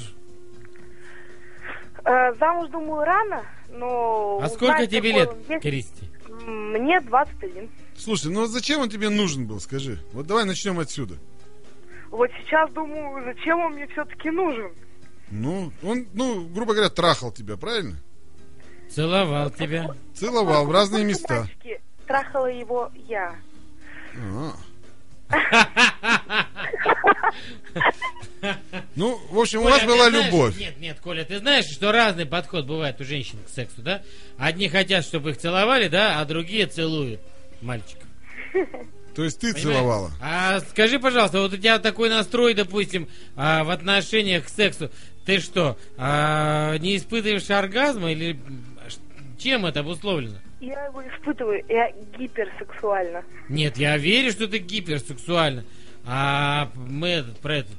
S10: Э, замуж, думаю, рано, но...
S1: А сколько
S10: узнать,
S1: тебе
S10: какой
S1: лет,
S10: он есть,
S1: Кристи?
S10: м, Мне 21.
S2: Слушай, ну зачем он тебе нужен был, скажи? Вот давай начнем отсюда.
S11: Вот сейчас думаю, зачем он мне все-таки нужен?
S2: Ну, он, ну, грубо говоря, трахал тебя, правильно?
S1: Целовал тебя.
S2: Целовал в разные места.
S10: Мальчики, трахала его я.
S2: А. Ну, в общем, у
S1: Коля,
S2: вас
S1: ты
S2: была
S1: знаешь-
S2: любовь.
S1: Нет, нет, Коля, ты знаешь, что разный подход бывает у женщин к сексу, да? Одни хотят, чтобы их целовали, да, а другие целуют мальчиков.
S2: То есть ты
S1: Понимаешь?
S2: целовала.
S1: А скажи, пожалуйста, вот у тебя такой настрой, допустим, а, в отношениях к сексу, ты что, а, не испытываешь оргазма или м, ш- чем это обусловлено?
S10: Я его испытываю, я гиперсексуальна.
S1: Нет, я верю, что ты гиперсексуально. А мы этот, про этот,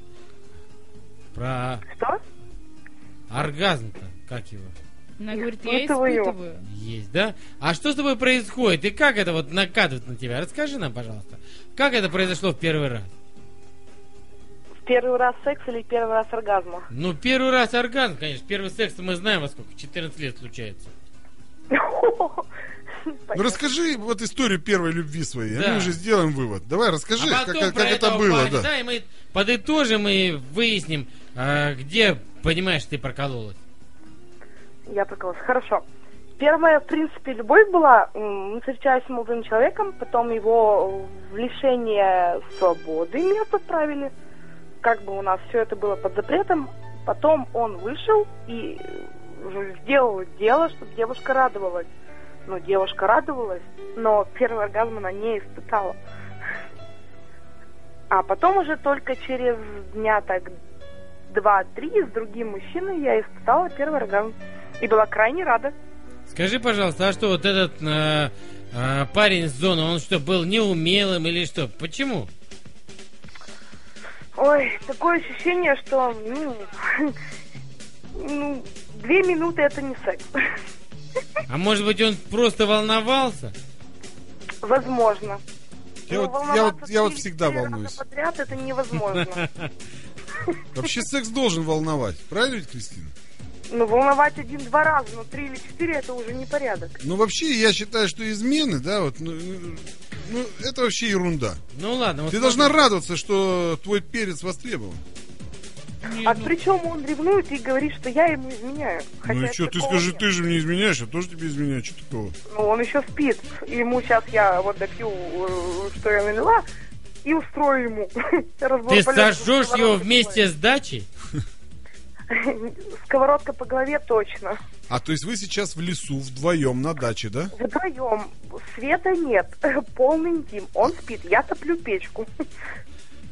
S1: про
S10: Что?
S1: оргазм-то, как его,
S3: Она говорит, я
S10: Испытываю.
S3: испытываю.
S1: есть, да? А что с тобой происходит и как это вот накатывает на тебя? Расскажи нам, пожалуйста, как это произошло в первый раз?
S10: В Первый раз секс или первый раз оргазма?
S1: Ну, первый раз оргазм, конечно, первый секс мы знаем, во сколько, в 14 лет случается.
S2: Ну, расскажи вот историю первой любви своей, а
S1: Да.
S2: мы уже сделаем вывод. Давай, расскажи,
S1: а
S2: как,
S1: потом
S2: как-
S1: про
S2: как это
S1: этого
S2: было,
S1: парня,
S2: да.
S1: и мы подытожим и выясним, а, где, понимаешь, ты прокололась.
S10: Я прикололась. Хорошо. Первая, в принципе, любовь была. м, Мы встречались с молодым человеком, потом его э, в лишение свободы меня отправили. Как бы у нас все это было под запретом. Потом он вышел и э, сделал дело, чтобы девушка радовалась. Ну, девушка радовалась, но первый оргазм она не испытала. А потом уже только через дня так два-три с другим мужчиной я испытала первый оргазм. И была крайне рада.
S1: Скажи, пожалуйста, а что вот этот а, а, парень с зоны, он что, был неумелым или что? Почему?
S10: Ой, такое ощущение, что ну, ну, две минуты это не секс.
S1: А может быть, он просто волновался?
S10: Возможно.
S2: Я
S10: Ну,
S2: вот- я
S10: волноваться
S2: вот- я вот
S10: три-
S2: всегда
S10: три раза
S2: волнуюсь.
S10: подряд это невозможно.
S2: Вообще секс должен волновать, правильно ведь, Кристина?
S10: Ну, волновать один-два раза, но три или четыре это уже непорядок.
S2: Ну, вообще, я считаю, что измены, да, вот, ну, ну, это вообще ерунда.
S1: Ну ладно. вот
S2: Ты
S1: смотри.
S2: должна радоваться, что твой перец востребован.
S10: а причем он ревнует и говорит, что я ему изменяю. Хотя
S2: ну и что, ты
S10: такого
S2: скажи,
S10: нет.
S2: ты же мне изменяешь, я тоже тебе изменяю, что такого?
S10: Ну, он еще спит. И Ему сейчас я вот допью, э, что я налила, и устрою ему.
S9: Ну,
S10: разбор
S1: Ты
S10: полетов.
S1: сожжешь его вместе с дачей?
S10: Сковородка по голове точно.
S2: А то есть вы сейчас в лесу вдвоем на даче, да?
S10: Вдвоем. Света нет. Полный интим. Он спит. Я топлю печку.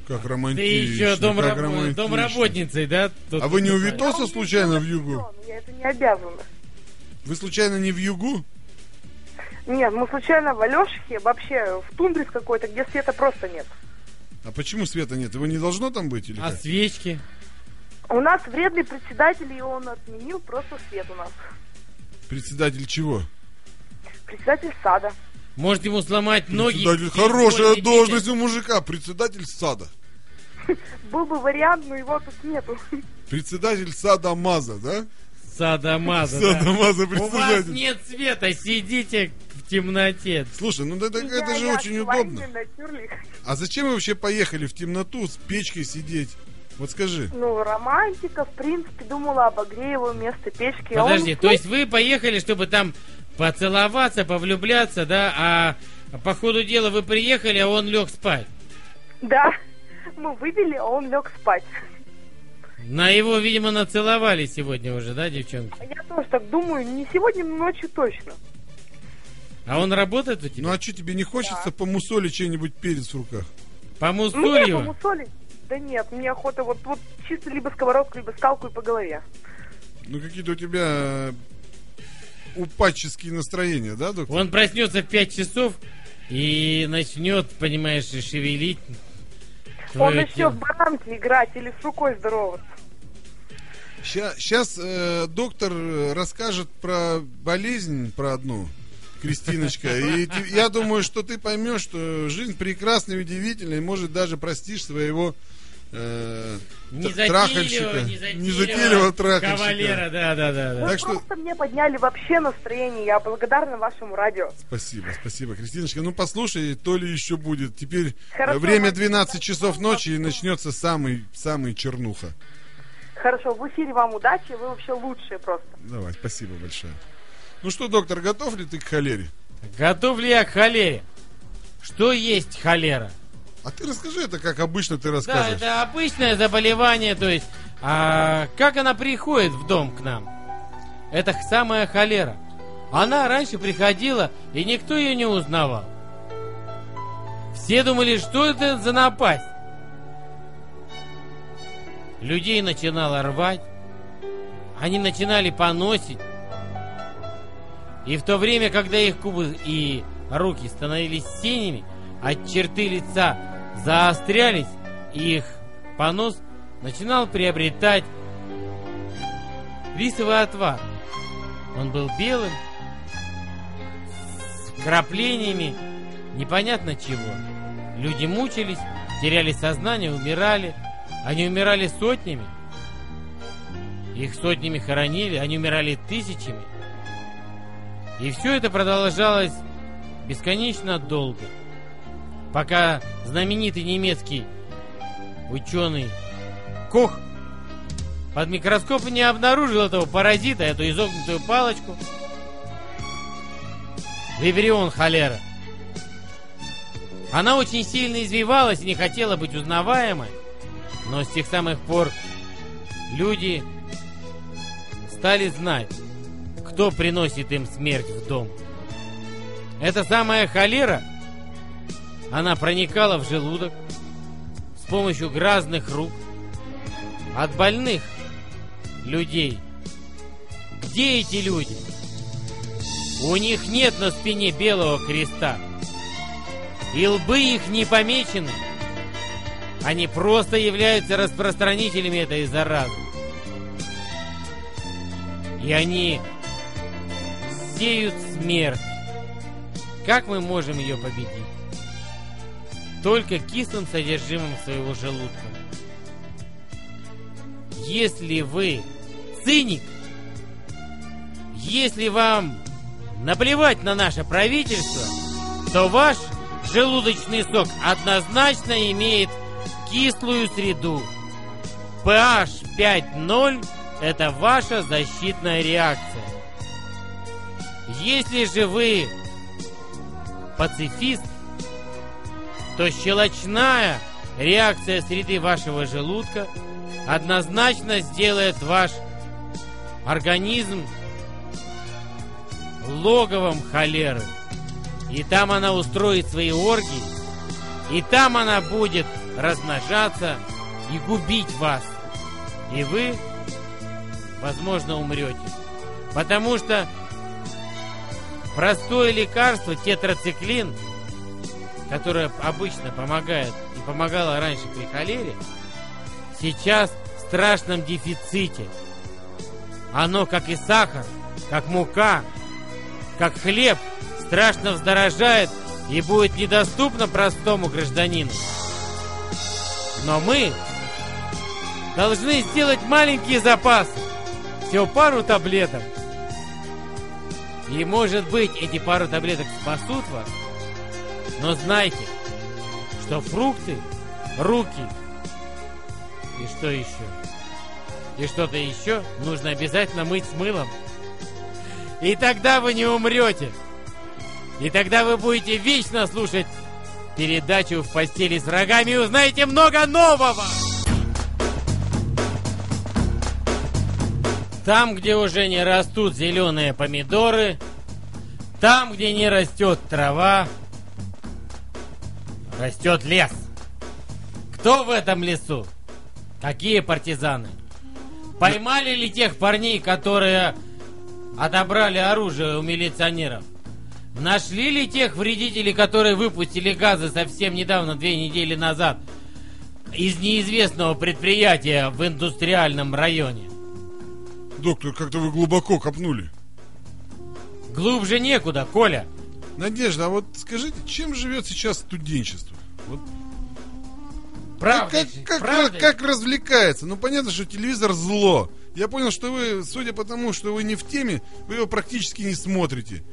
S2: Как
S1: Ты
S2: романтично,
S1: еще
S2: как
S1: домраб-
S2: романтично.
S1: домработницей, да? тут?
S2: А вы не у Витоса случайно в югу?
S10: Я это не обязана.
S2: Вы случайно не в югу?
S10: Нет, мы случайно в Алешихе, вообще в тундре с какой-то, где света просто нет.
S2: А почему света нет? Его не должно там быть или
S1: А
S2: как?
S1: свечки?
S10: У нас вредный председатель, и он отменил просто свет у нас.
S2: Председатель чего?
S10: Председатель сада.
S1: Может ему сломать ноги?
S2: Председатель. Хорошая должность у мужика. Председатель сада.
S10: Был бы вариант, но его тут нету.
S2: Председатель сада Маза, да?
S1: Садамаза, да.
S2: Садомаза
S1: У вас
S2: председатель.
S1: нет света, сидите в темноте.
S2: Слушай, ну это, это
S10: Я-
S2: же
S10: я
S2: очень
S10: своими
S2: удобно.
S10: натюрлих.
S2: А зачем вы вообще поехали в темноту с печкой сидеть? Вот скажи.
S10: Ну, романтика, в принципе, думала об его вместо печки. а он
S1: Подожди,
S10: уснул.
S1: то есть вы поехали, чтобы там поцеловаться, повлюбляться, да, а по ходу дела вы приехали, а он лег спать.
S10: Да, мы выпили, а он лег спать.
S1: На его, видимо, нацеловали сегодня уже, да, девчонки?
S10: Я тоже так думаю, не сегодня, но ночью точно.
S1: А он работает у тебя?
S2: Ну а что, тебе не хочется помусолить чей-нибудь перец в руках?
S1: По
S10: Мне
S9: Ну,
S1: мусолью?
S10: помусолить? Да нет, мне охота вот, вот чисто либо сковородку, либо скалку и по голове.
S2: Ну какие-то у тебя э, упадческие настроения, да, доктор?
S1: Он проснется в 5 часов и начнет, понимаешь, и шевелить.
S10: Он
S1: твоё
S10: еще
S1: тело.
S10: в баранке играть или с рукой здороваться.
S2: Сейчас доктор э, расскажет про болезнь, про одну, Кристиночка. И ти- я думаю, что ты поймешь, что жизнь прекрасна и удивительна, и, может, даже простишь своего э, т- трахальщика.
S1: Незатейливого,
S2: Незатейливого трахальщика.
S1: Кавалера, да, да, да.
S10: Вы
S1: да.
S2: Так что-
S10: Ну, просто мне подняли вообще настроение. Я благодарна вашему радио.
S2: Спасибо, спасибо, Кристиночка. Ну, послушай, то ли еще будет. Теперь э,
S10: Хорошо,
S2: время
S10: Вадим,
S2: 12 часов ночи, и начнется самый, самый чернуха.
S10: Хорошо, в эфире вам удачи, вы вообще лучшие просто.
S2: Давай, спасибо большое. Ну что, доктор, готов ли ты к холере?
S1: Готов ли я к холере? Что есть холера?
S2: А ты расскажи это, как обычно ты
S1: Да,
S2: рассказываешь.
S1: это обычное заболевание, то есть, а, как она приходит в дом к нам? Это х- самая холера. Она раньше приходила, и никто ее не узнавал. Все думали, что это за напасть. Людей начинало рвать, они начинали поносить. И в то время, когда их кубы и руки становились синими, от черты лица заострялись, их понос начинал приобретать рисовый отвар. Он был белым, с краплениями непонятно чего. Люди мучились, теряли сознание, умирали. Они умирали сотнями. Их сотнями хоронили, они умирали тысячами. И все это продолжалось бесконечно долго. Пока знаменитый немецкий ученый Кох под микроскопом не обнаружил этого паразита, эту изогнутую палочку. Вибрион холера. Она очень сильно извивалась и не хотела быть узнаваемой. Но с тех самых пор люди стали знать, кто приносит им смерть в дом. Эта самая холера, она проникала в желудок с помощью грязных рук от больных людей. Где эти люди? У них нет на спине белого креста. И лбы их не помечены. Они просто являются распространителями этой заразы. И они сеют смерть. Как мы можем ее победить? Только кислым содержимым своего желудка. Если вы циник, Если вам наплевать на наше правительство, то ваш желудочный сок однозначно имеет кислую среду. PH 5.0 – это ваша защитная реакция. Если же вы пацифист, то щелочная реакция среды вашего желудка однозначно сделает ваш организм логовом холеры. И там она устроит свои оргии, и там она будет размножаться и губить вас. И вы, возможно, умрете. Потому что простое лекарство тетрациклин, которое обычно помогает и помогало раньше при холере, сейчас в страшном дефиците. Оно, как и сахар, как мука, как хлеб, страшно вздорожает и будет недоступно простому гражданину. Но мы должны сделать маленькие запасы, всего пару таблеток. И может быть эти пару таблеток спасут вас, но знайте, что фрукты, руки и что еще? И что-то еще нужно обязательно мыть с мылом. И тогда вы не умрете. И тогда вы будете вечно слушать передачу «В постели с рогами» и узнаете много нового! Там, где уже не растут зеленые помидоры, там, где не растет трава, растет лес. Кто в этом лесу? Какие партизаны? Поймали ли тех парней, которые отобрали оружие у милиционеров? Нашли ли тех вредителей, которые выпустили газы совсем недавно, две недели назад, из неизвестного предприятия в индустриальном районе?
S2: Доктор, как-то вы глубоко копнули.
S1: Глубже некуда, Коля.
S2: Надежда, а вот скажите, чем живет сейчас студенчество? Вот
S1: Правда,
S2: как,
S1: же,
S2: как,
S1: правда
S2: как развлекается? Ну, понятно, что телевизор зло. Я понял, что вы, судя по тому, что вы не в теме, вы его практически не смотрите.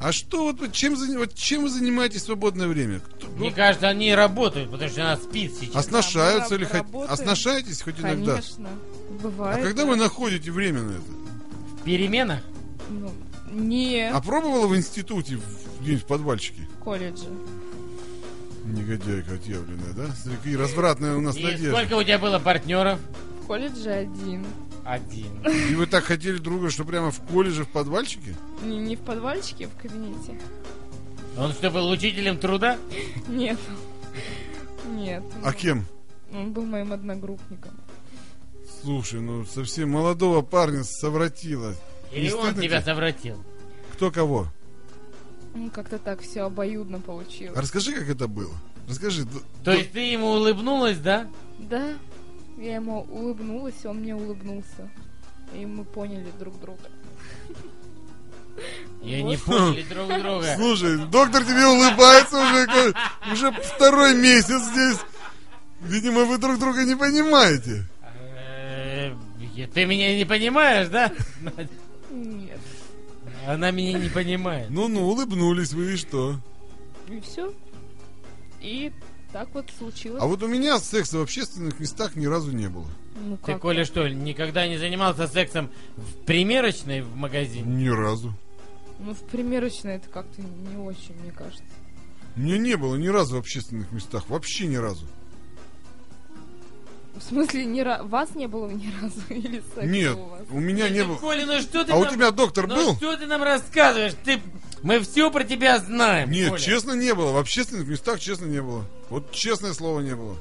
S2: А что вот вы- чем, зан- вот чем вы занимаетесь в свободное время? Кто-
S1: же. Мне кажется, они работают, потому что она спит сейчас.
S2: Оснашаются
S3: Да, мы
S2: или
S3: раб-
S2: хоть
S3: работаем.
S2: оснашаетесь хоть иногда?
S3: Конечно.
S2: А
S3: Бывает.
S2: когда вы находите время на это?
S1: В переменах?
S3: Ну, не
S2: А пробовала в институте в- где-нибудь в подвальчике?
S3: в колледже.
S2: Негодяйка отъявленная, да? Смотри, какие развратные у нас
S1: И
S2: надежды.
S1: сколько у тебя было партнеров?
S3: В колледже один.
S1: Один.
S2: И вы так хотели друга, что прямо в колледже в подвальчике?
S3: Не, не в подвальчике, а в кабинете.
S1: Он что, был учителем труда?
S3: Нет. Нет.
S2: А кем?
S3: Он был моим одногруппником.
S2: Слушай, ну совсем молодого парня совратила.
S1: Или
S2: Не
S1: он
S2: стыдно
S1: тебя
S2: тебе?
S1: совратил?
S2: Кто кого?
S3: Ну, как-то так все обоюдно получилось.
S2: А расскажи, как это было. Расскажи. д-
S1: То есть ты ему улыбнулась, да?
S3: Да. Я ему улыбнулась, он мне улыбнулся. И мы поняли друг друга.
S1: И
S2: Ну.
S1: они поняли друг друга.
S2: Слушай, доктор тебе улыбается уже, как- уже второй месяц здесь. Видимо, вы друг друга не понимаете.
S1: Э, Ты меня не понимаешь, да? Надя?
S3: Нет.
S1: Она меня не понимает.
S2: Ну-ну, улыбнулись вы и что?
S3: И все. И так вот случилось.
S2: А вот у меня секса в общественных местах ни разу не было.
S3: Ну,
S1: Ты,
S3: как?
S1: Коля, что, никогда не занимался сексом в примерочной в магазине?
S2: Ни разу.
S3: Ну, в примерочной это как-то не очень, мне кажется.
S2: Мне не было ни разу в общественных местах. Вообще ни разу.
S3: В смысле, ни ра- вас не было ни разу? Или секса
S2: Нет,
S3: у вас?
S2: у меня не
S1: Ты,
S2: было.
S1: Коля, ну что ты
S2: А у
S1: нам-
S2: тебя доктор
S1: ну
S2: был?
S1: что ты нам рассказываешь? Ты... Мы все про тебя знаем,
S2: Нет,
S1: Коля.
S2: честно не было. В общественных местах честно не было. Вот честное слово не было.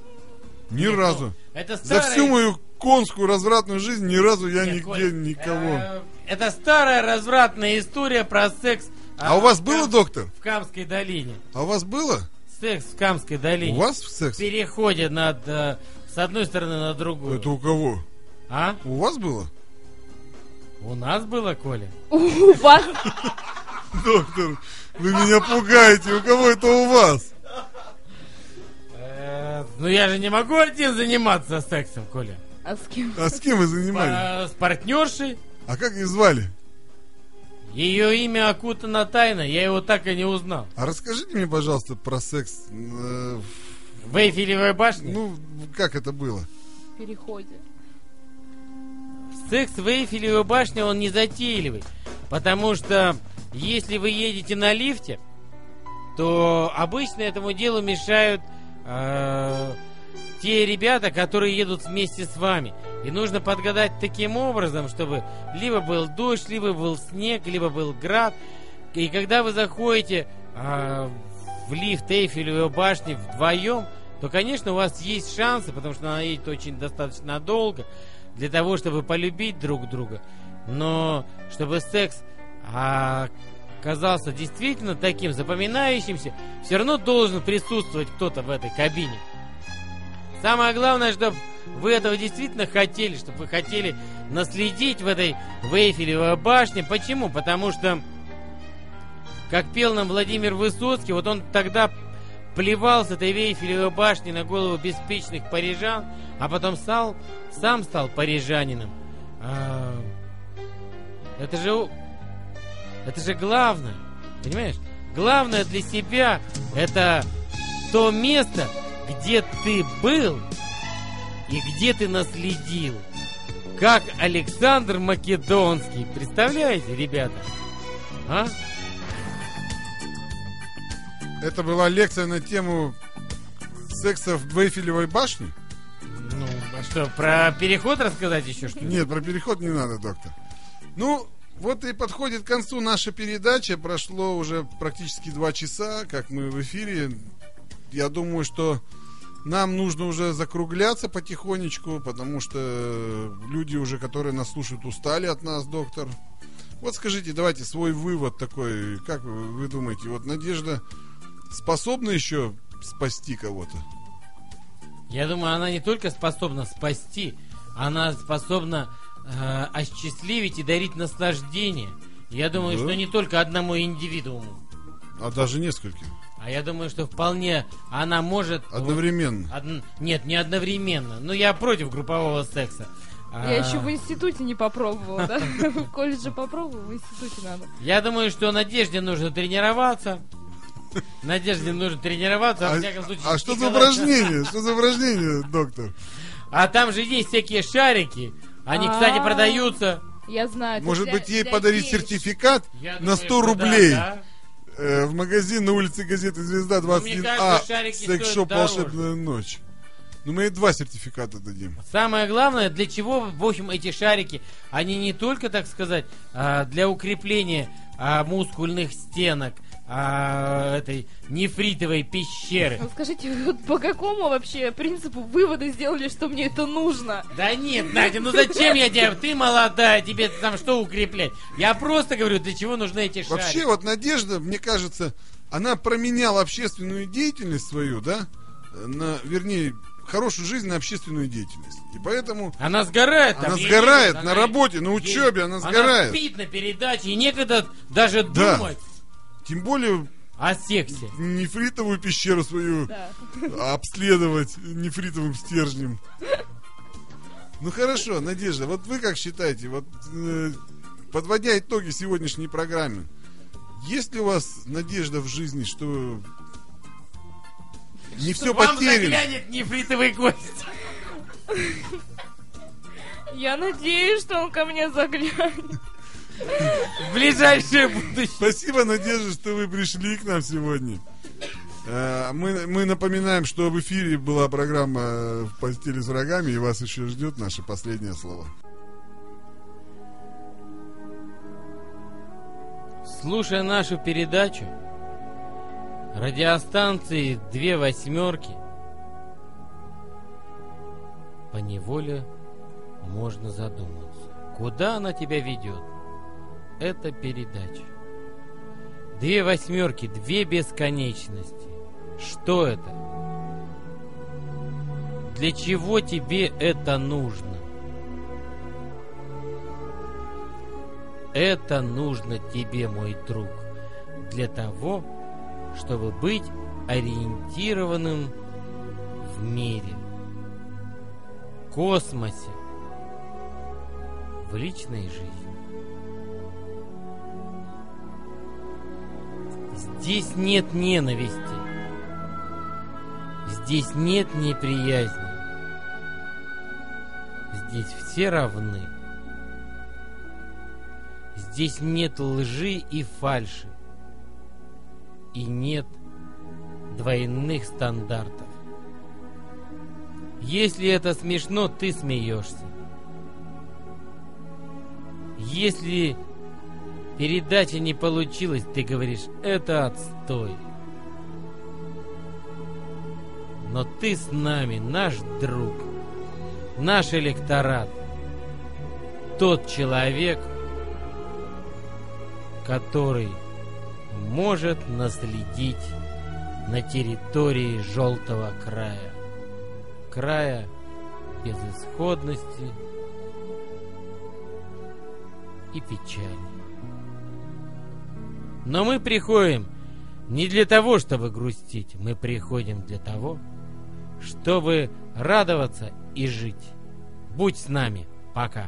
S2: Ни
S1: Нет, ну,
S2: разу.
S1: Это
S2: За
S1: старая...
S2: всю мою конскую развратную жизнь ни разу я
S1: Нет,
S2: нигде
S1: Коля,
S2: никого.
S1: э, Это старая развратная история про секс...
S2: А у вас
S1: э,
S2: было, доктор?
S1: В Камской долине.
S2: А у вас было?
S1: Секс в Камской
S2: У
S1: долине.
S2: вас в секс?
S1: Переходе над... э, с одной стороны на другую.
S2: Это у кого?
S1: А?
S2: У вас было?
S1: У нас было, Коля?
S3: У вас
S2: Доктор, вы меня пугаете. У кого это у вас?
S1: Э, Ну я же не могу один заниматься сексом, Коля.
S3: А с кем?
S2: А с кем вы занимались?
S1: Э, С партнершей.
S2: А как ее звали?
S1: Ее имя окутано тайной, я его так и не узнал.
S2: А расскажите мне, пожалуйста, про секс э,
S1: В Эйфелевой башне?
S2: Ну, как это было?
S3: переходе.
S1: Секс в Эйфелевой башне, он не затейливый. Потому что если вы едете на лифте, то обычно этому делу мешают э, те ребята, которые едут вместе с вами. И нужно подгадать таким образом, чтобы либо был дождь, либо был снег, либо был град. И когда вы заходите э, в лифт Эйфелевой башни вдвоем, то, конечно, у вас есть шансы, потому что она едет очень достаточно долго, для того, чтобы полюбить друг друга. Но чтобы секс а, оказался действительно таким запоминающимся, все равно должен присутствовать кто-то в этой кабине. Самое главное, чтобы вы этого действительно хотели, чтобы вы хотели наследить в этой Вейфелевой башне. Почему? Потому что, как пел нам Владимир Высоцкий, вот он тогда плевал с этой Вейфелевой башни на голову беспечных парижан, а потом стал, сам стал парижанином. А, это же у- это же главное, понимаешь? Главное для себя это то место, где ты был и где ты наследил. Как Александр Македонский. Представляете, ребята? А?
S2: Это была лекция на тему секса в Бейфелевой башне?
S1: Ну, а что, про переход рассказать еще что ли?
S2: Нет, про переход не надо, доктор. Ну, вот и подходит к концу наша передача. Прошло уже практически два часа, как мы в эфире. Я думаю, что нам нужно уже закругляться потихонечку, потому что люди уже, которые нас слушают, устали от нас, доктор. Вот скажите, давайте свой вывод такой, как вы, вы думаете, вот Надежда способна еще спасти кого-то?
S1: Я думаю, она не только способна спасти, она способна э, осчастливить и дарить наслаждение. Я думаю,
S2: Да.
S1: что не только одному индивидууму.
S2: А даже нескольким.
S1: А я думаю, что вполне она может...
S2: Одновременно.
S1: Од- Нет, не одновременно. Но я против группового секса. А,
S3: Я еще в институте не попробовала, да? В колледже попробовала, в институте надо.
S1: Я думаю, что Надежде нужно тренироваться. Надежде нужно тренироваться, а, во всяком случае...
S2: а что за
S1: Николай-
S2: упражнение? Что за упражнение, доктор?
S1: А там же есть всякие шарики. Они, кстати,
S3: А.
S1: продаются.
S3: Я знаю. это
S2: Может
S3: А для-
S2: быть, ей
S3: для
S2: подарить
S3: геев.
S2: сертификат
S1: Я
S2: на
S1: думаю,
S2: 100
S1: что да,
S2: рублей
S1: да. Ну,
S2: э, в магазин на улице газеты «Звезда»
S1: Мне кажется,
S2: 21А,
S1: шарики
S2: секс-шоп
S1: стоят дороже.
S2: «Волшебная ночь». Ну, мы ей два сертификата дадим.
S1: Самое главное, для чего, в общем, эти шарики, они не только, так сказать, а, для укрепления а, мускульных стенок а, этой нефритовой пещеры.
S3: Ну, скажите, вот по какому вообще принципу выводы сделали, что мне это нужно?
S1: Да нет, Надя, ну зачем я тебе? Ты молодая, тебе там что укреплять? Я просто говорю, для чего нужны эти шарики.
S2: Вообще, вот Надежда, мне кажется, она променяла общественную деятельность свою, да, на, вернее, хорошую жизнь на общественную деятельность. И поэтому
S1: Она сгорает там.
S2: она
S1: ей
S2: сгорает
S1: некогда,
S2: на
S1: она-
S2: работе, на
S1: ей-
S2: учебе, она сгорает.
S1: спит на передаче, и некогда даже
S2: Да.
S1: думать
S2: Тем более
S1: о сексе.
S2: нефритовую пещеру свою
S3: Да.
S2: обследовать нефритовым стержнем. Ну хорошо, Надежда, вот вы как считаете, вот э, подводя итоги сегодняшней программы, есть ли у вас надежда в жизни, что не все
S1: Вам
S2: потеряно?
S1: заглянет нефритовый гость.
S3: Я надеюсь, что он ко мне заглянет.
S1: В ближайшее будущее.
S2: Спасибо, Надежда, что вы пришли к нам сегодня. Э, Мы, мы напоминаем, что в эфире была программа э, «В постели с врагами», и вас еще ждет наше последнее слово.
S1: Слушая нашу передачу, радиостанции «Две восьмерки», по неволе можно задуматься, куда она тебя ведет. Это передача. Две восьмерки, две бесконечности. Что это? Для чего тебе это нужно? Это нужно тебе, мой друг, для того, чтобы быть ориентированным в мире, космосе, в личной жизни. Здесь нет ненависти. Здесь нет неприязни. Здесь все равны. Здесь нет лжи и фальши. И нет двойных стандартов. Если это смешно, ты смеешься. Если передача не получилась, ты говоришь, это отстой. Но ты с нами, наш друг, наш электорат, тот человек, который может наследить на территории желтого края. Края безысходности и печали. Но мы приходим не для того, чтобы грустить, мы приходим для того, чтобы радоваться и жить. Будь с нами. Пока.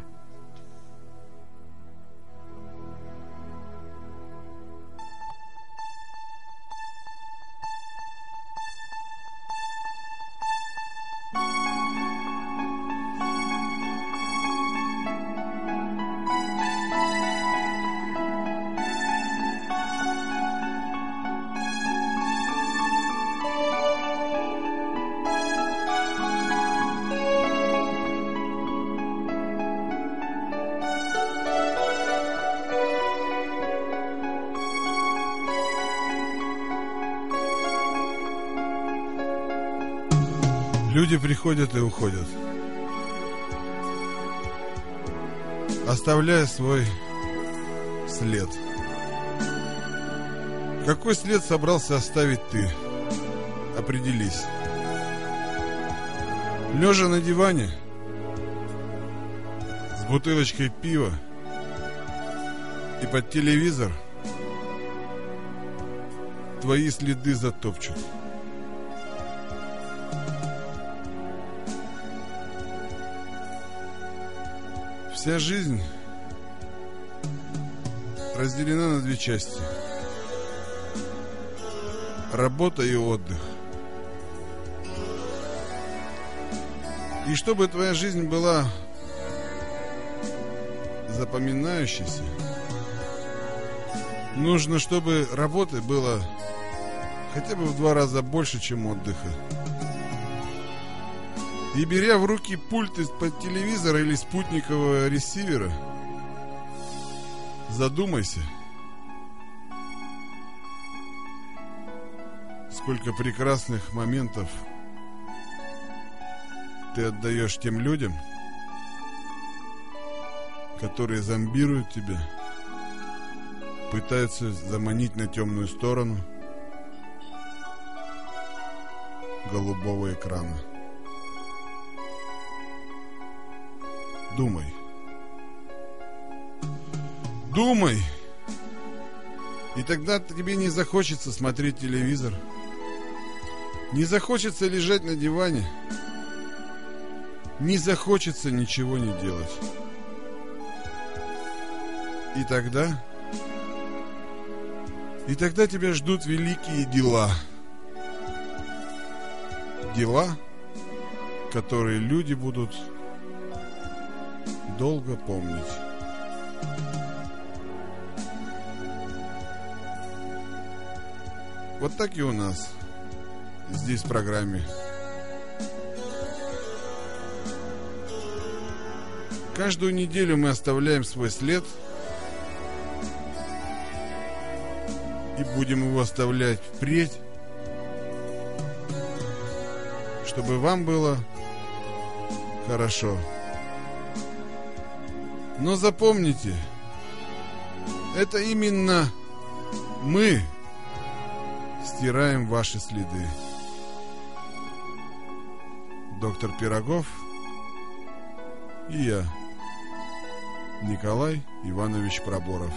S2: Люди приходят и уходят, оставляя свой след. Какой след собрался оставить ты? Определись. Лежа на диване, с бутылочкой пива и под телевизор, твои следы затопчут. Вся жизнь разделена на две части. Работа и отдых. И чтобы твоя жизнь была запоминающейся, нужно, чтобы работы было хотя бы в два раза больше, чем отдыха. И беря в руки пульт из-под телевизора или спутникового ресивера, задумайся, сколько прекрасных моментов ты отдаешь тем людям, которые зомбируют тебя, пытаются заманить на темную сторону голубого экрана. Думай. Думай. И тогда тебе не захочется смотреть телевизор. Не захочется лежать на диване. Не захочется ничего не делать. И тогда... И тогда тебя ждут великие дела. Дела, которые люди будут долго помнить. Вот так и у нас здесь в программе. Каждую неделю мы оставляем свой след и будем его оставлять впредь, чтобы вам было хорошо. Но запомните, это именно мы стираем ваши следы. Доктор Пирогов и я, Николай Иванович Проборов.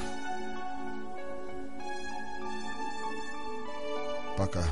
S2: Пока.